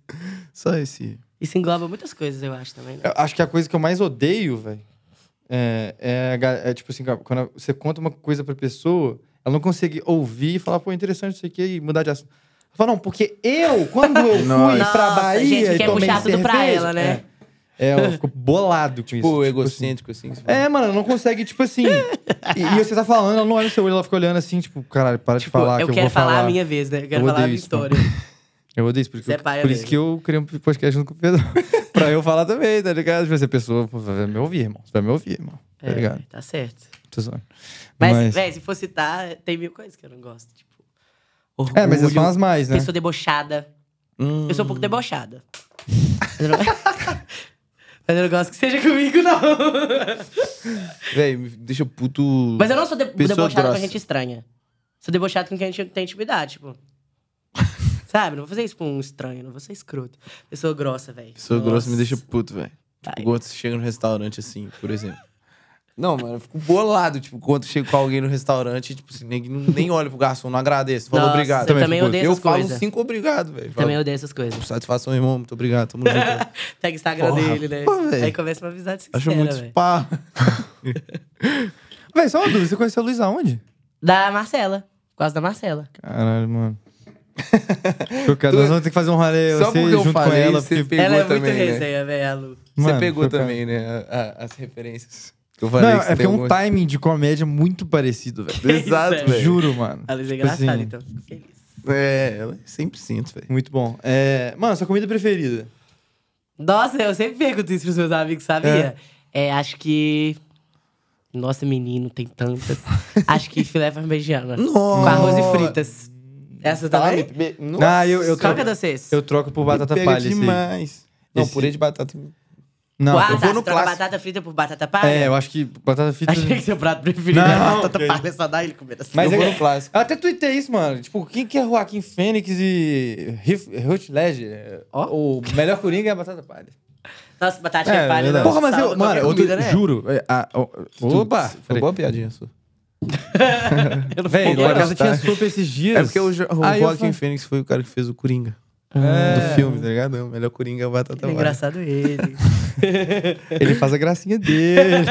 C: Só esse.
D: Isso engloba muitas coisas, eu acho também. né?
B: Eu acho que a coisa que eu mais odeio, velho, é, é a ga- é tipo assim, quando você conta uma coisa pra pessoa, ela não consegue ouvir e falar, pô, interessante isso aqui, e mudar de assunto. Ela Fala, não, porque eu, quando eu fui
C: Nossa,
B: pra
D: Nossa,
B: Bahia
D: gente,
B: e
D: quer
B: tomei
D: puxar tudo pra
B: cerveja-
D: ela, né?
B: É, é, ela ficou bolado com isso.
C: Pô,
B: tipo assim.
C: egocêntrico, assim. que você fala.
B: É, mano, ela não consegue, tipo assim. e, e você tá falando, ela não olha no seu olho, ela fica olhando assim, tipo, caralho, para de
D: Tipo,
B: falar
D: eu
B: que eu
D: quero
B: vou
D: falar
B: falar.
D: a minha vez, né? Eu quero
B: Eu
D: falar a
B: odeio
D: minha
B: isso,
D: história.
B: Eu odeio isso, porque
D: Você é
B: eu-
D: paia
B: por isso
D: mesmo.
B: que eu criei um podcast junto com o Pedro. pra eu falar também, tá ligado? Tipo, essa pessoa pô, vai me ouvir, irmão. Você vai me ouvir, irmão. Tá
D: É,
B: ligado?
D: tá certo.
B: Tô zoando.
D: Mas,
B: Mas-
D: véi, se for citar, tem mil coisas que eu não gosto. Tipo,
B: É, mas eles
D: orgulho,
B: falam as mais, né?
D: pessoa debochada.
C: Hum.
D: Eu sou um pouco debochada. Mas eu não, Mas eu não gosto que seja comigo, não.
C: Véi, me deixa puto.
D: Mas eu não sou de-
C: Pessoa
D: debochado com
C: grossa.
D: gente estranha. Sou debochado com quem a gente tem intimidade, tipo. Sabe? Não vou fazer isso com um estranho, não vou ser escroto. Pessoa grossa, velho.
C: Pessoa grossa me deixa
D: Nossa.
C: puto, velho.
D: Ai.
C: Quando você chega no restaurante assim, por exemplo. Não, mano, eu fico bolado, tipo, quando chego com alguém no restaurante, tipo, assim, nem, nem olho pro garçom, não agradeço, falo
D: Nossa,
C: obrigado.
D: eu Também também fico odeio
C: Eu
D: essas
C: falo
D: coisas.
C: cinco obrigado, velho.
D: Também
C: Falo,
D: odeio essas coisas.
C: Satisfação, irmão, muito obrigado, tamo junto. velho."
D: Pega o Instagram
C: Porra,
D: dele, né?
C: pô, velho.
D: Aí começa uma amizade sincera,
C: Acho muito
D: velho.
C: spa.
B: Véi, só uma dúvida. Você conheceu a Luiz aonde?
D: Da Marcela. Quase da Marcela.
B: Caralho, mano. Chocado.
C: Tu-
B: Nós vamos ter que fazer um ralé
C: Só
B: você
C: porque eu
B: junto com
C: falei,
B: ela.
C: você
B: Porque...
C: Pegou
D: Ela é muito
C: também, né?
D: resenha, velho, a Lu.
B: Mano,
C: você pegou
B: chocado.
C: também, né, a- a- as referências. Que eu falei
B: Não,
C: que
B: é
C: você
B: porque é
C: tem
B: um
C: algumas-
B: timing de comédia muito parecido, velho.
C: Exato,
D: Isso, é.
C: velho.
B: Juro, mano.
D: A Luiz é
B: Tipo assim,
D: engraçada, então fico feliz.
C: É, ela é 100%, velho.
B: Muito bom. É, Mano, sua comida preferida?
D: Nossa, eu sempre pergunto isso pros meus amigos, sabia? É, acho que. Nossa, menino, tem tantas. acho que filé parmegiana. Com arroz e fritas. Essa também?
B: Ah, eu, eu, troco,
D: Qual que é de vocês?
B: Tá eu troco por batata
C: pega
B: palha. esse aí.
C: demais. Não,
B: Esse-
C: purê de batata.
B: Não,
D: ah,
B: eu-
D: tá,
C: vou no
D: você troca
C: clássico.
D: batata frita por batata palha?
B: é, eu acho que batata frita.
D: Achei que seu prato preferido
B: Não,
D: era batata
B: ok.
D: palha, só dá ele comer assim.
B: Mas é
C: eu vou
B: que-
C: no clássico.
B: Eu até tuitei isso, mano. Tipo, quem que é Joaquim Fênix e Heath Heath Ledger? O melhor Coringa é a batata palha.
D: Nossa, batatinha
B: É,
D: palha.
B: verdade.
D: não,
B: Porra, mas
D: salva
B: eu,
D: qualquer
B: mano, eu
D: comida, né?
B: juro. é, a- o- Opa!
C: Foi boa piadinha sua.
D: Eu não
B: Véi,
D: fico
B: lá em
D: louca.
B: casa tinha sopa esses dias.
C: É porque o, jo o
B: Tá. Aí eu
C: Joaquim
B: falo-
C: Fênix foi o cara que fez o Coringa
B: É.
C: do filme, tá ligado? O melhor Coringa é o Batata
D: É
C: Palha.
D: engraçado ele.
B: Ele faz a gracinha dele.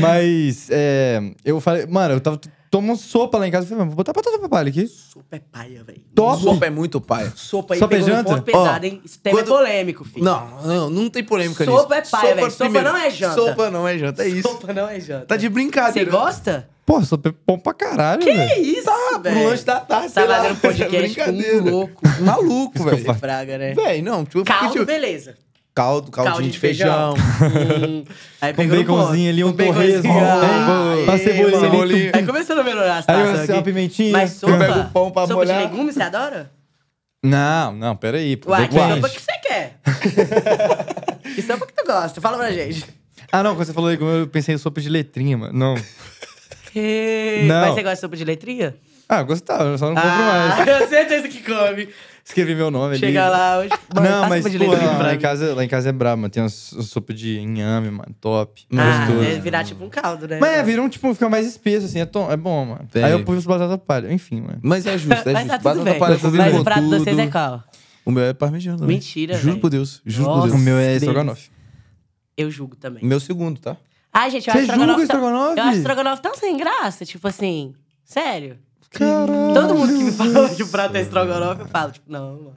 B: Mas, é, eu falei, mano, eu tava tomando sopa lá em casa. Eu falei, mano, vou botar batata palha aqui.
D: Sopa é paia, velho.
B: Top!
C: Sopa é muito pai.
D: Sopa aí
B: Sopa é
D: pegou um
B: janta?
D: ponto pesado,
C: Ó,
D: hein? Esse tema
C: quando-
D: é polêmico, filho.
C: Não, não, não tem polêmica nisso.
D: Sopa é paia, velho. Sopa
C: primeiro.
D: não é janta.
C: Sopa não é janta, é isso.
D: Sopa não é janta.
C: Tá de
D: Você
C: brincadeira.
D: gosta?
B: Pô, sopa é bom pra caralho,
D: Que
B: velho.
D: isso,
C: tá Ah, Pro
D: velho?
C: lanche da tarde,
D: Tá
C: sei lá. É
D: fazendo podcast com um
C: Brincadeira.
D: louco.
C: Maluco,
B: Isso que eu
C: velho.
B: faço.
D: Fraga, né?
C: Véi, não. Tipo, porque,
D: Caldo,
C: tipo,
D: beleza.
C: caldo, caldinho
D: Caldo de
C: de, feijão.
D: Hum. Aí
B: Com
D: pegou no
B: baconzinho ali, um
D: com baconzinho.
B: torresmo.
D: Ah,
B: hein? Uma
D: aí,
B: cebolinha.
C: bolinho.
B: ali,
D: Aí começando a melhorar as
B: Aí
D: taças
B: assim, uma
D: aqui.
B: pimentinha.
D: Mas sopa,
C: pego o pão pra
D: sopa de
C: molhar.
D: legumes, você adora?
B: Não, não, peraí. pô,
D: Uai, um que
B: depende.
D: sopa que você quer? que sopa que tu gosta? Fala pra gente.
B: Ah, não, quando você falou legume, eu pensei em sopa de letrinha, mano. Não. Não.
D: Mas você gosta de sopa de letrinha?
B: Ah, gostava, Ah, eu só não compro mais.
D: eu sei certeza que come.
B: Escrevi meu nome ali.
D: Ah. Chega lá hoje. mano,
B: não,
D: passa
B: mas
D: sopa de
B: pô,
D: letrinha
B: lá,
D: pra
B: lá em
D: mim.
B: casa, lá em casa é brabo, mano. Tem uma so- sopa de inhame, mano, top.
D: Ah,
B: gostoso.
D: deve virar tipo um caldo, né?
B: Mas é, viram, tipo, fica mais espesso, assim, é, tom- é bom, mano.
C: Tem.
B: Aí eu pus batata palha, enfim, mano.
C: Mas é justo, é
D: Mas
C: justo.
D: tá tudo bem.
C: palha, tudo
D: Mas
C: com
D: o prato de vocês
C: tudo.
D: é qual?
C: O meu é parmegiana também.
D: Mentira,
C: Juro
D: velho.
C: por Deus. Juro por
D: Nossa.
B: O
C: Deus.
B: meu é
D: delícia.
B: estrogonofe.
D: Eu julgo também.
C: Meu segundo, tá?
D: Ai, gente, eu
B: Você
D: acho
B: julga
D: estrogonofe... tão-
B: estrogonofe?
D: Eu acho estrogonofe tão sem graça, tipo assim... Sério.
B: Caralho.
D: Todo mundo que me fala que o prato é estrogonofe, eu falo, tipo, não, mano.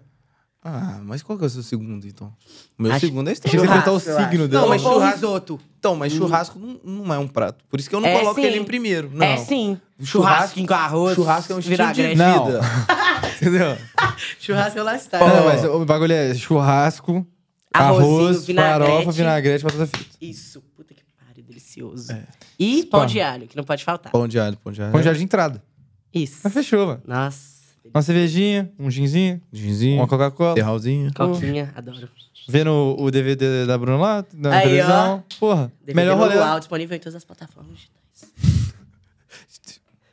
C: Ah, mas qual que é o seu segundo, então? O meu
D: Acho-
C: segundo é
B: Achei que você
C: estranho.
B: ia perguntar o
D: Churrasco, eu
B: signo
D: acho.
B: dela.
C: Não, mas
D: Ou
C: churrasco-
D: risoto.
C: Então, mas churrasco não, não é um prato. Por isso que eu não
D: Hum. É,
C: coloco
D: sim.
C: ele em primeiro. Não.
D: É sim.
C: Churrasco-
D: Churrasquinho com arroz.
C: Churrasco é um estilo de
D: vinagrete.
C: vida.
B: Não.
C: Entendeu?
D: Churrasco é o lifestyle.
B: Não, mas o bagulho é churrasco,
D: Arrozinho,
B: arroz,
D: vinagrete.
B: farofa, vinagrete, batata frita.
D: Isso, puta que pariu, delicioso. E pão de alho, que não pode faltar.
C: Pão de alho, pão de alho.
B: Pão de alho de entrada.
D: Isso.
B: Mas fechou, mano.
D: Nossa.
B: Uma cervejinha, um ginzinho,
C: Ginzinho,
B: uma Coca-Cola.
C: terralzinho.
D: Coquinha, adoro.
B: Vendo o o DVD da Bruna lá, na
D: Aí,
B: televisão. Porra,
D: DVD
B: melhor rolê.
D: manual disponível em todas as plataformas digitais.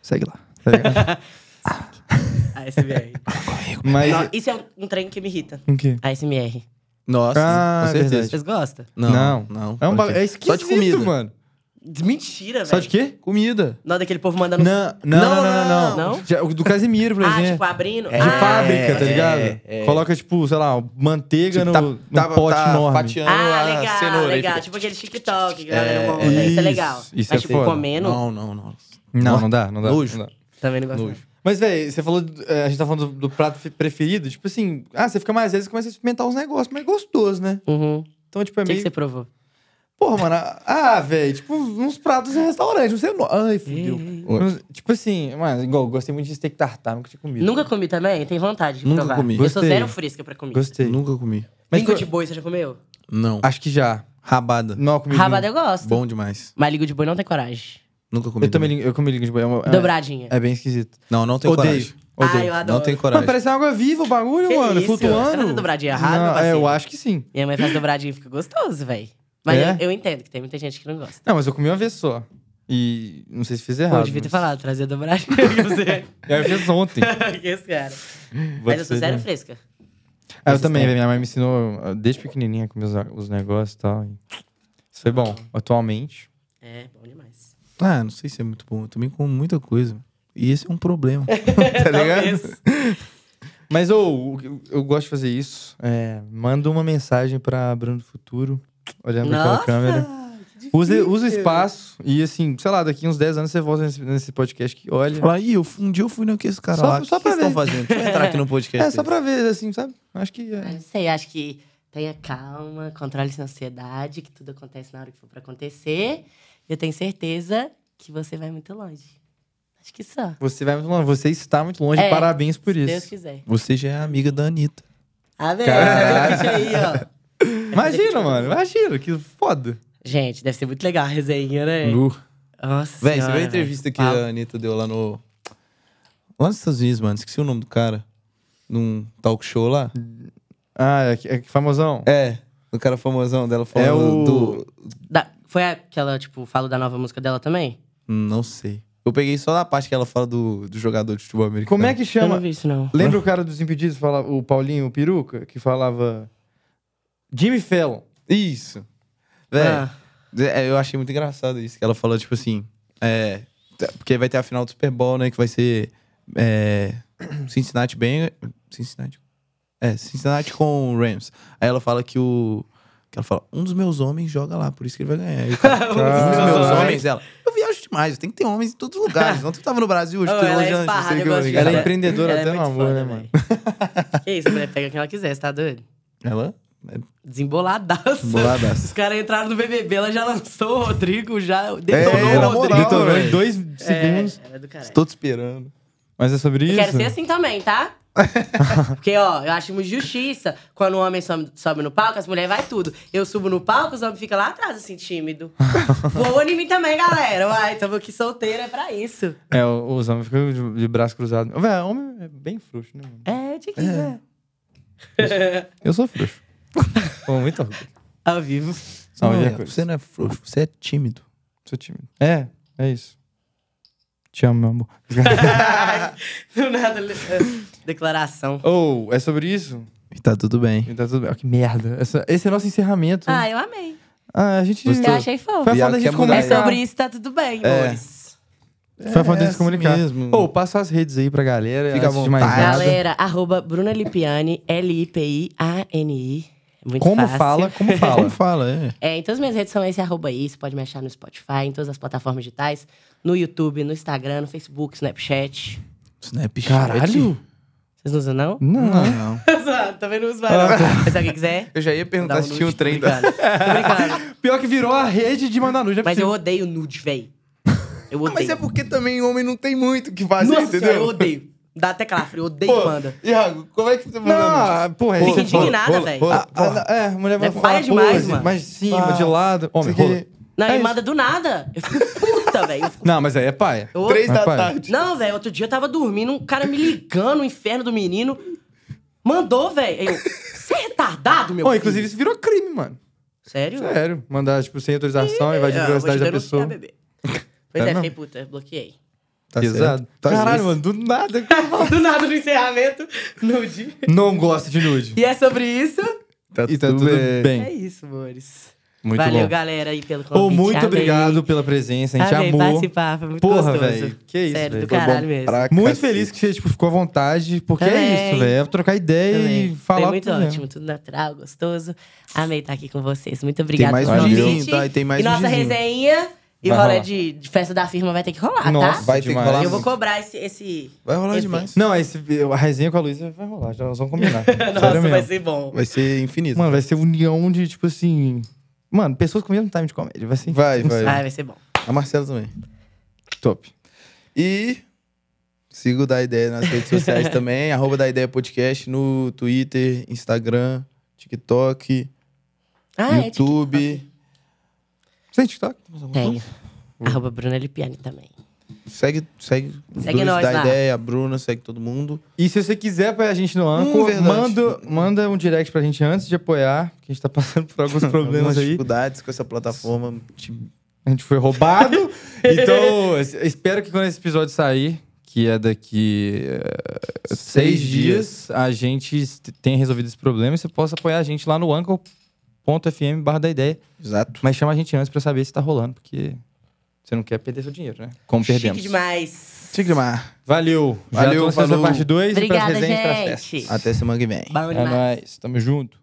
B: Segue lá. tá ligado?
D: ASMR.
B: Mas.
D: Não, isso é um- um trem que me irrita.
B: O quê?
D: ASMR.
C: Nossa,
B: Ah,
C: com
B: é
C: certeza.
B: verdade.
D: Vocês gostam?
C: Não,
B: Não.
C: não.
B: É, um
C: Por
B: ba... é
C: quê? Só
B: esquisito,
C: de comida. Tipo,
B: mano.
D: Mentira, velho.
B: Só de quê?
C: Comida.
D: Não, daquele povo mandando...
B: Não, não, não, não, não.
D: Não?
B: Já- o Do Casimiro, por
D: Ah,
B: exemplo.
D: tipo, abrindo.
B: De
D: ah,
B: fábrica, tá
C: é,
B: ligado?
C: é.
B: Coloca, tipo, sei lá, manteiga
C: Tipo,
B: no,
C: tá-
B: num
C: tá-
B: um pote
C: tá
B: enorme.
C: fatiando
D: Ah,
C: a
D: legal,
C: cenoura aí,
D: legal.
C: fica-
D: Tipo aquele TikTok que a galera monta.
B: é.
D: Isso é legal.
B: Isso, isso
D: Mas,
B: é
D: tipo,
B: foda.
D: comendo,
C: Não, não, não.
B: Não, não dá, não dá.
C: Nojo.
B: não dá.
D: também não gosto.
C: Nojo.
D: não.
B: Mas, velho, você falou, do- eh, a gente tá falando do, do prato fe- preferido, tipo assim, ah, você fica mais vezes e começa a experimentar os negócios, mas é gostoso, né?
D: Uhum. O
B: Então, tipo, é
D: que, que
B: meio.
D: você provou?
B: Porra, mano, ah, ah, velho, tipo, uns pratos em restaurante, não sei o nome. Ai, fudeu.
D: Ih.
B: Uns- Tipo assim, mas igual, eu gostei muito de steak tartar, nunca tinha comido.
D: Nunca comi também? Tem vontade de
C: Nunca
D: provar.
C: comi.
D: Eu sou
B: Gostei.
D: zero fresca pra comida.
B: Gostei.
C: Nunca comi.
B: Mas
D: Língua
B: co-
D: de boi, você já comeu?
C: Não.
B: Acho que já.
C: Rabada.
B: Não, eu comi.
D: Rabada é
B: língua.
D: eu gosto.
C: Bom demais.
D: Mas língua de boi não tem coragem.
C: Nunca comi.
B: Eu também li- eu comi língua de boi. é uma- é-
D: Dobradinha.
B: É bem esquisito.
C: Não, não tenho
B: Odeio.
C: coragem.
D: Ah, eu
B: Odeio.
D: adoro.
C: Não tenho
B: Mas
C: coragem.
B: parece água viva o bagulho,
D: Que
B: mano,
D: isso? Você tá
B: flutuando.
D: fazendo dobradinha errada, meu
B: Não, é,
D: parceiro?
B: eu acho que sim.
D: Minha mãe faz dobradinha e fica gostoso, velho. Mas
B: É?
D: eu, eu entendo que tem muita gente que não gosta.
B: Não, mas eu comi uma vez só. E não sei se fiz
D: Pô,
B: errado.
D: eu devia ter
B: É, mas-
D: falado, trazer dobradinha pra você.
B: É, Eu fiz ontem.
D: que esse cara.
B: Vou
D: Mas eu
B: te
D: sou
B: dizer. né?
D: zero fresca.
B: Ah, eu também, velho. minha mãe me ensinou ah, desde pequenininha a comer os, os negócios e tal. e Isso foi bom. Atualmente.
D: É, bom demais.
C: Ah, não sei se é muito bom. Eu também como muita coisa. E esse é um problema. tá
D: Talvez.
C: ligado?
B: Mas ô, o que eu, eu gosto de fazer isso. É, manda uma mensagem pra Bruno do Futuro, olhando pra aquela
D: Nossa!
B: câmera. Usa, usa o espaço e, assim, sei lá, daqui uns 10 anos você volta nesse, nesse podcast que olha.
C: Falar, ih, eu, um dia eu fui no que esse cara
B: Só-
C: lá. O
B: só
C: que que
B: pra
C: eles estão
B: ver.
C: fazendo? Deixa eu entrar aqui no podcast.
B: É, só pra ver, assim, sabe? Acho que.
D: Ah,
B: É.
D: Não sei, acho que tenha calma, controle sua ansiedade, que tudo acontece na hora que for pra acontecer. Eu tenho certeza que você vai muito longe. Acho que só.
B: Você vai muito longe, você está muito longe,
D: É,
B: parabéns por
D: Se
B: isso.
D: Deus quiser.
C: Você já é amiga da Anitta.
D: Amém.
B: Caralho.
D: Gente, aí, ó.
B: Imagina, mano, imagina, que foda.
D: Gente, deve ser muito legal a resenha, né? Nossa
C: Véi, você
D: senhora,
C: viu a entrevista
D: velho.
C: que a Anitta deu lá no. Lá nos Estados Unidos, mano. Esqueci o nome do cara. Num talk show lá.
B: Ah, é, que- é que famosão.
C: É. O cara famosão dela falando
B: É o-
C: do.
D: Da- Foi a que ela, tipo, falou da nova música dela também?
C: Não sei. Eu peguei só da parte que ela fala do, do jogador de futebol americano.
B: Como é que
D: Eu
B: chama?
D: não vi isso, não.
B: Lembra o cara dos Impedidos, fala, o Paulinho o Peruca, que falava. Jimmy Fallon.
C: Isso. Véi.
D: Ah,
C: É, Eu achei muito engraçado isso, que ela falou, tipo assim, é, tá- porque vai ter a final do Super Bowl, né, que vai ser é, Cincinnati bem... Cincinnati? É, Cincinnati com o Rams. Aí ela fala que o... Que ela fala, um dos meus homens joga lá, por isso que ele vai ganhar. Aí o cara, um dos
B: Ah.
C: meus homens, ela, eu viajo demais, tem que ter homens em todos os lugares. Ontem eu tava no Brasil, hoje
D: Oh,
C: eu tô em
D: ela
C: Los
D: é
C: Angeles, não
D: esparrada,
C: sei o que.
D: eu
C: lá,
D: gosto
C: ligado.
B: Ela
D: Ela-
B: é empreendedora
D: ela é
B: até no
D: muito
B: amor,
D: foda,
B: né, mano?
D: velho. que isso, a mulher pega quem ela quiser, você tá doido?
C: Ela é
D: Desemboladaça.
C: boladaça.
D: Os caras entraram no BBB, ela já lançou o Rodrigo, já detonou
C: É, na
D: o Rodrigo.
C: moral,
B: Detonou em
C: velho.
B: dois
D: É,
B: segundos.
D: ela é do caralho.
C: Estou te esperando.
B: Mas é sobre
D: Eu
B: isso?
D: quero ser assim também, tá? Porque, ó, eu acho uma injustiça quando o homem sobe, sobe no palco, as mulheres vai tudo. Eu subo no palco, os homens ficam lá atrás, assim, tímido. Voa em mim também, galera. Uai, tamo aqui solteira, é pra isso.
B: É, o- os homens ficam de, de braço cruzado. Véi, homem é bem frouxo, né? mano?
D: É, tinha que
B: né?
D: ver.
B: Eu sou frouxo. Com muito orgulho.
D: Ao vivo.
C: Você não,
B: Não,
C: é,
B: Iaco.
C: você não é frouxo, você é tímido.
B: Sou tímido. É, é isso. Te amo, meu amor.
D: Do nada. le- Declaração.
B: Ou, é sobre isso?
C: E tá tudo bem.
B: Então tudo bem. Ó, que merda. Essa- esse é nosso encerramento.
D: Ah, eu amei.
B: Ah, a gente.
C: Gostou?
D: Eu achei fofo.
B: Foi
C: Iago
B: foda a
C: quer
B: gente
C: mudar
D: É
B: comunicar.
D: sobre isso, tá tudo bem,
C: É.
D: amores.
B: Foi foda a gente
C: assim
B: comunicar.
C: mesmo.
B: Ou, passa as redes aí pra galera.
C: Fica à
B: antes de mais
C: vontade.
B: nada.
D: Galera, arroba Bruna Lipiani, L-I-P-I-A-N-I. Muito
B: Como
D: fácil.
B: fala, como fala.
C: Como fala, é.
D: É, em todas as minhas redes são esse arroba aí. Você pode me achar no Spotify, em todas as plataformas digitais. No YouTube, no Instagram, no Facebook, Snapchat.
C: Snapchat.
B: Caralho?
D: Vocês não usam, não? Tá
B: Não.
C: Não. Ah, tá.
D: Também não uso mais, não. Mas se alguém quiser...
C: Eu já ia
D: dá um
C: perguntar se tinha tá o
D: nude,
C: trem tá?
D: tô
C: da...
D: brincando. Tô brincando.
B: Pior que virou a rede de mandar nude. é
D: Mas eu
B: possível.
D: odeio nude, véi. Eu odeio.
C: Mas é porque também homem não tem muito o que fazer,
D: Nossa senhora, eu
C: entendeu?
D: odeio. Dá até calafrio, eu odeio
C: Pô,
D: que manda.
C: Iago, como é que você manda nude?
B: Não, porra.
D: Fica
B: isso é foda.
D: indignada,
C: rola,
D: velho.
C: rola.
B: Ah, ah, não, é, mulher vai
D: É
B: falar.
D: paia demais,
B: pose,
D: mano.
B: Mais de cima,
C: Ah,
B: de lado. Homem,
C: Isso aqui-
B: rola.
D: Não,
B: É
D: ele
B: isso.
D: manda do nada. Eu fico puta, velho. Eu fico-
B: Não, mas aí é paia.
D: eu-
C: Três
B: Mas,
C: da
B: pai.
C: tarde.
D: Não, velho, outro dia eu tava dormindo, um cara me ligando, o inferno do menino. Mandou, velho. Aí Eu, você é retardado, meu
B: Ô,
D: filho?"
B: inclusive, isso virou crime, mano.
D: Sério?
C: é.
B: Sério. Mandar, tipo, sem autorização, invadir a
D: É, Eu vou te
B: privacidade da
D: denunciar,
B: pessoa.
D: bebê. Pois
B: É
D: é,
B: mesmo?
D: fiquei puta, bloqueei.
C: Tá
B: Pesado.
C: certo. Tá
B: Caralho,
C: justo.
B: mano, do nada.
D: Do nada no encerramento, nude.
B: Não gosto de nude.
D: E é sobre isso.
C: Tá
B: E tá tudo bem.
D: É isso, amores.
B: Muito
D: Valeu,
B: bom.
D: galera, aí pelo convite.
B: Ô, muito
D: Amei.
B: obrigado pela presença. A gente
D: Amei
B: amou.
D: participar, foi muito
B: Porra,
D: gostoso.
B: velho, que isso,
D: Sério,
B: velho.
D: do
B: Foi bom
D: caralho mesmo.
C: Tá pra
B: Muito
C: cacete.
B: feliz que você tipo, ficou à vontade, porque é
D: Também.
B: isso, velho. É trocar ideia
D: Também.
B: e falar.
D: Foi muito
B: tudo, né?
D: ótimo, tudo natural, gostoso. Amei estar aqui com vocês. Muito obrigada
C: mais
D: pelo
B: um
D: convite.
C: dizinho, tá? E tem mais um
D: nossa
C: dizinho.
D: resenha e
B: Vai
D: rolê
B: rolar.
D: de, de festa da firma vai ter que rolar,
B: Nossa,
D: tá?
C: Vai ter que
B: demais.
C: rolar
D: Eu vou cobrar esse. esse...
C: Vai rolar
D: Enfim.
C: demais.
B: Não, esse, a resenha com a Luísa vai rolar, já nós vamos combinar.
D: Nossa,
B: Sério
D: vai
B: mesmo.
D: ser bom.
C: Vai ser infinito.
B: Mano, vai ser união de, tipo assim. Mano, pessoas com o mesmo time de comédia. Vai ser
C: Vai, vai.
D: Ah, vai ser bom.
C: A Marcela também.
B: top.
C: E siga o Da Ideia nas redes sociais também. Arroba Da Ideia Podcast no Twitter, Instagram, TikTok,
D: Ah, é,
C: YouTube.
B: Sem TikTok?
D: Tenho. Arroba Bruna Lipiani também.
C: Segue, segue, os
D: Segue
C: dois,
D: nós
C: Da
D: lá.
C: Ideia, a Bruna, segue todo mundo.
B: E se você quiser apoiar a gente no Anco,
C: verdade.
B: manda, manda um direct pra gente antes de apoiar, que a gente tá passando por alguns problemas
C: Algumas
B: aí.
C: dificuldades com essa plataforma. Te-
B: A gente foi roubado. então, es- espero que quando esse episódio sair, que é daqui eh, seis
C: Seis
B: dias, a gente est- tenha resolvido esse problema e você possa apoiar a gente lá no anchor.fm barra da ideia.
C: Exato.
B: Mas chama a gente antes pra saber se tá rolando, porque você não quer perder seu dinheiro, né? Como
D: Chique
B: perdemos.
D: demais.
C: Tigrimar.
B: Valeu. Já
C: Valeu,
B: trouxe essa
C: falou.
B: parte 2 e pras
D: Obrigada,
B: resenhas e pras
D: gente.
B: festas.
C: Até semana que vem.
D: Bom
B: É
D: demais.
B: nóis. Tamo junto.